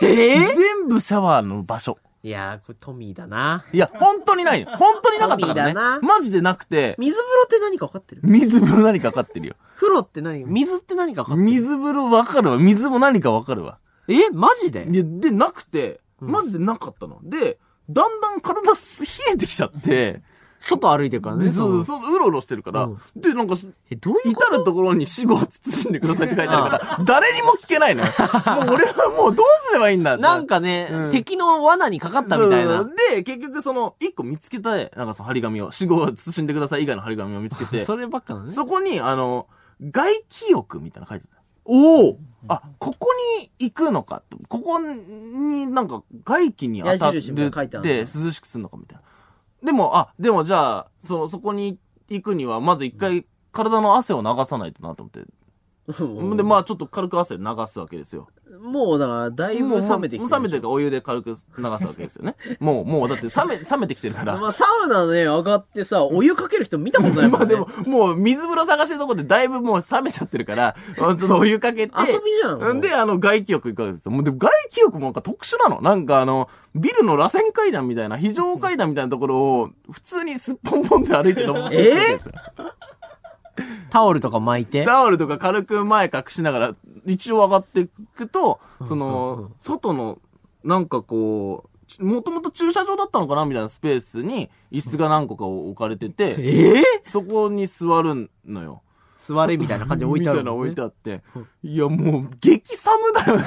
[SPEAKER 1] ー。
[SPEAKER 2] ええ
[SPEAKER 1] 全部シャワーの場所。
[SPEAKER 2] いやー、これトミーだな。
[SPEAKER 1] いや、本当にない よ。本当になかったから
[SPEAKER 2] トミーだな
[SPEAKER 1] ね。マジでなくて、
[SPEAKER 2] 水風呂って何か分かってる
[SPEAKER 1] 水風呂何か分かってるよ。
[SPEAKER 2] 風呂って何水って何か分かってる
[SPEAKER 1] 水風呂分かるわ。水も何か分かるわ。
[SPEAKER 2] えマジで
[SPEAKER 1] いや、で、なくて、マジでなかったの。で、だんだん体す冷えてきちゃって、
[SPEAKER 2] 外歩いてるからね。
[SPEAKER 1] で、そう、
[SPEAKER 2] その
[SPEAKER 1] そう、うろうろしてるから、
[SPEAKER 2] うん
[SPEAKER 1] で、なんかし、
[SPEAKER 2] え、どういう
[SPEAKER 1] 至るところに死後を慎んでくださいって書いてあるから、誰にも聞け ないのよ。もう俺はもうどうすればいいんだって。
[SPEAKER 2] なんかね、
[SPEAKER 1] うん
[SPEAKER 2] 敵の罠にかかったみたい
[SPEAKER 1] そ
[SPEAKER 2] な
[SPEAKER 1] う。で、結局その、一個見つけたい、なんかその張り紙を、死後を慎んでください以外の張り紙を見つけて、
[SPEAKER 2] そればっかなのね。
[SPEAKER 1] そこに、あの、外気浴みたいなの書いてた。
[SPEAKER 2] おお
[SPEAKER 1] あ、ここに行くのかとここになんか外気に当た
[SPEAKER 2] 矢
[SPEAKER 1] っ
[SPEAKER 2] 印みたいなの書いて
[SPEAKER 1] て
[SPEAKER 2] ある
[SPEAKER 1] で涼しくするのかみたいな。でも、あ、でもじゃあ、その、そこに行くには、まず一回体の汗を流さないとなと思って。で、まあちょっと軽く汗流すわけですよ。
[SPEAKER 2] もうだから、だいぶ冷めてき
[SPEAKER 1] も
[SPEAKER 2] て
[SPEAKER 1] う冷めてるからお湯で軽く流すわけですよね。もう、もうだって冷め、冷めてきてるから。
[SPEAKER 2] まあ、サウナね、上がってさ、お湯かける人見たことない もん、
[SPEAKER 1] まあ
[SPEAKER 2] ね。
[SPEAKER 1] でも、もう水風呂探してるとこでだいぶもう冷めちゃってるから、 ちょっとお湯かけて。
[SPEAKER 2] 遊びじゃんもうん
[SPEAKER 1] で、あの、外気浴行くわけですよ。もうでも外気浴もなんか特殊なの。なんかあの、ビルの螺旋階段みたいな、非常階段みたいなところを、普通にすっぽんぽんで歩いて登っていくわけですよ。
[SPEAKER 2] タオルとか巻いて。
[SPEAKER 1] タオルとか軽く前隠しながら、一応上がっていくと、その、外の、なんかこう、ちもともと駐車場だったのかなみたいなスペースに、椅子が何個か置かれてて、
[SPEAKER 2] ええ
[SPEAKER 1] そこに座るのよ。
[SPEAKER 2] 座れみたいな感じで置いてあ
[SPEAKER 1] み
[SPEAKER 2] る、
[SPEAKER 1] たいなの置いて
[SPEAKER 2] あ
[SPEAKER 1] あって。いや、もう、激寒だよね。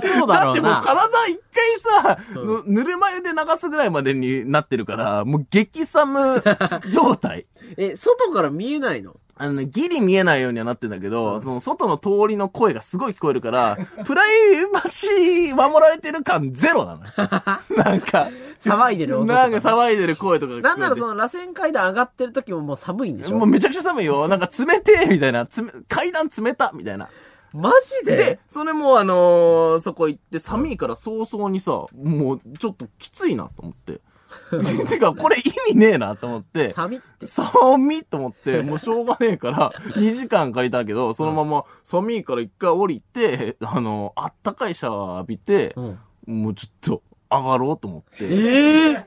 [SPEAKER 2] る。 そうだ
[SPEAKER 1] だ
[SPEAKER 2] ろ
[SPEAKER 1] っ
[SPEAKER 2] う
[SPEAKER 1] てもう
[SPEAKER 2] な。
[SPEAKER 1] 体一回さ、ぬぬるま湯で流すぐらいまでになってるから、もう激寒状態。
[SPEAKER 2] え、外から見えないの
[SPEAKER 1] あのね、ギリ見えないようにはなってんだけど、その外の通りの声がすごい聞こえるから、 プライバシー守られてる感ゼ ロなのよ。なんか、
[SPEAKER 2] 騒いでる音と
[SPEAKER 1] なんか
[SPEAKER 2] か
[SPEAKER 1] 騒いでる声とかが聞こえ
[SPEAKER 2] な
[SPEAKER 1] て
[SPEAKER 2] んならその螺旋階段上がってる時ももう寒いんでしょ
[SPEAKER 1] もうめちゃくちゃ寒いよ。なんか冷てえみたいな。つめ階段冷たみたいな。
[SPEAKER 2] マジで
[SPEAKER 1] で、それもあのーそこ行って、寒いから早々にさ、もうちょっときついなと思って。 てか、これ意味ねえなと思って。
[SPEAKER 2] 寒いって。
[SPEAKER 1] 寒いと思って、もうしょうがねえから、2時 間借りたけど、そのまま寒いから一回降りて、あのーあったかいシャワー浴びて、
[SPEAKER 2] うん
[SPEAKER 1] もうちょっと、上がろうと思って、
[SPEAKER 2] ええ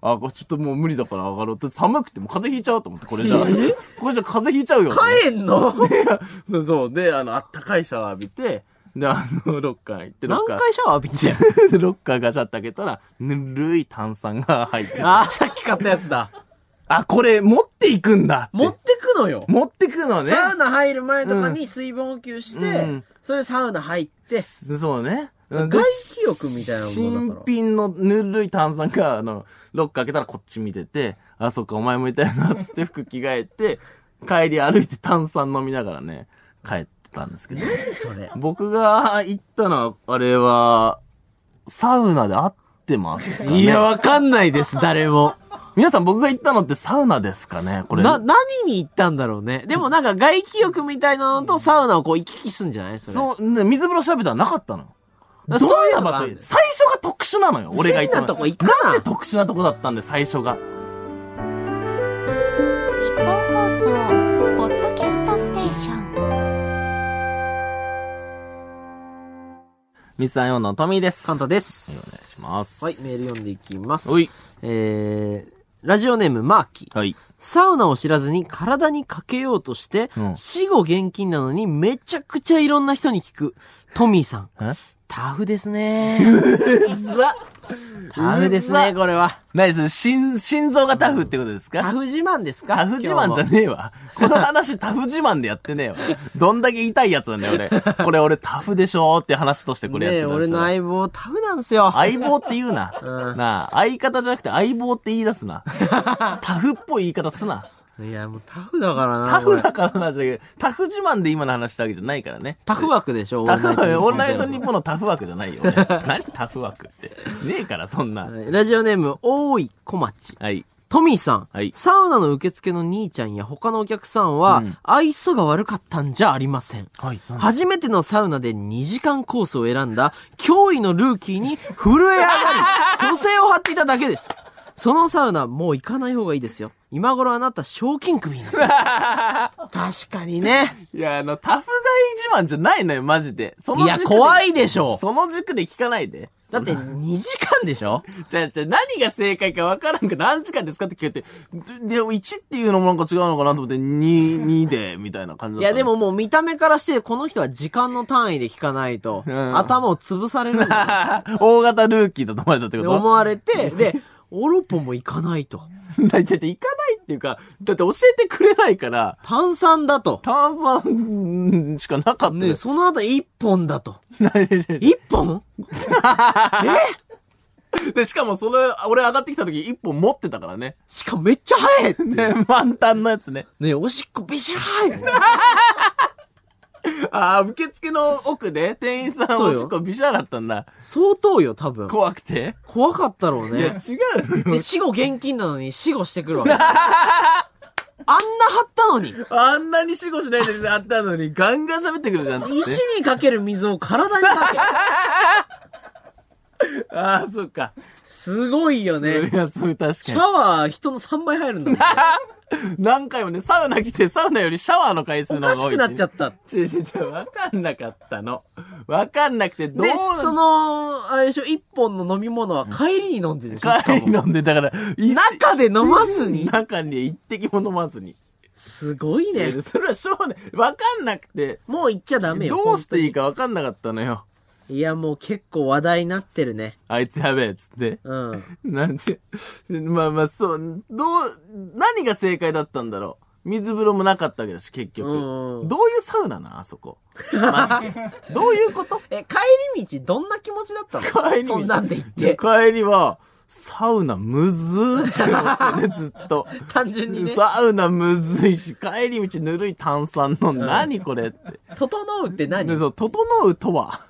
[SPEAKER 1] あ、これちょっともう無理だから上がろうって、寒くてもう風邪ひいちゃうと思って、これじゃ、これじゃ風邪ひいちゃうよと思って。
[SPEAKER 2] 帰んの
[SPEAKER 1] そうそう。で、あの、あったかいシャワー浴びて、で、あの、ロッカー行って、ロッ
[SPEAKER 2] 何
[SPEAKER 1] カー。
[SPEAKER 2] 回シャワー浴びてん
[SPEAKER 1] でロッカーガシャって開けたら、ぬるい炭酸が入ってる
[SPEAKER 2] ああ、さっき買ったやつだ。
[SPEAKER 1] あ、これ持っていくんだって
[SPEAKER 2] 持ってくのよ。
[SPEAKER 1] 持ってくのね。
[SPEAKER 2] サウナ入る前とかに水分補給して、
[SPEAKER 1] うん
[SPEAKER 2] それでサウナ入って、
[SPEAKER 1] そうね。外
[SPEAKER 2] 外気浴みたいなもんだか
[SPEAKER 1] 新
[SPEAKER 2] ら
[SPEAKER 1] 品のぬるい炭酸が、あの、ロック開けたらこっち見てて、あ、そっか、お前もいたよな、つって服着替えて、帰り歩いて炭酸飲みながらね、帰ってたんですけど。
[SPEAKER 2] 何それ。
[SPEAKER 1] 僕が行ったのは、あれは、サウナで合ってますかね。
[SPEAKER 2] いや、わかんな いです、誰も。
[SPEAKER 1] 皆さん僕が行ったのってサウナですかねこれ。
[SPEAKER 2] な、何に行ったんだろうね。でもなんか外気浴みたいなのとサウナをこう行き来すんじゃないそれ。
[SPEAKER 1] そう、ね水風呂調べたらなかったの。
[SPEAKER 2] だ
[SPEAKER 1] ど
[SPEAKER 2] から
[SPEAKER 1] う
[SPEAKER 2] そうい
[SPEAKER 1] いうう
[SPEAKER 2] の
[SPEAKER 1] 場
[SPEAKER 2] があ
[SPEAKER 1] 所
[SPEAKER 2] るんだよ
[SPEAKER 1] 最初が特殊なのよ、俺が行った
[SPEAKER 2] 変
[SPEAKER 1] の。
[SPEAKER 2] なとこ行くな
[SPEAKER 1] なんで特殊なとこだったんで、最初が。
[SPEAKER 3] 日本放送ポッドキャストステーション
[SPEAKER 1] ミスターヨンのトミーです。
[SPEAKER 2] カンタ
[SPEAKER 1] お願
[SPEAKER 2] です。
[SPEAKER 1] いします。
[SPEAKER 2] はい、メール読んでいきます。
[SPEAKER 1] おい。
[SPEAKER 2] えー、ラジオネームマーキー。
[SPEAKER 1] はい。
[SPEAKER 2] サウナを知らずに体にかけようとして、
[SPEAKER 1] うん
[SPEAKER 2] 死後現金なのにめちゃくちゃいろんな人に聞く。トミーさん、
[SPEAKER 1] え
[SPEAKER 2] タフですね。
[SPEAKER 1] ざ
[SPEAKER 2] タフです
[SPEAKER 1] う
[SPEAKER 2] ね、
[SPEAKER 1] ざ
[SPEAKER 2] これは。
[SPEAKER 1] 何する心、心臓がタフってことです
[SPEAKER 2] タ
[SPEAKER 1] か
[SPEAKER 2] フ自慢ですか
[SPEAKER 1] タフ自慢じゃ
[SPEAKER 2] 今日も
[SPEAKER 1] ねえわ。この話タフ自慢でやってねえわ。どんだけ痛いやつなんだよ、俺。これ俺タフでしょーって話としてこれやっ
[SPEAKER 2] ね
[SPEAKER 1] て
[SPEAKER 2] え、
[SPEAKER 1] たん
[SPEAKER 2] 俺の相棒タフなんすよ。
[SPEAKER 1] 相棒って言うな。なあ、相方じゃなくて相棒って言い出すな。タフっぽい言い方すな。
[SPEAKER 2] いや、もうタフだからな。
[SPEAKER 1] タフ
[SPEAKER 2] これ
[SPEAKER 1] だからな、じゃけどタフ自慢で今の話したわけじゃないからね。
[SPEAKER 2] タフ枠でしょ、
[SPEAKER 1] タフ枠、オンライ
[SPEAKER 2] ト
[SPEAKER 1] ト
[SPEAKER 2] ニッポン
[SPEAKER 1] 日本のタフ枠じゃないよ。 俺何タフ枠って。ねえから、そんな。
[SPEAKER 2] はいラジオネーム、大井小町。
[SPEAKER 1] はい。
[SPEAKER 2] トミーさん、
[SPEAKER 1] はい
[SPEAKER 2] サウナの受付の兄ちゃんや他のお客さんは、愛想が悪かったんじゃありません。
[SPEAKER 1] はいなんで
[SPEAKER 2] 初めてのサウナで2時間コースを選んだ、驚異のルーキーに震え上が り、虚勢を張っていただけです。そのサウナ、もう行かない方がいいですよ。今頃あなた、賞金首に なった。確かにね。
[SPEAKER 1] いや、あの、タフがい自慢じゃないのよ、マジで。その
[SPEAKER 2] いや、
[SPEAKER 1] 軸で
[SPEAKER 2] 怖いでしょ。
[SPEAKER 1] その軸で聞かないで。
[SPEAKER 2] だって、2時間でしょ
[SPEAKER 1] じゃあ、じゃあ何が正解か分からんから何時間ですかって聞いて、で、1っていうのもなんか違うのかなと思って、2、2で、みたいな感じ
[SPEAKER 2] い
[SPEAKER 1] だった
[SPEAKER 2] や
[SPEAKER 1] の
[SPEAKER 2] でももう見た目からして、この人は時間の単位で聞かないと、
[SPEAKER 1] ん
[SPEAKER 2] 頭を潰さ れるんだ
[SPEAKER 1] 大型ルーキーだと思われたってこ
[SPEAKER 2] って
[SPEAKER 1] と
[SPEAKER 2] 思われて、で、オロポも行かないと。
[SPEAKER 1] なちょっと行かないっていうか、だって教えてくれないから、
[SPEAKER 2] 炭酸だと。
[SPEAKER 1] 炭酸しかなかったよ
[SPEAKER 2] ね、その後一本だと。
[SPEAKER 1] 何々
[SPEAKER 2] 一本
[SPEAKER 1] で、しかもそれ、俺上がってきた時一本持ってたからね。
[SPEAKER 2] しかもめっちゃ早いって
[SPEAKER 1] ね、満タンのやつね。
[SPEAKER 2] ね、おしっこびしゃーい
[SPEAKER 1] ああ、受付の奥で店員さん
[SPEAKER 2] そう
[SPEAKER 1] お
[SPEAKER 2] よ
[SPEAKER 1] しっこびしゃがったんだ。
[SPEAKER 2] 相当よ、多分。
[SPEAKER 1] 怖くて。
[SPEAKER 2] 怖かったろう
[SPEAKER 1] いや、違
[SPEAKER 2] ね。
[SPEAKER 1] う
[SPEAKER 2] で、
[SPEAKER 1] よ。
[SPEAKER 2] 死後現金なのに死後してくるわけ。あんな張ったのに、
[SPEAKER 1] あんなに死後しないであったのに、ガンガン喋ってくるじゃんっつって。
[SPEAKER 2] 石にかける水を体にかける。
[SPEAKER 1] ああ、そっか。
[SPEAKER 2] すごいよね
[SPEAKER 1] い。や、そう、確か
[SPEAKER 2] シャ
[SPEAKER 1] に。
[SPEAKER 2] ワー人の3倍入るんだもん。
[SPEAKER 1] 何回もね、サウナ来て、サウナよりシャワーの回数
[SPEAKER 2] お
[SPEAKER 1] の方
[SPEAKER 2] か
[SPEAKER 1] が
[SPEAKER 2] し
[SPEAKER 1] 多い
[SPEAKER 2] くなっちゃった。
[SPEAKER 1] ちょちょちょ、わかんなかったの。わかんなくて、どう
[SPEAKER 2] で
[SPEAKER 1] な、
[SPEAKER 2] その、あれでしょ、一本の飲み物は帰りに飲んでるでしょ、しか
[SPEAKER 1] 帰り
[SPEAKER 2] も。
[SPEAKER 1] 飲んで、だから、い
[SPEAKER 2] 中で飲まずに。
[SPEAKER 1] 中に一滴も飲まずに。
[SPEAKER 2] すごいね。
[SPEAKER 1] それはしょうね。わかんなくて、
[SPEAKER 2] もう行っちゃダメよ。
[SPEAKER 1] どうしていいかわかんなかったのよ。
[SPEAKER 2] いや、もう結構話題になってるね。
[SPEAKER 1] あいつやべえ、つって。
[SPEAKER 2] うん。
[SPEAKER 1] なんて、まあまあ、そう、どう、何が正解だったんだろう。水風呂もなかったわけだし、結局。
[SPEAKER 2] うんうん
[SPEAKER 1] どういうサウナな、あそ こ。マジでどういうこと
[SPEAKER 2] え、帰り道どんな気持ちだったの
[SPEAKER 1] 帰り
[SPEAKER 2] そんなんで行って。
[SPEAKER 1] 帰りは、サウナむずーって思 ってたね、ずっと。
[SPEAKER 2] 単純にね、
[SPEAKER 1] サウナむずいし、帰り道ぬるい炭酸の、何これって。
[SPEAKER 2] 整うって何
[SPEAKER 1] で、そう、整うと は。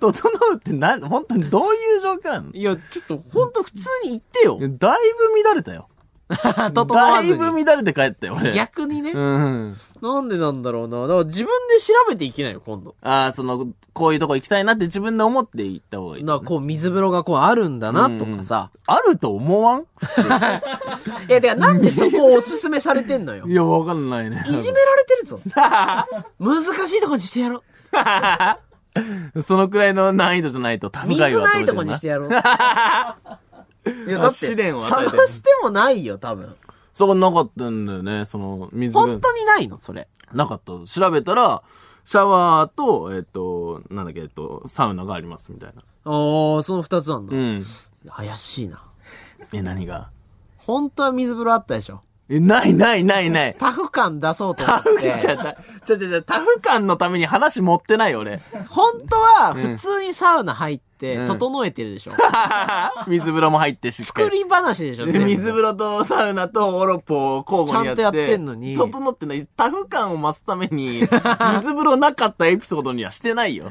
[SPEAKER 1] 整うって何本当にどういう状況なのい
[SPEAKER 2] いや、ちょっと、ほんと普通に行ってよ。
[SPEAKER 1] やだいぶ乱れたよ。
[SPEAKER 2] 整
[SPEAKER 1] だ
[SPEAKER 2] わ
[SPEAKER 1] い
[SPEAKER 2] ず
[SPEAKER 1] ぶ
[SPEAKER 2] に。
[SPEAKER 1] 乱れて帰ったよ、俺。
[SPEAKER 2] 逆にね、
[SPEAKER 1] うん。
[SPEAKER 2] なんでなんだろうな。だから自分で調べていけないよ、今度。
[SPEAKER 1] ああ、その、こういうとこ行きたいなって自分で思って行った方がいい。
[SPEAKER 2] な、こう、水風呂がこうあるんだな、とかさ。
[SPEAKER 1] あると思わん
[SPEAKER 2] いや、てか、なんでそこをおすすめされてんのよ。い
[SPEAKER 1] いや、わかんないね。
[SPEAKER 2] じめられてるぞ。難しいとこにしてやろう。
[SPEAKER 1] そのくらいの難易度じゃないとタフ
[SPEAKER 2] 水
[SPEAKER 1] ガイは
[SPEAKER 2] ないとこにしてやろう。いや、だって、
[SPEAKER 1] 試練を与えてる
[SPEAKER 2] 探してもないよ、多分。
[SPEAKER 1] そうなかったんだよね、その水が
[SPEAKER 2] 本当にないの、それ。
[SPEAKER 1] なかった。調べたら、シャワーと、えっ、と、なんだっけ、えっと、サウナがありますみたいな。
[SPEAKER 2] おー、その二つなん
[SPEAKER 1] う。
[SPEAKER 2] だ
[SPEAKER 1] ん。
[SPEAKER 2] 怪しいな。
[SPEAKER 1] え、何が
[SPEAKER 2] 本当は水風呂あったでしょ。
[SPEAKER 1] え、ないないないない。
[SPEAKER 2] タフ感出そうと思
[SPEAKER 1] タ
[SPEAKER 2] っ
[SPEAKER 1] フじゃ、
[SPEAKER 2] て。
[SPEAKER 1] たちゃちゃちゃ、タフ感のために話持ってない 俺。
[SPEAKER 2] 本当は普通にサウナ入って
[SPEAKER 1] ん
[SPEAKER 2] 整えてるでしょ。
[SPEAKER 1] 水風呂も入ってしっか
[SPEAKER 2] 作
[SPEAKER 1] り。
[SPEAKER 2] り話でしょ。
[SPEAKER 1] で水風呂とサウナとオロポを交互にやって。
[SPEAKER 2] ちゃんとやってんのに
[SPEAKER 1] 整ってない。タフ感を増すため に、水風呂なかったエピソードにはしてないよ。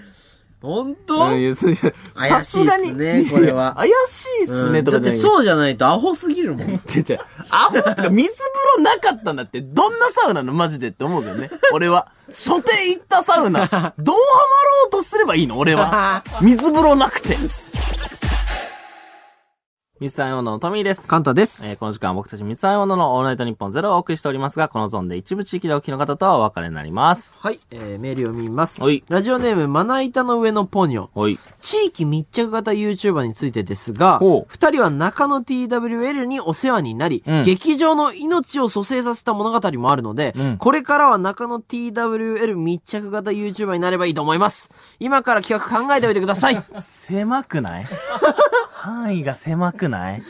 [SPEAKER 2] 本当
[SPEAKER 1] うんいやすいません
[SPEAKER 2] 怪しいっすね
[SPEAKER 1] さがに
[SPEAKER 2] これは
[SPEAKER 1] や怪しいっすね、と
[SPEAKER 2] だ
[SPEAKER 1] かじゃ
[SPEAKER 2] って
[SPEAKER 1] ない
[SPEAKER 2] そうじゃないとアホすぎるも ん。
[SPEAKER 1] 違う違う。アホってか水風呂なかったんだって、どんなサウナのマジでって思うけどね。俺は。初手行ったサウナ、どうハマろうとすればいいの俺は。水風呂なくて。ミスターヨーのトミーです。
[SPEAKER 2] カンタ
[SPEAKER 1] え
[SPEAKER 2] で
[SPEAKER 1] ー
[SPEAKER 2] す。
[SPEAKER 1] この時間は僕たちミスターヨーののオールナイトニッポンゼロをお送りしておりますが、このゾーンで一部地域でお聞きの方とはお別れになります。
[SPEAKER 2] はい、えーメールを見ます
[SPEAKER 1] はい。
[SPEAKER 2] ラジオネーム、まな板の上のポニョ。
[SPEAKER 1] はい。
[SPEAKER 2] 地域密着型 YouTuber についてですが
[SPEAKER 1] ほう、
[SPEAKER 2] 二人は中野 TWL にお世話になり、
[SPEAKER 1] うん
[SPEAKER 2] 劇場の命を蘇生させた物語もあるので、
[SPEAKER 1] うん
[SPEAKER 2] これからは中野 TWL 密着型 YouTuber になればいいと思います。今から企画考えておいてくだ さい。
[SPEAKER 1] 狭くない 範囲が狭くない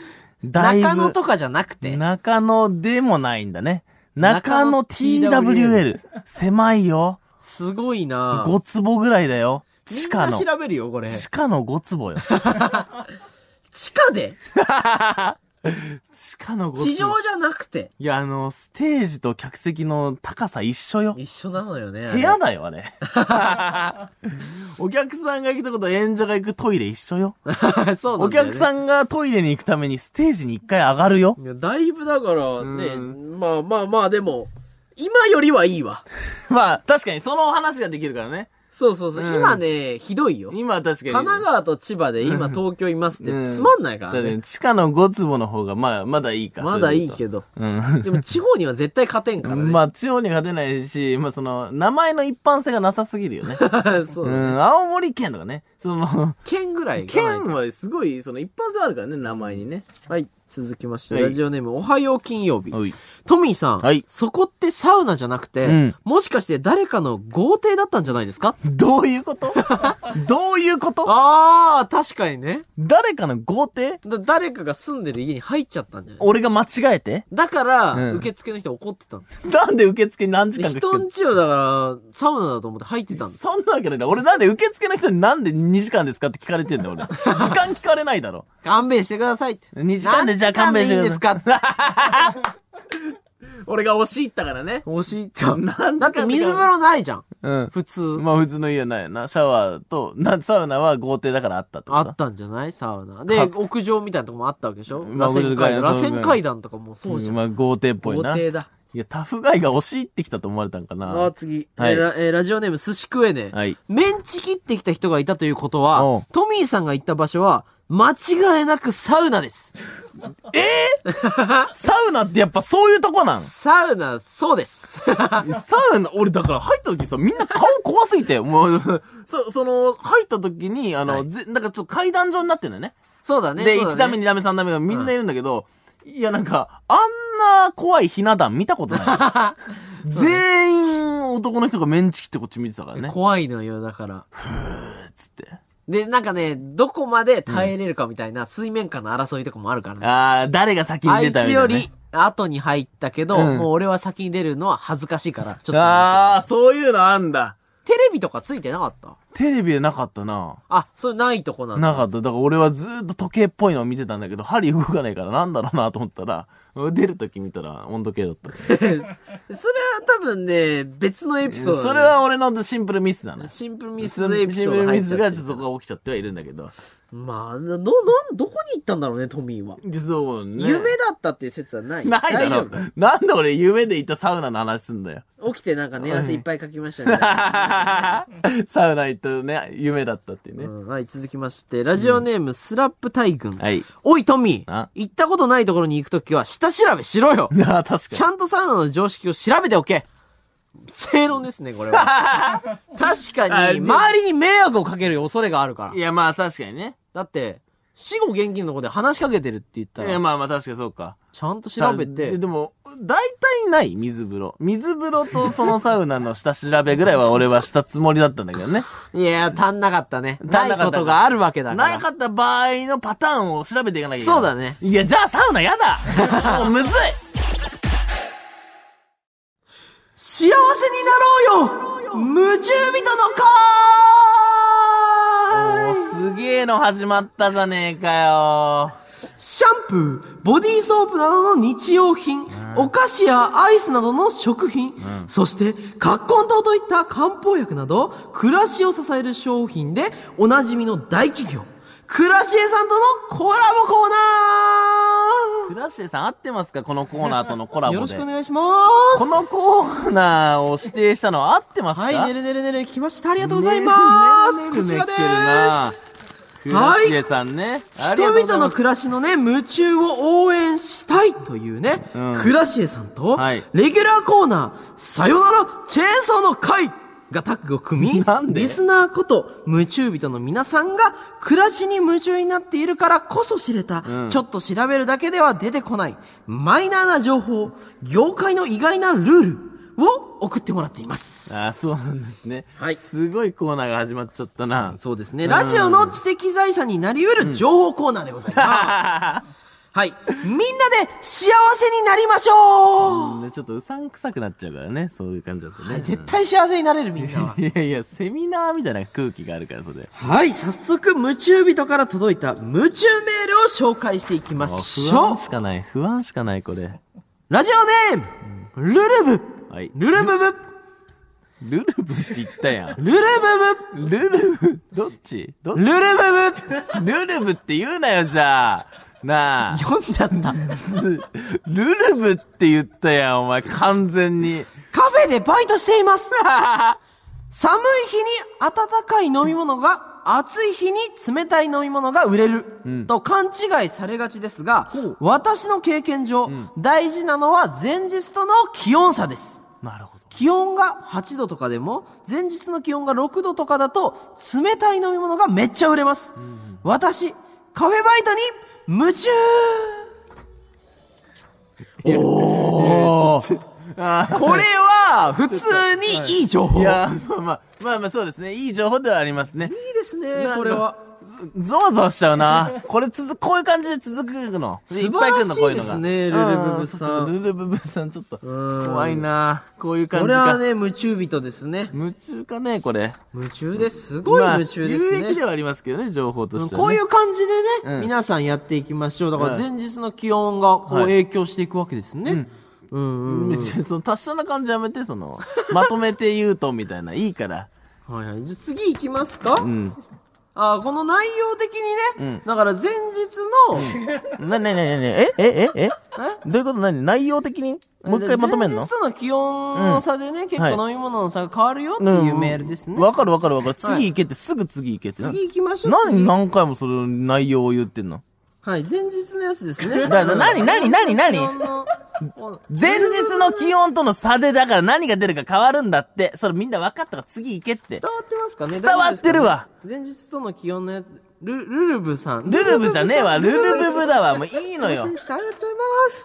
[SPEAKER 1] だいぶ
[SPEAKER 2] 中野とかじゃなくて、
[SPEAKER 1] 中野でもないんだね。中野
[SPEAKER 2] 中野
[SPEAKER 1] TWL。狭いよ。
[SPEAKER 2] すごいなぁ
[SPEAKER 1] 5坪ぐらいだよ。地下の
[SPEAKER 2] みん。な調べるよ、これ。
[SPEAKER 1] 地下の5坪よ。
[SPEAKER 2] 地下で
[SPEAKER 1] 地下の5坪。
[SPEAKER 2] 地上じゃなくて。
[SPEAKER 1] いや、あの、ステージと客席の高さ一緒よ。
[SPEAKER 2] 一緒なのよね。
[SPEAKER 1] 部屋だよ、あれ。 お客さんが行くとこと演者が行くトイレ一緒よ。
[SPEAKER 2] あれ そうな
[SPEAKER 1] お
[SPEAKER 2] んだよね
[SPEAKER 1] 客さんがトイレに行くためにステージに一回上がるよ。
[SPEAKER 2] いやだいぶだからね、
[SPEAKER 1] うん
[SPEAKER 2] まあまあまあでも、今よりはいいわ。
[SPEAKER 1] まあ、確かにそのお話ができるからね。
[SPEAKER 2] そうそうそう。
[SPEAKER 1] うん
[SPEAKER 2] 今ね、ひどいよ。神
[SPEAKER 1] 今は確かに。
[SPEAKER 2] 奈川と千葉で今東京いますって
[SPEAKER 1] うん
[SPEAKER 2] つまんないから
[SPEAKER 1] だって
[SPEAKER 2] ね。
[SPEAKER 1] 地下の5坪の方が、まあ、まだいいか。
[SPEAKER 2] まだいいけ
[SPEAKER 1] ど。
[SPEAKER 2] ど。
[SPEAKER 1] うん。
[SPEAKER 2] でも地方には絶対勝てんからね。
[SPEAKER 1] まあ、地方には出ないし、まあ、その、名前の一般性がなさすぎるよ ね。
[SPEAKER 2] そう
[SPEAKER 1] う
[SPEAKER 2] だね。
[SPEAKER 1] ん、青森県とかね。その、
[SPEAKER 2] 県ぐらい行かない
[SPEAKER 1] 県
[SPEAKER 2] と
[SPEAKER 1] はすごい、その、一般性あるからね、名前にね。
[SPEAKER 2] はい。続きまし
[SPEAKER 1] は
[SPEAKER 2] て、
[SPEAKER 1] い
[SPEAKER 2] ラジオネーム、おはよう金曜日。
[SPEAKER 1] はい。
[SPEAKER 2] トミーさん、
[SPEAKER 1] はい
[SPEAKER 2] そこってサウナじゃなくて、
[SPEAKER 1] うん
[SPEAKER 2] もしかして誰かの豪邸だったんじゃないですか
[SPEAKER 1] どういうこと どういうこと
[SPEAKER 2] ああ、確かにね。
[SPEAKER 1] 誰かの豪邸
[SPEAKER 2] だ誰かが住んでる家に入っちゃったんじゃない
[SPEAKER 1] 俺が間違えて
[SPEAKER 2] だから、
[SPEAKER 1] うん
[SPEAKER 2] 受付の人怒ってたんです。
[SPEAKER 1] なんで受付に何時
[SPEAKER 2] で
[SPEAKER 1] 間か
[SPEAKER 2] 人
[SPEAKER 1] か
[SPEAKER 2] んちをだから、サウナだと思って入ってたんです。
[SPEAKER 1] そんなわけないだろ。俺なんで受付の人になんで2時間ですかって聞かれてん だよ、俺。時間聞かれないだろ。
[SPEAKER 2] 勘弁してくださいって。
[SPEAKER 1] 2時間でじゃあ勘弁してください。
[SPEAKER 2] 何時間でいいんですか
[SPEAKER 1] 俺が押し入ったからね。
[SPEAKER 2] 教えた。
[SPEAKER 1] なん
[SPEAKER 2] だって水風呂ないじゃん。
[SPEAKER 1] うん。
[SPEAKER 2] 普通。
[SPEAKER 1] まあ普通の家はないよな。シャワーと、な、サウナは豪邸だからあったってこ
[SPEAKER 2] あ
[SPEAKER 1] と
[SPEAKER 2] っ。たんじゃないサウナ。で、屋上みたいなとこもあったわけでしょ
[SPEAKER 1] まあ
[SPEAKER 2] 螺旋階段。
[SPEAKER 1] そう
[SPEAKER 2] 螺旋階段とかもそうじゃん。
[SPEAKER 1] まあ豪邸っぽい
[SPEAKER 2] 豪
[SPEAKER 1] な。
[SPEAKER 2] 邸
[SPEAKER 1] い
[SPEAKER 2] だ。
[SPEAKER 1] や、タフガイが押し入ってきたと思われたんか
[SPEAKER 2] ああ、
[SPEAKER 1] な。
[SPEAKER 2] 次。
[SPEAKER 1] はい
[SPEAKER 2] えーラえーラジオネーム、寿司食えねえ。
[SPEAKER 1] はい
[SPEAKER 2] メンチ切ってきた人がいたということ
[SPEAKER 1] おう
[SPEAKER 2] は、トミーさんが行った場所は、間違いなくサウナです。
[SPEAKER 1] サウナってやっぱそういうとこなん
[SPEAKER 2] サウナ、そうです。
[SPEAKER 1] サウナ、俺だから入った時さ、みんな顔怖すぎて、も う、そ、その、入った時に、あの、
[SPEAKER 2] はい
[SPEAKER 1] ぜ、なんかちょっと階段状になってんだよね。
[SPEAKER 2] そうだね。
[SPEAKER 1] で、
[SPEAKER 2] そう
[SPEAKER 1] 1ダ
[SPEAKER 2] だね
[SPEAKER 1] メ、2ダメ、3ダメがみんないるんだけど、いや、なんか、あんな怖いひな壇見た ことない。全員男の人がメンチ切ってこっち見てたからね。
[SPEAKER 2] 怖いのよ、だから。
[SPEAKER 1] つって。
[SPEAKER 2] で、なんかね、どこまで耐えれるかみたいな、水面下の争いとかもあるからね。
[SPEAKER 1] あー、誰が先
[SPEAKER 2] あ
[SPEAKER 1] に
[SPEAKER 2] い
[SPEAKER 1] 出たみた
[SPEAKER 2] つ
[SPEAKER 1] いな、
[SPEAKER 2] よ
[SPEAKER 1] ね。
[SPEAKER 2] り、後に入ったけど、
[SPEAKER 1] うん
[SPEAKER 2] もう俺は先に出るのは恥ずかしいから、ちょっと待っ
[SPEAKER 1] あー、そういうのあんだ。
[SPEAKER 2] て。テレビとかついてなかった
[SPEAKER 1] テレビでなかったな。
[SPEAKER 2] あ、それないとこなんだ。
[SPEAKER 1] なかった。だから俺はずーっと時計っぽいのを見てたんだけど、針動かないからなんだろうなと思ったら、出るとき見たら温度計だった。
[SPEAKER 2] それは多分ね、別のエピソードだね、
[SPEAKER 1] それは俺のシンプルミスだね。
[SPEAKER 2] シンプルミ
[SPEAKER 1] ミ
[SPEAKER 2] スのエピソードが
[SPEAKER 1] ミ
[SPEAKER 2] 入っちゃ
[SPEAKER 1] ス
[SPEAKER 2] って
[SPEAKER 1] がち
[SPEAKER 2] る
[SPEAKER 1] ょっとそこが起きちゃってはいるんだけど。
[SPEAKER 2] まあ、な、な、なんどこに行ったんだろうね、トミーは。
[SPEAKER 1] でそうね。
[SPEAKER 2] 夢だったっていう説はない。
[SPEAKER 1] ないだろ
[SPEAKER 2] 大丈。
[SPEAKER 1] なんで俺夢で行ったサウナの話すんだよ。
[SPEAKER 2] 夫起きてなんか寝汗いっぱいかきましたみたいな。
[SPEAKER 1] サウナ行ったね、夢だったっていうね。
[SPEAKER 2] うんはい、続きまして、ラジオネーム、スラップ大軍。
[SPEAKER 1] はい。
[SPEAKER 2] おい、トミー
[SPEAKER 1] あ。。
[SPEAKER 2] 行ったことないところに行くときは、下調べしろよ
[SPEAKER 1] ああ、確
[SPEAKER 2] ち
[SPEAKER 1] か
[SPEAKER 2] ゃんとサウナの常識を調べておけ。正論ですね、これは。 確かに、周りに迷惑をかける恐れがあるから
[SPEAKER 1] い。や、まあ確かにね。
[SPEAKER 2] だって、死後現金のとこで話しかけてるって言った
[SPEAKER 1] いや、
[SPEAKER 2] ら、
[SPEAKER 1] まあまあ確かにそうか。
[SPEAKER 2] ちゃんと調べ
[SPEAKER 1] で
[SPEAKER 2] て
[SPEAKER 1] で、も、大体ない、水風呂。水風呂とそのサウナの下調べぐらいは俺はしたつもりだった んだけどね。
[SPEAKER 2] いや、足んなかったね。
[SPEAKER 1] んなか
[SPEAKER 2] な
[SPEAKER 1] っ
[SPEAKER 2] い
[SPEAKER 1] た
[SPEAKER 2] ことがあるわけだから。
[SPEAKER 1] なかった場合のパターンを調べていかなきゃいけない。
[SPEAKER 2] そうだね。
[SPEAKER 1] いや、じゃあサウナやだ もうむずい
[SPEAKER 2] 幸せになろうよ夢中人の
[SPEAKER 1] お
[SPEAKER 2] 会
[SPEAKER 1] すげえの始まったじゃねえかよ。
[SPEAKER 2] シャンプー、ボディーソープなどの日用品、お菓子やアイスなどの食品、そして、葛根糖といった漢方薬など、暮らしを支える商品で、おなじみの大企業、暮らしえさんとのコラボコーナ
[SPEAKER 1] クラッシーさん合ってますかこのコーナーとのコラボ
[SPEAKER 2] ー
[SPEAKER 1] で。
[SPEAKER 2] よろしくお
[SPEAKER 1] こ
[SPEAKER 2] 願いします
[SPEAKER 1] のコーナーを指定したのは合ってますか
[SPEAKER 2] はい、ねるねるねる来ました。ありがとうございま
[SPEAKER 1] ね
[SPEAKER 2] す。
[SPEAKER 1] るねる
[SPEAKER 2] こ
[SPEAKER 1] ねるね来
[SPEAKER 2] ちらで
[SPEAKER 1] てるな
[SPEAKER 2] す。
[SPEAKER 1] クラッシーさんね。ありがと
[SPEAKER 2] 人
[SPEAKER 1] うございます
[SPEAKER 2] 々の暮らしのね、夢中を応援したいというね、
[SPEAKER 1] うん
[SPEAKER 2] 暮らしえさんと、
[SPEAKER 1] はい
[SPEAKER 2] レギュラーコーナー、さよならチェーンソーの会がタッグを組み
[SPEAKER 1] なん、で
[SPEAKER 2] リスナーこと、夢中人の皆さんが、暮らしに夢中になっているからこそ知れた、
[SPEAKER 1] ん
[SPEAKER 2] ちょっと調べるだけでは出てこない、マイナーな情報、業界の意外なルールを送ってもらっています。
[SPEAKER 1] あーそうなんですね。
[SPEAKER 2] はい
[SPEAKER 1] すごいコーナーが始まっちゃったな。
[SPEAKER 2] そうですね。ラジオの知的財産になり得る情報コーナーでございます。はい。みんなで幸せになりましょ う、
[SPEAKER 1] ねちょっとうさんくさくなっちゃうからね、そういう感じだとね。
[SPEAKER 2] 絶対幸せになれるみんなは。
[SPEAKER 1] いやいや、セミナーみたいな空気があるから、それ。
[SPEAKER 2] はい。早速、夢中人から届いた夢中メールを紹介していきまし
[SPEAKER 1] 不
[SPEAKER 2] ょう
[SPEAKER 1] 安。しかない、不安しかない、これ。
[SPEAKER 2] ラジオネーム、ルル
[SPEAKER 1] はい。
[SPEAKER 2] ブ。ルルブブ。
[SPEAKER 1] ルルブって言ったやん。
[SPEAKER 2] ルル
[SPEAKER 1] ルルブ、どっちどっ
[SPEAKER 2] ブブ。ルルブブ。
[SPEAKER 1] ルルブって言うなよ、じゃあ。なあ。
[SPEAKER 2] 読んじゃった。
[SPEAKER 1] ルルブって言ったやん、お前、完全に。
[SPEAKER 2] カフェでバイトしてい ます。寒い日に温かい飲み物が、暑い日に冷たい飲み物が売れる、と勘違いされがちですが、私の経験上、大事なのは前日との気温差です。
[SPEAKER 1] なるほど。
[SPEAKER 2] 気温が8度とかでも、前日の気温が6度とかだと、冷たい飲み物がめっちゃ売れます。私、カフェバイトに夢中
[SPEAKER 1] おー。
[SPEAKER 2] これは、普通にいい情報。
[SPEAKER 1] い
[SPEAKER 2] い
[SPEAKER 1] や、まあまあ、まあまあ、そうですね。いい情報ではありますね。
[SPEAKER 2] いですね、これは。
[SPEAKER 1] ゾワゾワしちゃうな。これ続く、こういう感じで続くの。
[SPEAKER 2] 素晴らしい
[SPEAKER 1] っぱ来るのこういうのが
[SPEAKER 2] ですねルルブブさ
[SPEAKER 1] う
[SPEAKER 2] ん
[SPEAKER 1] そうルルブブさん、ちょっと、怖いな。こういう感
[SPEAKER 2] こ
[SPEAKER 1] じ
[SPEAKER 2] れ
[SPEAKER 1] か。
[SPEAKER 2] はね、夢中人ですね。
[SPEAKER 1] 夢中かね、これ。
[SPEAKER 2] 夢中です。すごい夢中ですね。
[SPEAKER 1] まあ有益ではありますけどね、情報としては、ね。
[SPEAKER 2] こういう感じでね、
[SPEAKER 1] うん
[SPEAKER 2] 皆さんやっていきましょう。だから
[SPEAKER 1] うん
[SPEAKER 2] 前日の気温がこう
[SPEAKER 1] はい
[SPEAKER 2] 影響していくわけですね。うんうん。
[SPEAKER 1] うん その達者な感じやめて、その、 まとめて言うと、みたいな。いいから。
[SPEAKER 2] はいはい。じゃあ次行きますか、
[SPEAKER 1] うん。
[SPEAKER 2] あーこの内容的にね、だから前日の、
[SPEAKER 1] な、な、な、な、な、え、え、え、えどういうこと何内容的にもう一回まとめんの
[SPEAKER 2] 前日との気温の差でね、結構
[SPEAKER 1] は
[SPEAKER 2] 飲み物の差が変わるよっていうメールですね。
[SPEAKER 1] うんわかるわかるわかる。次行けって、すぐ次行けって。
[SPEAKER 2] 次行きましょう。
[SPEAKER 1] 何
[SPEAKER 2] 次
[SPEAKER 1] 何回もその内容を言ってんの
[SPEAKER 2] はい、前日のやつですね。
[SPEAKER 1] だ何何何何
[SPEAKER 2] 気温のお
[SPEAKER 1] 前日の気温との差で、だから何が出るか変わるんだって。それみんな分かったから次行けって
[SPEAKER 2] 伝。わってますかね
[SPEAKER 1] 伝わってるわ
[SPEAKER 2] 大丈夫ですかね前日との気温のやつ、ル、ルルブさん。
[SPEAKER 1] ルルブじゃねえわ。ルルブブだわ。もういいの
[SPEAKER 2] すいません
[SPEAKER 1] よ
[SPEAKER 2] で。したありがとうございます。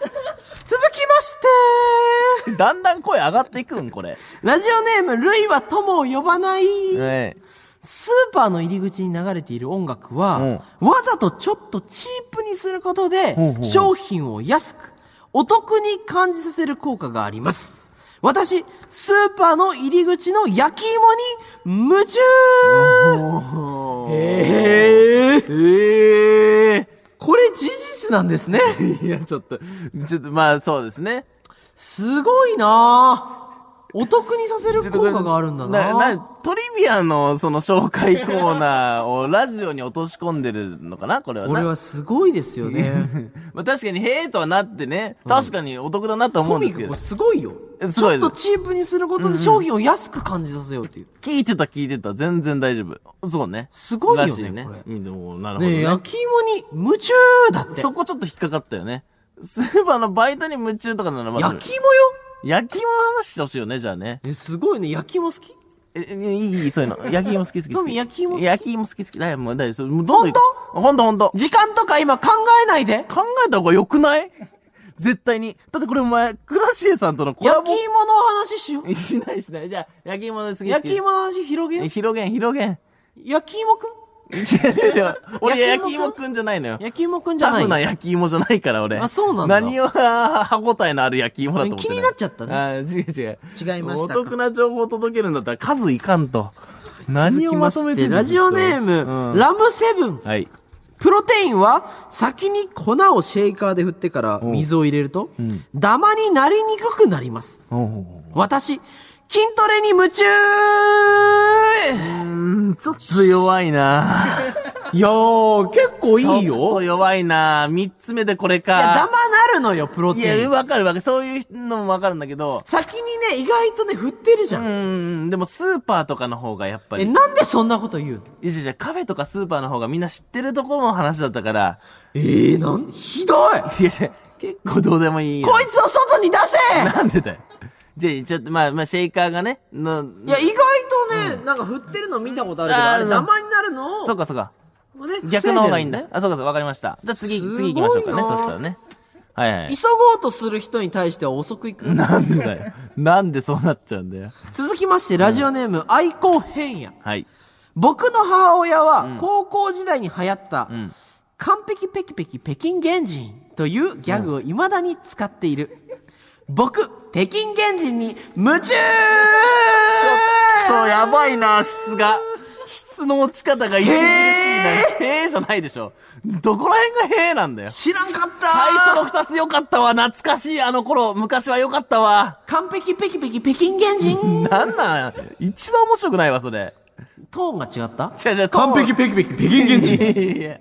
[SPEAKER 2] 続きまし
[SPEAKER 1] だんだん声上がっていくん、 これ。
[SPEAKER 2] て、ラジオネーム、ルイは友を呼ばない。
[SPEAKER 1] ええ。
[SPEAKER 2] スーパーの入り口に流れている音楽は、わざとちょっとチープにすること
[SPEAKER 1] ほ
[SPEAKER 2] で
[SPEAKER 1] うほうほ、う
[SPEAKER 2] 商品を安く、お得に感じさせる効果があります。私、スーパーの入り口の焼き芋に夢中へえ。
[SPEAKER 1] ええ
[SPEAKER 2] これ事実なんですね。
[SPEAKER 1] いや、ちょっと、ちょっと、まあ、そうですね。
[SPEAKER 2] すごいなぁお得にさせる効果があるんだな
[SPEAKER 1] な、トリビアの、その、紹介コーナーをラジオに落とし込んでるのかなこれはな
[SPEAKER 2] 俺はすごいですよ ね。
[SPEAKER 1] まあ、確かに、へえとはなってね、確かにお得だなと思
[SPEAKER 2] と
[SPEAKER 1] うんで
[SPEAKER 2] に
[SPEAKER 1] す
[SPEAKER 2] か
[SPEAKER 1] けど
[SPEAKER 2] く。すごいよ。
[SPEAKER 1] すごい
[SPEAKER 2] ちょっとチープにすることで商品を安く感じさせようっていう。
[SPEAKER 1] 聞いてた聞いてた。全然大丈夫。そうね。
[SPEAKER 2] すごいよね
[SPEAKER 1] らし
[SPEAKER 2] これ
[SPEAKER 1] うんでもなるほど
[SPEAKER 2] ねえ、
[SPEAKER 1] ね。
[SPEAKER 2] 焼き芋に夢中だって。
[SPEAKER 1] そこちょっと引っかかったよね。スーパーのバイトに夢中とかならまだ
[SPEAKER 2] 焼き芋よ
[SPEAKER 1] 焼き芋の話してほしいよね、じゃあね。
[SPEAKER 2] え、すごいね。焼きも好き
[SPEAKER 1] え、えいい、いい、そういうの。焼き芋好き好き好
[SPEAKER 2] トミ
[SPEAKER 1] き。
[SPEAKER 2] ー焼き芋好き
[SPEAKER 1] 焼き芋好き好き。だよ、もう、だよ、それ、もうどんどんほんとほんと。
[SPEAKER 2] 時間とか今考えないで
[SPEAKER 1] 考えた方が良くない 絶対に。だってこれお前、クラシエさんとのコラ
[SPEAKER 2] 焼
[SPEAKER 1] ボ
[SPEAKER 2] き。芋の話しよう。
[SPEAKER 1] しないしない。じゃあ、焼き芋の好き好き。
[SPEAKER 2] 焼き芋の話広げ
[SPEAKER 1] え
[SPEAKER 2] よ
[SPEAKER 1] 広げん、広げん。
[SPEAKER 2] う。焼き芋くん
[SPEAKER 1] 違う違う違う。 俺、
[SPEAKER 2] 焼
[SPEAKER 1] 焼
[SPEAKER 2] き
[SPEAKER 1] き
[SPEAKER 2] 芋くん
[SPEAKER 1] 芋くんじゃないのよ。
[SPEAKER 2] 焼き芋くんじゃ
[SPEAKER 1] タ
[SPEAKER 2] ない
[SPEAKER 1] フ
[SPEAKER 2] の
[SPEAKER 1] な焼き芋じゃないから、俺。
[SPEAKER 2] あそうなんだ
[SPEAKER 1] 何を、あー歯応えのある焼き芋だと思ってる
[SPEAKER 2] 気になっちゃったね
[SPEAKER 1] あー違う違う。
[SPEAKER 2] 違いましたか
[SPEAKER 1] お得な情報を届けるんだったら数いかんと。
[SPEAKER 2] 続
[SPEAKER 1] 何を
[SPEAKER 2] きま
[SPEAKER 1] まと
[SPEAKER 2] し
[SPEAKER 1] めて
[SPEAKER 2] て、
[SPEAKER 1] んの
[SPEAKER 2] ラジオネーム、ラムセブン。
[SPEAKER 1] はい。
[SPEAKER 2] プロテインは先に粉をシェイカーで振ってから水を入れると、ダマになりにくくなります。
[SPEAKER 1] おう
[SPEAKER 2] 私、筋トレに夢中
[SPEAKER 1] ちょっと弱いない
[SPEAKER 2] やー、結構いい
[SPEAKER 1] ちょっと
[SPEAKER 2] よ。い
[SPEAKER 1] 弱いな三つ目でこれ
[SPEAKER 2] や、ダ
[SPEAKER 1] か。
[SPEAKER 2] マなるのよ、プロ
[SPEAKER 1] い
[SPEAKER 2] テイ
[SPEAKER 1] や、
[SPEAKER 2] ン。
[SPEAKER 1] わかるわかる。そういうのもわかるんだけど。
[SPEAKER 2] 先にね、意外とね、振ってるじゃ。
[SPEAKER 1] うんーん、でもスーパーとかの方がやっぱり。
[SPEAKER 2] え、なんでそんなこと言うの
[SPEAKER 1] いやいや、カフェとかスーパーの方がみんな知ってるところの話だったから。
[SPEAKER 2] えー、なん、ひどい
[SPEAKER 1] いやいや、結構どうでもいいや。
[SPEAKER 2] こいつを外に出 せ
[SPEAKER 1] なんでだよ。じゃあ、ちょっと、まあ、まあ、シェイカーがね、の、
[SPEAKER 2] いや、意外とね、なんか振ってるの見たことあるけ
[SPEAKER 1] う
[SPEAKER 2] ど、
[SPEAKER 1] ん
[SPEAKER 2] あれ、
[SPEAKER 1] あー
[SPEAKER 2] ダマになるのを、
[SPEAKER 1] そうかそうか。
[SPEAKER 2] ね
[SPEAKER 1] 逆の方がいいんだ。
[SPEAKER 2] 防でる
[SPEAKER 1] あ、そうかそうか、わかりました。じゃあ次、
[SPEAKER 2] すごいな
[SPEAKER 1] 次行きましょうかね、そしたらね。はいはい。
[SPEAKER 2] 急ごうとする人に対しては遅く行く。
[SPEAKER 1] なんでだよ。なんでそうなっちゃうんだよ。
[SPEAKER 2] 続きまして、ラジオネーム、愛好変や。
[SPEAKER 1] はい。
[SPEAKER 2] 僕の母親は、高校時代に流行った、完璧ペキペキ北京原人というギャグを未だに使っている。僕、北京原人に夢中
[SPEAKER 1] そう、やばいな、質が。質の落ち方が著しいな。へーじゃないでしょ。どこら辺がへーなんだよ。
[SPEAKER 2] 知らんかった
[SPEAKER 1] 最初の二つ良かったわ。懐かしい、あの頃。昔は良かったわ。
[SPEAKER 2] 完璧ペキペキ北京原人
[SPEAKER 1] なんなん一番面白くないわ、それ。
[SPEAKER 2] トーンが違った
[SPEAKER 1] 違う違う、トーン
[SPEAKER 2] ペキペキ北京
[SPEAKER 1] いやいやいや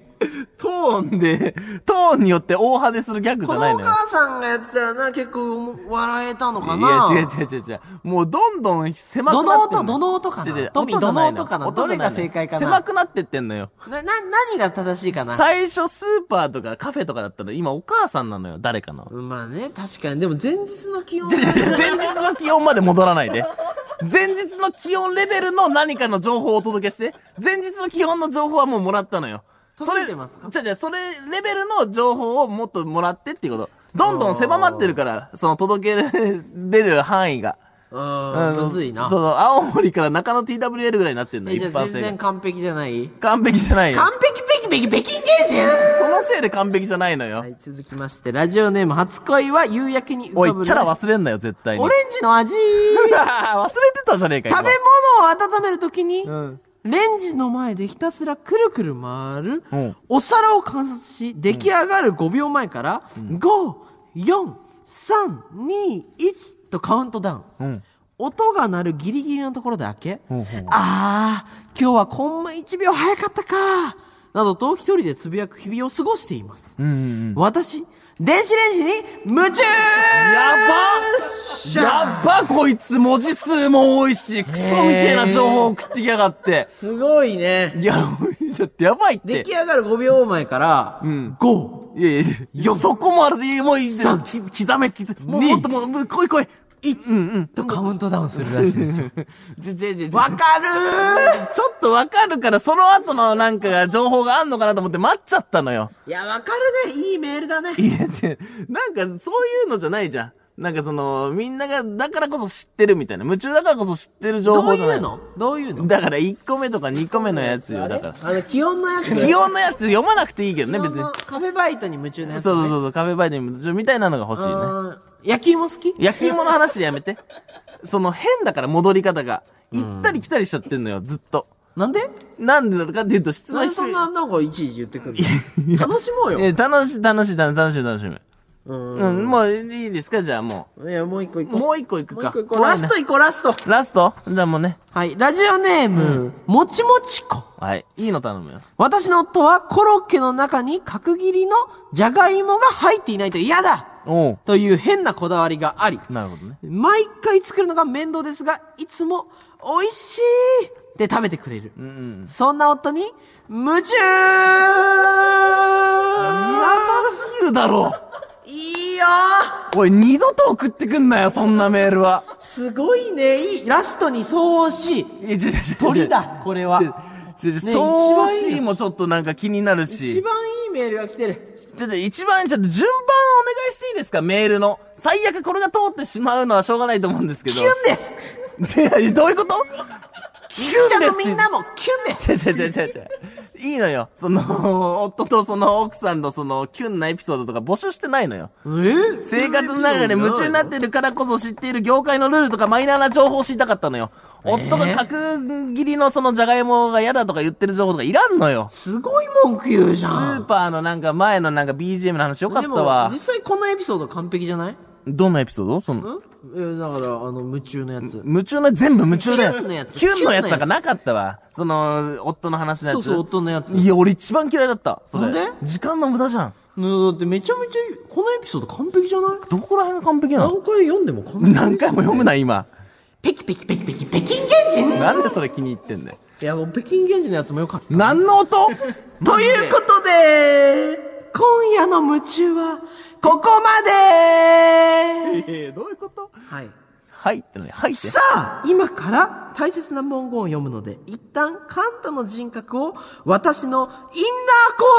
[SPEAKER 1] トーンで、トーンによって大派でするギャグじゃ
[SPEAKER 2] こ
[SPEAKER 1] な
[SPEAKER 2] の
[SPEAKER 1] い
[SPEAKER 2] お
[SPEAKER 1] のよ。
[SPEAKER 2] 母さんがやってたらな、結構笑えたのか
[SPEAKER 1] い
[SPEAKER 2] な
[SPEAKER 1] や、違う違う違う違う。もうどんどん狭くな
[SPEAKER 2] ど
[SPEAKER 1] って
[SPEAKER 2] の
[SPEAKER 1] んの
[SPEAKER 2] 音、どの音か
[SPEAKER 1] 違う違う
[SPEAKER 2] なトミー、
[SPEAKER 1] 音じ
[SPEAKER 2] ど
[SPEAKER 1] ゃ
[SPEAKER 2] の
[SPEAKER 1] ないの
[SPEAKER 2] 音かな
[SPEAKER 1] 音
[SPEAKER 2] ど
[SPEAKER 1] じゃ
[SPEAKER 2] れ
[SPEAKER 1] ない
[SPEAKER 2] が
[SPEAKER 1] の
[SPEAKER 2] 正解かな
[SPEAKER 1] 狭くなってってんのよ。
[SPEAKER 2] な、な、何が正しいかな
[SPEAKER 1] 最初スーパーとかカフェとかだったの今お母さんなのよ、誰かの。
[SPEAKER 2] まあね、確かに。でも前日の気温
[SPEAKER 1] 違う違う 前日の気温まで戻らないで。前日の気温レベルの何かの情報をお届けして。前日の気温の情報はもうもらったのよ。それ、
[SPEAKER 2] 届いて
[SPEAKER 1] じゃ
[SPEAKER 2] ますか
[SPEAKER 1] じゃそれレベルの情報をもっともらってっていうこと。どんどん狭まってるから、その届けれる範囲が。
[SPEAKER 2] うーん、むずいな
[SPEAKER 1] そ。の、青森から中野 TWL ぐらいになってんの、
[SPEAKER 2] え、じゃ
[SPEAKER 1] 一
[SPEAKER 2] あ
[SPEAKER 1] 般
[SPEAKER 2] 全
[SPEAKER 1] 性
[SPEAKER 2] 然
[SPEAKER 1] が。
[SPEAKER 2] 完璧じゃない
[SPEAKER 1] 完璧じゃないよ。
[SPEAKER 2] 完璧ペキペキ北京芸人
[SPEAKER 1] そのせいで完璧じゃないのよ
[SPEAKER 2] は。い、続きまして、ラジオネーム初恋は夕焼けに
[SPEAKER 1] お
[SPEAKER 2] 浮
[SPEAKER 1] い、
[SPEAKER 2] か
[SPEAKER 1] キ
[SPEAKER 2] ぶ
[SPEAKER 1] ャラ忘れんなよ、絶対に。
[SPEAKER 2] オレンジの 味
[SPEAKER 1] 忘れてたじゃねえか、今
[SPEAKER 2] 食べ物を温めるときに、レンジの前でひたすらくるくる回る、
[SPEAKER 1] うん
[SPEAKER 2] お皿を観察し、出来上がる5秒前から、5、4、3、2、1とカウントダウン。
[SPEAKER 1] うん
[SPEAKER 2] 音が鳴るギリギリのところで開け、
[SPEAKER 1] うんうん
[SPEAKER 2] あー、今日はコンマ1秒早かったか、などと一人でつぶやく日々を過ごしています。
[SPEAKER 1] うんうん
[SPEAKER 2] 私、電子レンジに夢中
[SPEAKER 1] うん。やばやばこいつ文字数も多いし、クソみてえな情報送ってきやがって。
[SPEAKER 2] すごいね。
[SPEAKER 1] いや、ちょっとやばいっ
[SPEAKER 2] 出
[SPEAKER 1] て
[SPEAKER 2] 来。上がる5秒前から、5、
[SPEAKER 1] いやいやいや、そこもあるで、もういい
[SPEAKER 2] 三
[SPEAKER 1] き刻め、刻め。もう
[SPEAKER 2] 二
[SPEAKER 1] もっともうもう、来い来い。
[SPEAKER 2] 1、とカウントダウンするらしいですよ。
[SPEAKER 1] じゃ、じゃ、じゃ、じゃ
[SPEAKER 2] わかる
[SPEAKER 1] ちょっとわかるから、その後のなんかが情報があんのかなと思って待っちゃったのよ。
[SPEAKER 2] ーいや、わかるね。いいメールだね。
[SPEAKER 1] いや、違う。なんか、そういうのじゃないじゃん。なんかその、みんなが、だからこそ知ってるみたいな。夢中だからこそ知ってる情
[SPEAKER 2] どう
[SPEAKER 1] 報じゃ
[SPEAKER 2] い
[SPEAKER 1] ないう
[SPEAKER 2] のどういうの
[SPEAKER 1] だから1個目とか2個目のやつよ。だから。
[SPEAKER 2] あの、気温のやつ。
[SPEAKER 1] 気温のやつ読まなくていいけどね、
[SPEAKER 2] 気
[SPEAKER 1] 別に。
[SPEAKER 2] 温のカフェバイトに夢中のやつ、ね。
[SPEAKER 1] そうそうそうそう、カフェバイデンみたいなのが欲しいね。
[SPEAKER 2] うーん焼き芋好き
[SPEAKER 1] 焼き芋の話やめて。その変だから戻り方が。行ったり来たりしちゃってんのよ、ずっと。
[SPEAKER 2] なんで
[SPEAKER 1] なんでだかっていうと質
[SPEAKER 2] な
[SPEAKER 1] の
[SPEAKER 2] んでそ
[SPEAKER 1] 低
[SPEAKER 2] ん
[SPEAKER 1] い。
[SPEAKER 2] な、なんかいちいち言ってくるの楽しもう よ。
[SPEAKER 1] え、楽しい、楽しい、楽しい、楽しい、楽しみ。
[SPEAKER 2] う
[SPEAKER 1] うん、もういいですかじゃあも
[SPEAKER 2] ん。いや、もう一個行
[SPEAKER 1] う。
[SPEAKER 2] こう。
[SPEAKER 1] もう一個行く
[SPEAKER 2] もう一
[SPEAKER 1] か。
[SPEAKER 2] 個行こう。ラスト行こう、ラスト。
[SPEAKER 1] トラストじゃあもうね。
[SPEAKER 2] はい。ラジオネーム、もちもちこ。
[SPEAKER 1] はい。いいの頼むよ。
[SPEAKER 2] 私の夫はコロッケの中に角切りのじゃがいもが入っていないと嫌だ
[SPEAKER 1] おう。
[SPEAKER 2] という変なこだわりがあり、
[SPEAKER 1] なるほどね。
[SPEAKER 2] 毎回作るのが面倒ですが、いつも美味しいって食べてくれる。そんな夫に、夢中
[SPEAKER 1] やばすぎるだろ
[SPEAKER 2] いいよ
[SPEAKER 1] おい、二度と送ってくんなよ、そんなメールは。
[SPEAKER 2] すごいね。いい。ラストにそうしい。
[SPEAKER 1] いや、ちょ、ちょ、ちょ
[SPEAKER 2] 鳥だ、これは。
[SPEAKER 1] ちょちょ
[SPEAKER 2] ね
[SPEAKER 1] そう
[SPEAKER 2] 一番いい
[SPEAKER 1] しもちょっとなんか気になる
[SPEAKER 2] 一
[SPEAKER 1] し。
[SPEAKER 2] 番いいメールが来てる。
[SPEAKER 1] ちょっと一番、ちょっと順番お願いしていいですか、メールの。最悪これが通ってしまうのはしょうがないと思うんですけど。
[SPEAKER 2] キュンです
[SPEAKER 1] い やどういうことキュンですっ
[SPEAKER 2] 記者の
[SPEAKER 1] て
[SPEAKER 2] みんなもキュンです
[SPEAKER 1] ちゃちゃちゃちゃちゃ。いいのよ。その、夫とその奥さんのその、キュンなエピソードとか募集してないのよ。
[SPEAKER 2] え
[SPEAKER 1] 生活の中で夢中になってるからこそ知っている業界のルールとかマイナーな情報を知りたかったのよ。夫が角切りのそのじゃがいもが嫌だとか言ってる情報とかいらんのよ。
[SPEAKER 2] すごい文句言うじ
[SPEAKER 1] ス
[SPEAKER 2] ゃ
[SPEAKER 1] ー
[SPEAKER 2] ん。
[SPEAKER 1] パーのなんか前のなんか BGM の話よかったわ
[SPEAKER 2] 実。際このエピソード完璧じゃない
[SPEAKER 1] どんなエピソードその、
[SPEAKER 2] んいやだから、あの、夢中のやつ。
[SPEAKER 1] 夢中の全部夢中だよ。
[SPEAKER 2] キュンのやつ
[SPEAKER 1] キュンのやつなんかなかったわ。その、夫の話のやつ。
[SPEAKER 2] そうそう、夫のやつ。
[SPEAKER 1] いや、俺一番嫌いだった。それ。
[SPEAKER 2] なんで
[SPEAKER 1] 時間の無駄じゃん。
[SPEAKER 2] うんだってめちゃめちゃいい、このエピソード完璧じゃない
[SPEAKER 1] どこら辺が完璧なの
[SPEAKER 2] 何回読んでも完璧。
[SPEAKER 1] 何回も読むな、今。
[SPEAKER 2] ペキペキペキペキ、北京原人
[SPEAKER 1] なんでそれ気に入ってんだよ。
[SPEAKER 2] いや、もう北京原人のやつもよかった。
[SPEAKER 1] 何の音
[SPEAKER 2] ということで、今夜の夢中は、ここまで
[SPEAKER 1] えー、どういうこと
[SPEAKER 2] はい。
[SPEAKER 1] はいってのに、はいって。
[SPEAKER 2] さあ、今から大切な文言を読むので、一旦カンタの人格を私のインナーコ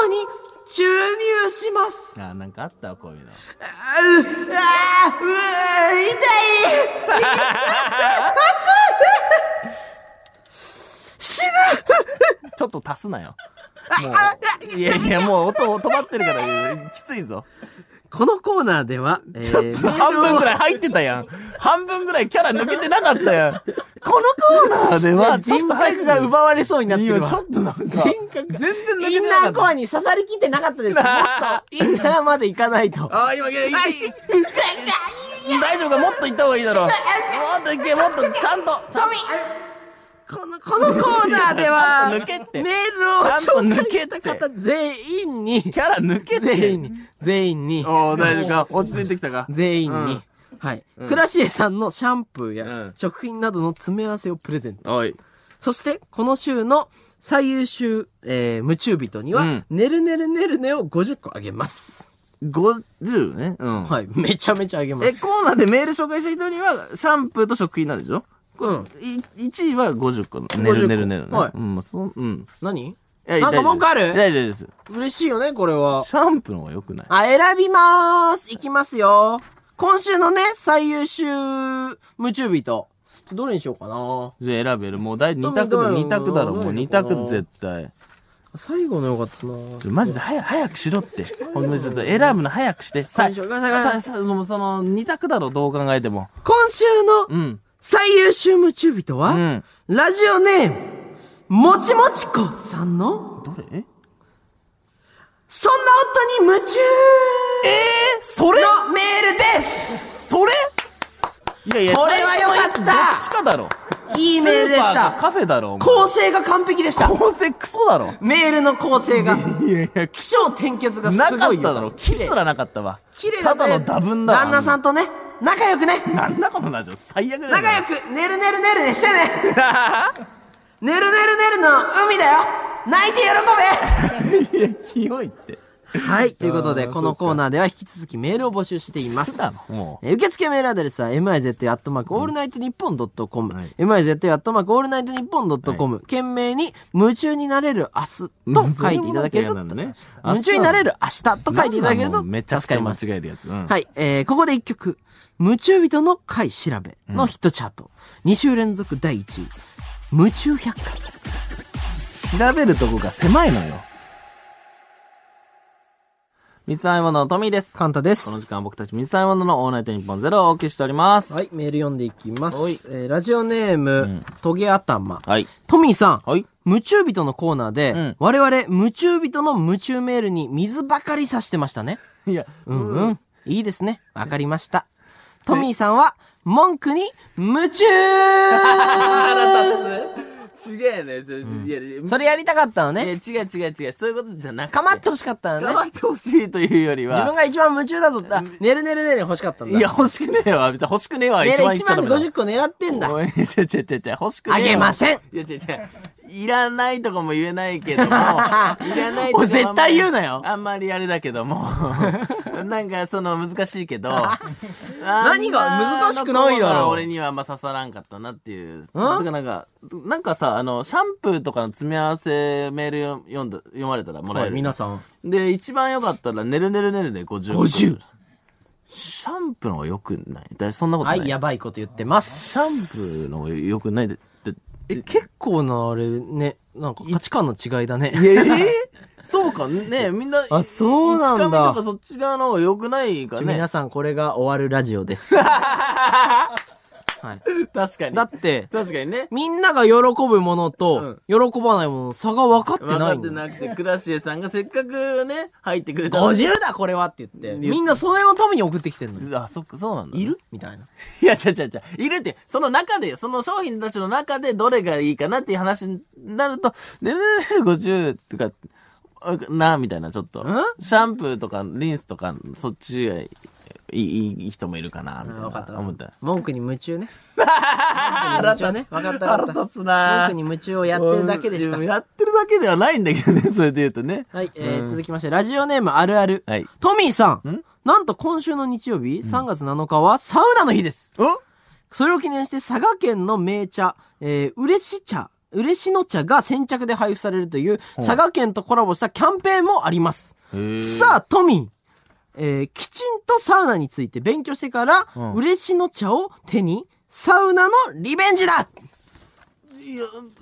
[SPEAKER 2] アに注入します。
[SPEAKER 1] あー、なんかあったわ、こういうの。
[SPEAKER 2] あう、あう、う、痛い痛い熱い死ぬ
[SPEAKER 1] ちょっと足すなよ。
[SPEAKER 2] あああ
[SPEAKER 1] いやいや、もう音止まってるから、きついぞ。
[SPEAKER 2] このコーナーでは、えー
[SPEAKER 1] ちょっと半分ぐらい入ってたやん。半分ぐらいキャラ抜けてなかったやん。このコーナーでは、ちょっ
[SPEAKER 2] 人
[SPEAKER 1] と入っ
[SPEAKER 2] 格
[SPEAKER 1] て
[SPEAKER 2] が
[SPEAKER 1] た
[SPEAKER 2] 奪われそうになって
[SPEAKER 1] いや
[SPEAKER 2] るわ。
[SPEAKER 1] ちょっとなんか。
[SPEAKER 2] 人格
[SPEAKER 1] 全然抜
[SPEAKER 2] イ
[SPEAKER 1] け
[SPEAKER 2] ン
[SPEAKER 1] て
[SPEAKER 2] ナ
[SPEAKER 1] な
[SPEAKER 2] ーコ
[SPEAKER 1] かっ
[SPEAKER 2] アに刺さりきってなかったです。もっと、インナーまでいかないと。
[SPEAKER 1] た。ああ、今、いやいや大丈夫かもっと行った方がいいだろう。もっと行け、もっと、ちゃんと、ちゃんと。
[SPEAKER 2] この、このコーナーでは、
[SPEAKER 1] ちゃんと抜け
[SPEAKER 2] メー
[SPEAKER 1] って
[SPEAKER 2] ルを紹介した
[SPEAKER 1] ちゃんと
[SPEAKER 2] 方全員に、
[SPEAKER 1] キャラ抜けて。
[SPEAKER 2] 全員に、全員に、
[SPEAKER 1] おー、大丈夫か落ち着いてきたか
[SPEAKER 2] 全員に、
[SPEAKER 1] うん
[SPEAKER 2] はい。クラシエさんのシャンプー
[SPEAKER 1] う
[SPEAKER 2] や
[SPEAKER 1] ん
[SPEAKER 2] 食品などの詰め合わせをプレゼント。
[SPEAKER 1] おい。
[SPEAKER 2] そして、この週の最優秀、えー、夢中人には、
[SPEAKER 1] うん
[SPEAKER 2] ねるねるねるねを50個あげます。
[SPEAKER 1] 50ね。うん。
[SPEAKER 2] はい。めちゃめちゃあげま
[SPEAKER 1] え、
[SPEAKER 2] す。
[SPEAKER 1] コーナーでメール紹介した人には、シャンプーと食品なんでしょ
[SPEAKER 2] うん。
[SPEAKER 1] い1位は50個。ねるねるねるね。
[SPEAKER 2] はい
[SPEAKER 1] うん、まあそう、うん。
[SPEAKER 2] 何
[SPEAKER 1] いや
[SPEAKER 2] なんか文句ある
[SPEAKER 1] 大丈夫です。
[SPEAKER 2] 嬉しいよね、これは。
[SPEAKER 1] シャンプーの方が良くない
[SPEAKER 2] あ、選びまーす。いきますよ。今週のね、最優秀、夢中人。ちょっとどれにしようかな。
[SPEAKER 1] じゃあ選べる。もう第2択
[SPEAKER 2] ど
[SPEAKER 1] だ、
[SPEAKER 2] れ
[SPEAKER 1] 2択だろ。
[SPEAKER 2] どれ
[SPEAKER 1] もう2
[SPEAKER 2] どれ
[SPEAKER 1] 択絶対。
[SPEAKER 2] 最後のよかったな。
[SPEAKER 1] ちょマジで早く、早くしろって。ほんとにちょっと選ぶの早くして。さ、
[SPEAKER 2] よいし
[SPEAKER 1] さ
[SPEAKER 2] ょごめんなさいごめんなさい、
[SPEAKER 1] さその、その、2択だろ、どう考えても。
[SPEAKER 2] 今週
[SPEAKER 1] う
[SPEAKER 2] の
[SPEAKER 1] ん。
[SPEAKER 2] 最優秀夢中人は、
[SPEAKER 1] うん
[SPEAKER 2] ラジオネーム、もちもちこさんの、
[SPEAKER 1] どれえ
[SPEAKER 2] そんな夫に夢中
[SPEAKER 1] えー、それ
[SPEAKER 2] のメールです
[SPEAKER 1] それいやいや、
[SPEAKER 2] これは良か
[SPEAKER 1] 最初
[SPEAKER 2] った
[SPEAKER 1] のどっちかだろ。
[SPEAKER 2] いいメールでし
[SPEAKER 1] スーパーか
[SPEAKER 2] た。
[SPEAKER 1] カフェだろ、お前
[SPEAKER 2] 構成が完璧でした。
[SPEAKER 1] 構成クソだろ。
[SPEAKER 2] メールの構成が、
[SPEAKER 1] いやいや、
[SPEAKER 2] 気象転結がす
[SPEAKER 1] なかっ
[SPEAKER 2] ごいよ
[SPEAKER 1] ただろ。キスらなかったわ。
[SPEAKER 2] 綺麗だ
[SPEAKER 1] た
[SPEAKER 2] ね
[SPEAKER 1] だのダブンだわ。
[SPEAKER 2] 旦那さんとね、仲良くね。
[SPEAKER 1] なんだこのラジオ、最悪だよ。
[SPEAKER 2] 仲良く、ねるねるねるねしてね。ねるねるねるの海だよ。泣いて 喜
[SPEAKER 1] く。いや、清いって。
[SPEAKER 2] べ。はい。ということで、
[SPEAKER 1] あー
[SPEAKER 2] このコーナーでは引き続きメールを募集しています
[SPEAKER 1] す。だの、もう。
[SPEAKER 2] えー受付メールアドレスは miz.allnightnippon.com、
[SPEAKER 1] はい
[SPEAKER 2] miz.allnightnippon.com、懸命に夢中になれる明日と書いていただけると、
[SPEAKER 1] うんそれもなんか嫌なのね
[SPEAKER 2] 夢中になれる明日と書いていただ
[SPEAKER 1] な
[SPEAKER 2] ける
[SPEAKER 1] んな
[SPEAKER 2] と
[SPEAKER 1] のめちゃくち
[SPEAKER 2] 助か
[SPEAKER 1] ゃ
[SPEAKER 2] り
[SPEAKER 1] 間違
[SPEAKER 2] ます
[SPEAKER 1] えるやつ。うん
[SPEAKER 2] はい、えー、ここで一曲。夢中人の回調べのヒットチャート。2週連続第1位。夢中百科。
[SPEAKER 1] 調べるとこが狭いのよ。三つ合いもののトミーです。こ
[SPEAKER 2] カンタです。
[SPEAKER 1] の時間は僕たち三つ合いもののオールナイトニッポンゼロをお送りしております。
[SPEAKER 2] はい、メール読んでいきます。
[SPEAKER 1] はい
[SPEAKER 2] えー、ラジオネーム、トゲ頭。
[SPEAKER 1] はい。
[SPEAKER 2] トミーさん。
[SPEAKER 1] はい。
[SPEAKER 2] 夢中人のコーナーで、
[SPEAKER 1] ん
[SPEAKER 2] 我々、夢中人の夢中メールに水ばかりさしてましたね。
[SPEAKER 1] い や、
[SPEAKER 2] うんうん。いいですね。わかりました。トミーさんは、文句に夢中
[SPEAKER 1] ちげえね。それいやいや
[SPEAKER 2] それやりたかったの
[SPEAKER 1] いや
[SPEAKER 2] ね。
[SPEAKER 1] 違う違う違う。そういうことじゃなくて。
[SPEAKER 2] かまってほしかったのね
[SPEAKER 1] 頑。張ってほしいというより
[SPEAKER 2] 自分
[SPEAKER 1] は。
[SPEAKER 2] が一番夢中だぞった。ねるねるねる欲しかったん
[SPEAKER 1] い
[SPEAKER 2] だ。
[SPEAKER 1] や、欲しくねえわ。別に欲しくねえわ。
[SPEAKER 2] ねる1
[SPEAKER 1] 万
[SPEAKER 2] 万で50個狙ってんだ。
[SPEAKER 1] おい、ちょちょちょちょ、欲しくねえ
[SPEAKER 2] あ
[SPEAKER 1] わ
[SPEAKER 2] げません。
[SPEAKER 1] いや、違う違う。いらないとかも 言えないけども。いらないとかもあんまり
[SPEAKER 2] おい絶対言うなよ
[SPEAKER 1] あんまりあれだけども。なんか、その、難しいけど。
[SPEAKER 2] 何が難しくないだろ
[SPEAKER 1] あんなのが俺にはあんま刺さらんかったなっていう。てかなんか、なんかさ、あの、シャンプーとかの詰め合わせメールよ読んだ、読まれたらもらえ
[SPEAKER 2] はい、
[SPEAKER 1] る。
[SPEAKER 2] 皆さん。
[SPEAKER 1] で、一番良かったら、ねるねるねるで50。
[SPEAKER 2] 50
[SPEAKER 1] シャンプーの方が良くないだいそんなこと
[SPEAKER 4] は
[SPEAKER 1] ない。
[SPEAKER 4] い、やばいこと言ってます。
[SPEAKER 1] シャンプーの方が良くないで、で
[SPEAKER 2] え、結構な、あれ、ね、なんか価値観の違いだね。
[SPEAKER 1] え そうかねみんな、
[SPEAKER 2] あそうなんだ
[SPEAKER 1] 一紙とかそっち側の方が良くないかね
[SPEAKER 2] 皆。さん、これが終わるラジオ です。はい。
[SPEAKER 1] 確かに。
[SPEAKER 2] だって、
[SPEAKER 1] 確かにね。
[SPEAKER 2] みんなが喜ぶものと、喜ばないものの差が分かって
[SPEAKER 1] 分
[SPEAKER 2] な
[SPEAKER 1] か
[SPEAKER 2] い
[SPEAKER 1] っ
[SPEAKER 2] ん
[SPEAKER 1] て
[SPEAKER 2] だよ
[SPEAKER 1] なくて、クラシエさんがせっかくね、入ってくれたのに。
[SPEAKER 2] 50だこれはって言って、みんなそれのために送ってきてんのよ。
[SPEAKER 1] あ、そっか、そうなんだ、
[SPEAKER 2] いるみたいな。
[SPEAKER 1] いや、ちゃちゃちゃ。いるって、その中でよ、その商品たちの中でどれがいいかなっていう話になると、ねるねる50とか、あな、みたいな、ちょっと。シャンプーとか、リンスとか、そっちがいい、いいいい人もいるかな、みたいな。
[SPEAKER 2] 分かった
[SPEAKER 1] 思った。
[SPEAKER 2] 文句に夢 中ね。
[SPEAKER 1] 腹
[SPEAKER 2] 一応ね
[SPEAKER 1] 立つ。
[SPEAKER 2] 分かった分かった
[SPEAKER 1] 腹立つな
[SPEAKER 2] 文句に夢中をやってるだけでした
[SPEAKER 1] うん。やってるだけではないんだけどね、それで言うとね。
[SPEAKER 2] はい、えー続きまして、ラジオネームあるある。
[SPEAKER 1] はい
[SPEAKER 2] トミーさんなんと今週の日曜日、3月7日はサウナの日です。
[SPEAKER 1] お
[SPEAKER 2] それを記念して佐賀県の名茶、えー、嬉し茶、嬉しの茶が先着で配布されるという、佐賀県とコラボしたキャンペーンもあります。さあ、トミー。えーきちんとサウナについて勉強してから、嬉しの茶を手に、サウナのリベンジだ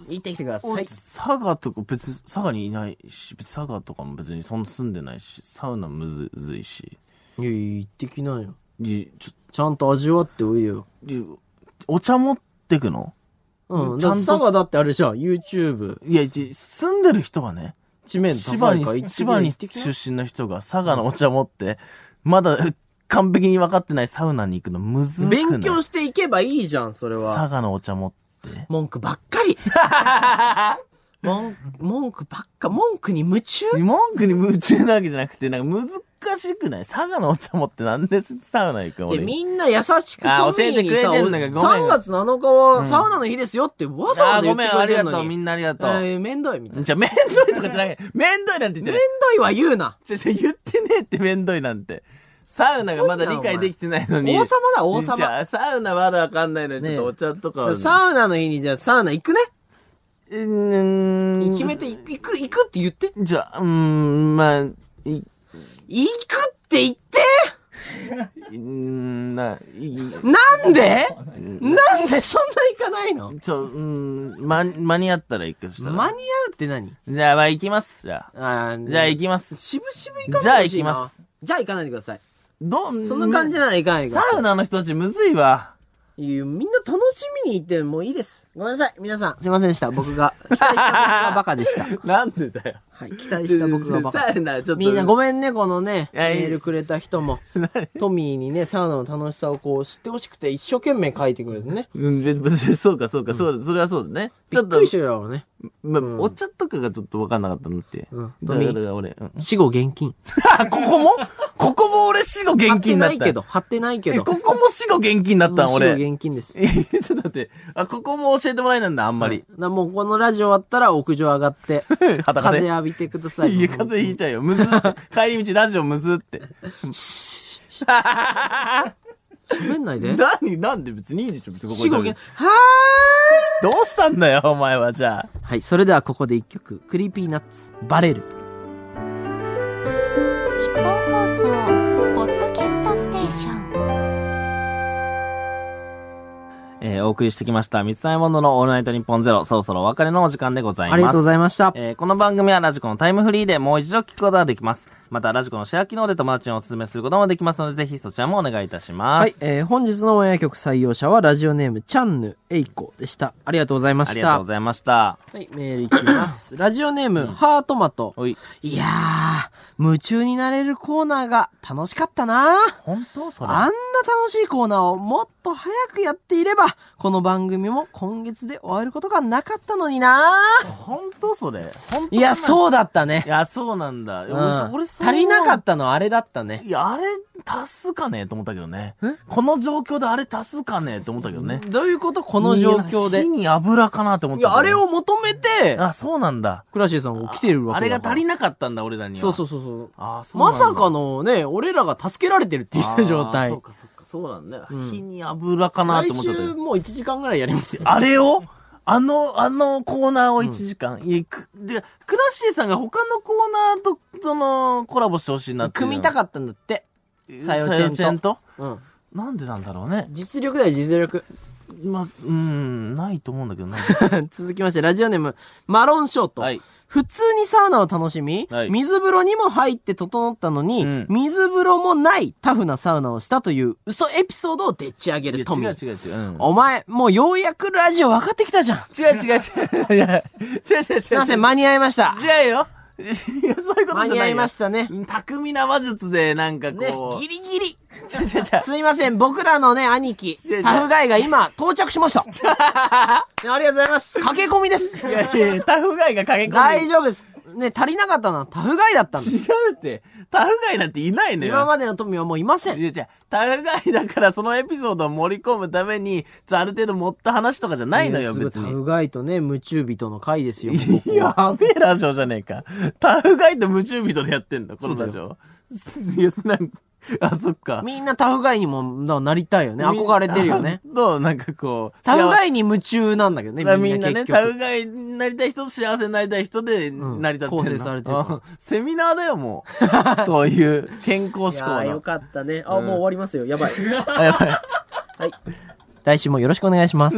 [SPEAKER 4] 行ってきてくださ
[SPEAKER 1] 俺
[SPEAKER 4] い。
[SPEAKER 1] 佐賀とか別に、佐賀にいないし、別に佐賀とかも別にそんな住んでないし、サウナむずずいし。
[SPEAKER 2] いやいや、行ってきなよ。
[SPEAKER 1] いちょ
[SPEAKER 2] ちゃんと味わっておいでよ。
[SPEAKER 1] いお茶持ってくの
[SPEAKER 2] うん。
[SPEAKER 1] ちゃんと
[SPEAKER 2] だって佐賀だってあれじゃん、YouTube、
[SPEAKER 1] いや、い住んでる人はね、
[SPEAKER 2] 知名度
[SPEAKER 1] 千
[SPEAKER 2] 高
[SPEAKER 1] 葉
[SPEAKER 2] い
[SPEAKER 1] に
[SPEAKER 2] から行っ、て
[SPEAKER 1] 千葉に出身の人が佐賀のお茶持って、まだ完璧に分かってないサウナに行くのむずくない
[SPEAKER 2] 勉強していけばいいじゃん、それは。
[SPEAKER 1] 佐賀のお茶持って。
[SPEAKER 2] 文句ばっ かり文文句ばっか、文句に夢中
[SPEAKER 1] 文句に夢中なわけじゃなくて、なんか難しくない佐賀のお茶持ってなんでサウナ行くの
[SPEAKER 2] で
[SPEAKER 1] 俺。
[SPEAKER 2] みんな優しくトミ
[SPEAKER 1] あ
[SPEAKER 2] ーにさ、
[SPEAKER 1] 教えてくれてんのかごめん
[SPEAKER 2] 3月7日はサウナの日ですよってわざ
[SPEAKER 1] あ
[SPEAKER 2] わ
[SPEAKER 1] ー
[SPEAKER 2] ざ言
[SPEAKER 1] ご
[SPEAKER 2] っ
[SPEAKER 1] め
[SPEAKER 2] て
[SPEAKER 1] ん、あ
[SPEAKER 2] くれ
[SPEAKER 1] りが
[SPEAKER 2] てん
[SPEAKER 1] と
[SPEAKER 2] の
[SPEAKER 1] う、み
[SPEAKER 2] に。
[SPEAKER 1] んなありがとう。
[SPEAKER 2] えー、めんどいみたいな。
[SPEAKER 1] じゃあ、めんどいとかじゃない。めんどいなんて言って
[SPEAKER 2] め
[SPEAKER 1] なんい。
[SPEAKER 2] どいは言うな。
[SPEAKER 1] ちょ、ちょ、言ってねえってめんどいなんて。サウナがまだ理解できてないのに。
[SPEAKER 2] 王様だ、王
[SPEAKER 1] じ
[SPEAKER 2] 様。
[SPEAKER 1] ゃあ、サウナまだわかんないのに、
[SPEAKER 2] ねえ
[SPEAKER 1] ちょっとお茶とかを。
[SPEAKER 2] サウナの日にじゃあサウナ行くね。
[SPEAKER 1] うーん
[SPEAKER 2] 決めて行く、行く行くって言って。
[SPEAKER 1] じゃあ、うーん、まあ、い、う
[SPEAKER 2] 行くって言って
[SPEAKER 1] ーん、な、い、
[SPEAKER 2] なんでなんでそんな行かないの
[SPEAKER 1] ちょ、うーん、ま、間に合ったら行くしたら。
[SPEAKER 2] 間に合うって何
[SPEAKER 1] じゃあ、まあ行きます。じゃあ。
[SPEAKER 2] あー
[SPEAKER 1] じゃあ行きます。
[SPEAKER 2] しぶしぶ行かない
[SPEAKER 1] じゃあ行きます。
[SPEAKER 2] じゃあ行かないでください。
[SPEAKER 1] どん、
[SPEAKER 2] そんな感じなら行かないでくだ
[SPEAKER 1] サ
[SPEAKER 2] さい。
[SPEAKER 1] ウナの人たちむずいわ。
[SPEAKER 2] いやみんな楽しみに行ってもういいです。ごめんなさい。皆さん、すいませんでした。僕が。期待した僕がバカ でした。
[SPEAKER 1] なんでだよ。
[SPEAKER 2] はい。期待した僕がバカ。
[SPEAKER 1] サウナ、ちょっと。
[SPEAKER 2] みんなごめんね、このね、
[SPEAKER 1] いや
[SPEAKER 2] メ
[SPEAKER 1] いい
[SPEAKER 2] ールくれた 人も。トミーにね、サウナの楽しさをこう知ってほしくて一生懸命書いてくれてね。
[SPEAKER 1] うん、別別にそうか、そうか、そうだ、それはそうだね。ち
[SPEAKER 2] び
[SPEAKER 1] ょ
[SPEAKER 2] っ
[SPEAKER 1] っと
[SPEAKER 2] くり、してるだろうね。
[SPEAKER 1] まあ、お茶とかがちょっと分かんなかったのって。うん。だから、だから俺、うん。
[SPEAKER 2] 死後現金。
[SPEAKER 1] あ、 ここもここも俺死後
[SPEAKER 2] 貼
[SPEAKER 1] 現
[SPEAKER 2] って
[SPEAKER 1] 金だ
[SPEAKER 2] な
[SPEAKER 1] っ
[SPEAKER 2] い
[SPEAKER 1] た。
[SPEAKER 2] けど、貼ってないけ
[SPEAKER 1] え
[SPEAKER 2] ど。
[SPEAKER 1] ここも死後現金だったん、
[SPEAKER 2] 死後
[SPEAKER 1] 俺。
[SPEAKER 2] 現金です。
[SPEAKER 1] え ちょっと待って。あ、ここも教えてもらえないんだ、あんまり。
[SPEAKER 2] なもうこのラジオ終わったら屋上上がって、
[SPEAKER 1] 裸
[SPEAKER 2] 風
[SPEAKER 1] で。
[SPEAKER 2] 浴びてください。
[SPEAKER 1] いや、風邪ひいちゃうよ。むず って。帰り道ラジオむずって。
[SPEAKER 2] 滑んないで。
[SPEAKER 1] 何なんで別にいいでしょ、別にここに
[SPEAKER 2] 死後
[SPEAKER 1] 食べ
[SPEAKER 2] 現
[SPEAKER 1] て。
[SPEAKER 2] はーい
[SPEAKER 1] どうしたんだよ、お前は、じゃあ。
[SPEAKER 2] はい、それではここで一曲。クリーピーナッツ、バレる。
[SPEAKER 3] 日本放送ポッドキャストステーション
[SPEAKER 1] えーお送りしてきました、三つ編みモンドのオールナイトニッポンゼロ、そろそろお別れのお時間でございます。
[SPEAKER 2] ありがとうござい
[SPEAKER 1] ま
[SPEAKER 2] ました。
[SPEAKER 1] えーこの番組はラジコのタイムフリーでもう一度聞くことができます。また、ラジコのシェア機能で友達にお勧めすることもできますので、ぜひそちらもお願いいたします。
[SPEAKER 2] はい、えー本日のオンエア曲採用者はラジオネーム、チャンヌエイコでした。ありがとうございま
[SPEAKER 1] あ
[SPEAKER 2] し
[SPEAKER 1] りがとう
[SPEAKER 2] た
[SPEAKER 1] ご。ざいました。
[SPEAKER 2] はい、メールいきます。ラジオネーム、ハートマト。
[SPEAKER 1] おい。
[SPEAKER 2] いやー、夢中になれるコーナーが楽しかったな
[SPEAKER 1] 本当それ。
[SPEAKER 2] あんな楽しいコーナーをもっと早くやっていれば、この番組も今月で終わることがなかったのにな
[SPEAKER 1] 本当それ。本当
[SPEAKER 2] いや、
[SPEAKER 1] う。
[SPEAKER 2] そうだったね
[SPEAKER 1] い。や、そうなんだ。
[SPEAKER 2] う
[SPEAKER 1] 俺そ俺
[SPEAKER 2] ん足りなか
[SPEAKER 1] っ
[SPEAKER 2] ったのあれだったね
[SPEAKER 1] た。。いや、あれ、足すかねと思ったけどね。この状況であれ足すかねと思ったけどね。
[SPEAKER 2] どういうことこの状況で。
[SPEAKER 1] 火
[SPEAKER 2] い
[SPEAKER 1] に油かなと思ったけど
[SPEAKER 2] や、
[SPEAKER 1] ね
[SPEAKER 2] あれ。を求めて、
[SPEAKER 1] あ、そうなんだ。
[SPEAKER 2] クラシエさんが来てる
[SPEAKER 1] あ
[SPEAKER 2] わけ
[SPEAKER 1] れ
[SPEAKER 2] だ
[SPEAKER 1] が
[SPEAKER 2] から。
[SPEAKER 1] 足りなかったんだ、俺らには。
[SPEAKER 2] そうそうそうそう。
[SPEAKER 1] あーそうなん
[SPEAKER 2] ま
[SPEAKER 1] だ
[SPEAKER 2] さかのね、俺らが助けられてるっていう状
[SPEAKER 1] あー
[SPEAKER 2] 態
[SPEAKER 1] そう。か、そうか、そうなんだよ。火に油かな
[SPEAKER 2] 来
[SPEAKER 1] と思っちゃったけ
[SPEAKER 2] 週
[SPEAKER 1] ど。
[SPEAKER 2] もう1時間ぐらいやります よ。
[SPEAKER 1] あれをあの、あのコーナーを1時間。いや、くで、クラッシーさんが他のコーナーと、その、コラボしてほしいなっていうの。
[SPEAKER 2] 組みた
[SPEAKER 1] っ
[SPEAKER 2] かったんだって。
[SPEAKER 1] た
[SPEAKER 2] さ
[SPEAKER 1] さ
[SPEAKER 2] よ
[SPEAKER 1] よ
[SPEAKER 2] ち
[SPEAKER 1] ち
[SPEAKER 2] ゃ
[SPEAKER 1] ゃ
[SPEAKER 2] んと
[SPEAKER 1] んと。
[SPEAKER 2] うん。
[SPEAKER 1] なんでなんだろうね。
[SPEAKER 2] 実力だよ、実力。
[SPEAKER 1] まあ、うん、ないと思うんだけど な。
[SPEAKER 2] 続きまして、ラジオネーム、マロンショート。
[SPEAKER 1] はい
[SPEAKER 2] 普通にサウナを楽しみ、
[SPEAKER 1] はい
[SPEAKER 2] 水風呂にも入って整ったのに、
[SPEAKER 1] うん
[SPEAKER 2] 水風呂もないタフなサウナをしたという嘘エピソードをでっち上げ
[SPEAKER 1] い
[SPEAKER 2] る
[SPEAKER 1] や
[SPEAKER 2] トミー。
[SPEAKER 1] 違う違う違う。うん
[SPEAKER 2] お前、もうようやくラジオ分かってきたじゃん。
[SPEAKER 1] 違う違う違 う。いや、違う違う違う。
[SPEAKER 2] すいません、間に合いました。
[SPEAKER 1] 違うよ。 いや、そういうことじゃないよ。
[SPEAKER 2] 間に合いましたね。
[SPEAKER 1] 巧みな話術で、なんかこう。
[SPEAKER 2] ね、ギリギリ。
[SPEAKER 1] 違う違う 違う。
[SPEAKER 2] すいません、僕らのね、兄貴
[SPEAKER 1] 違う違、う
[SPEAKER 2] タフガイが今、到着しました。 ねありがとうございます。駆け込みです。
[SPEAKER 1] いやいやいや、タフガイが駆け込んで
[SPEAKER 2] 大丈夫です。ね、足りなかったのはタフガイだったんです。
[SPEAKER 1] 違うって、タフガイなんていないのよ。
[SPEAKER 2] 今までの富はもういません。
[SPEAKER 1] いや違う、タフガイだからそのエピソードを盛り込むために、ある程度持った話とかじゃないのよ、
[SPEAKER 2] すごい
[SPEAKER 1] 別
[SPEAKER 2] タ
[SPEAKER 1] に。
[SPEAKER 2] フガイとね、夢中人の回で すよ、ここは。
[SPEAKER 1] やべえラジオじゃねえか。タフガイと夢中人でやってんだ、このラジオ。いや、なんかあ、そっか。
[SPEAKER 2] みんなタフガイにもななりたいよね。憧れてるよね。。
[SPEAKER 1] と、なんかこう、
[SPEAKER 2] タフガ
[SPEAKER 1] イ
[SPEAKER 2] イに夢中なんだけどね、み
[SPEAKER 1] み
[SPEAKER 2] ん
[SPEAKER 1] ん
[SPEAKER 2] な
[SPEAKER 1] な
[SPEAKER 2] 結
[SPEAKER 1] ね、
[SPEAKER 2] 局。
[SPEAKER 1] タフガイになりたい人と幸せになりたい人で成り立ってんの、
[SPEAKER 2] 構成されてるから
[SPEAKER 1] あセミナーだよ、もう。そういう健康志向
[SPEAKER 2] いやーよ
[SPEAKER 1] の。
[SPEAKER 2] かっ たね。あ、もう終わりますよ。やばい。
[SPEAKER 1] あやばい
[SPEAKER 2] 来週もよろしくお願いします。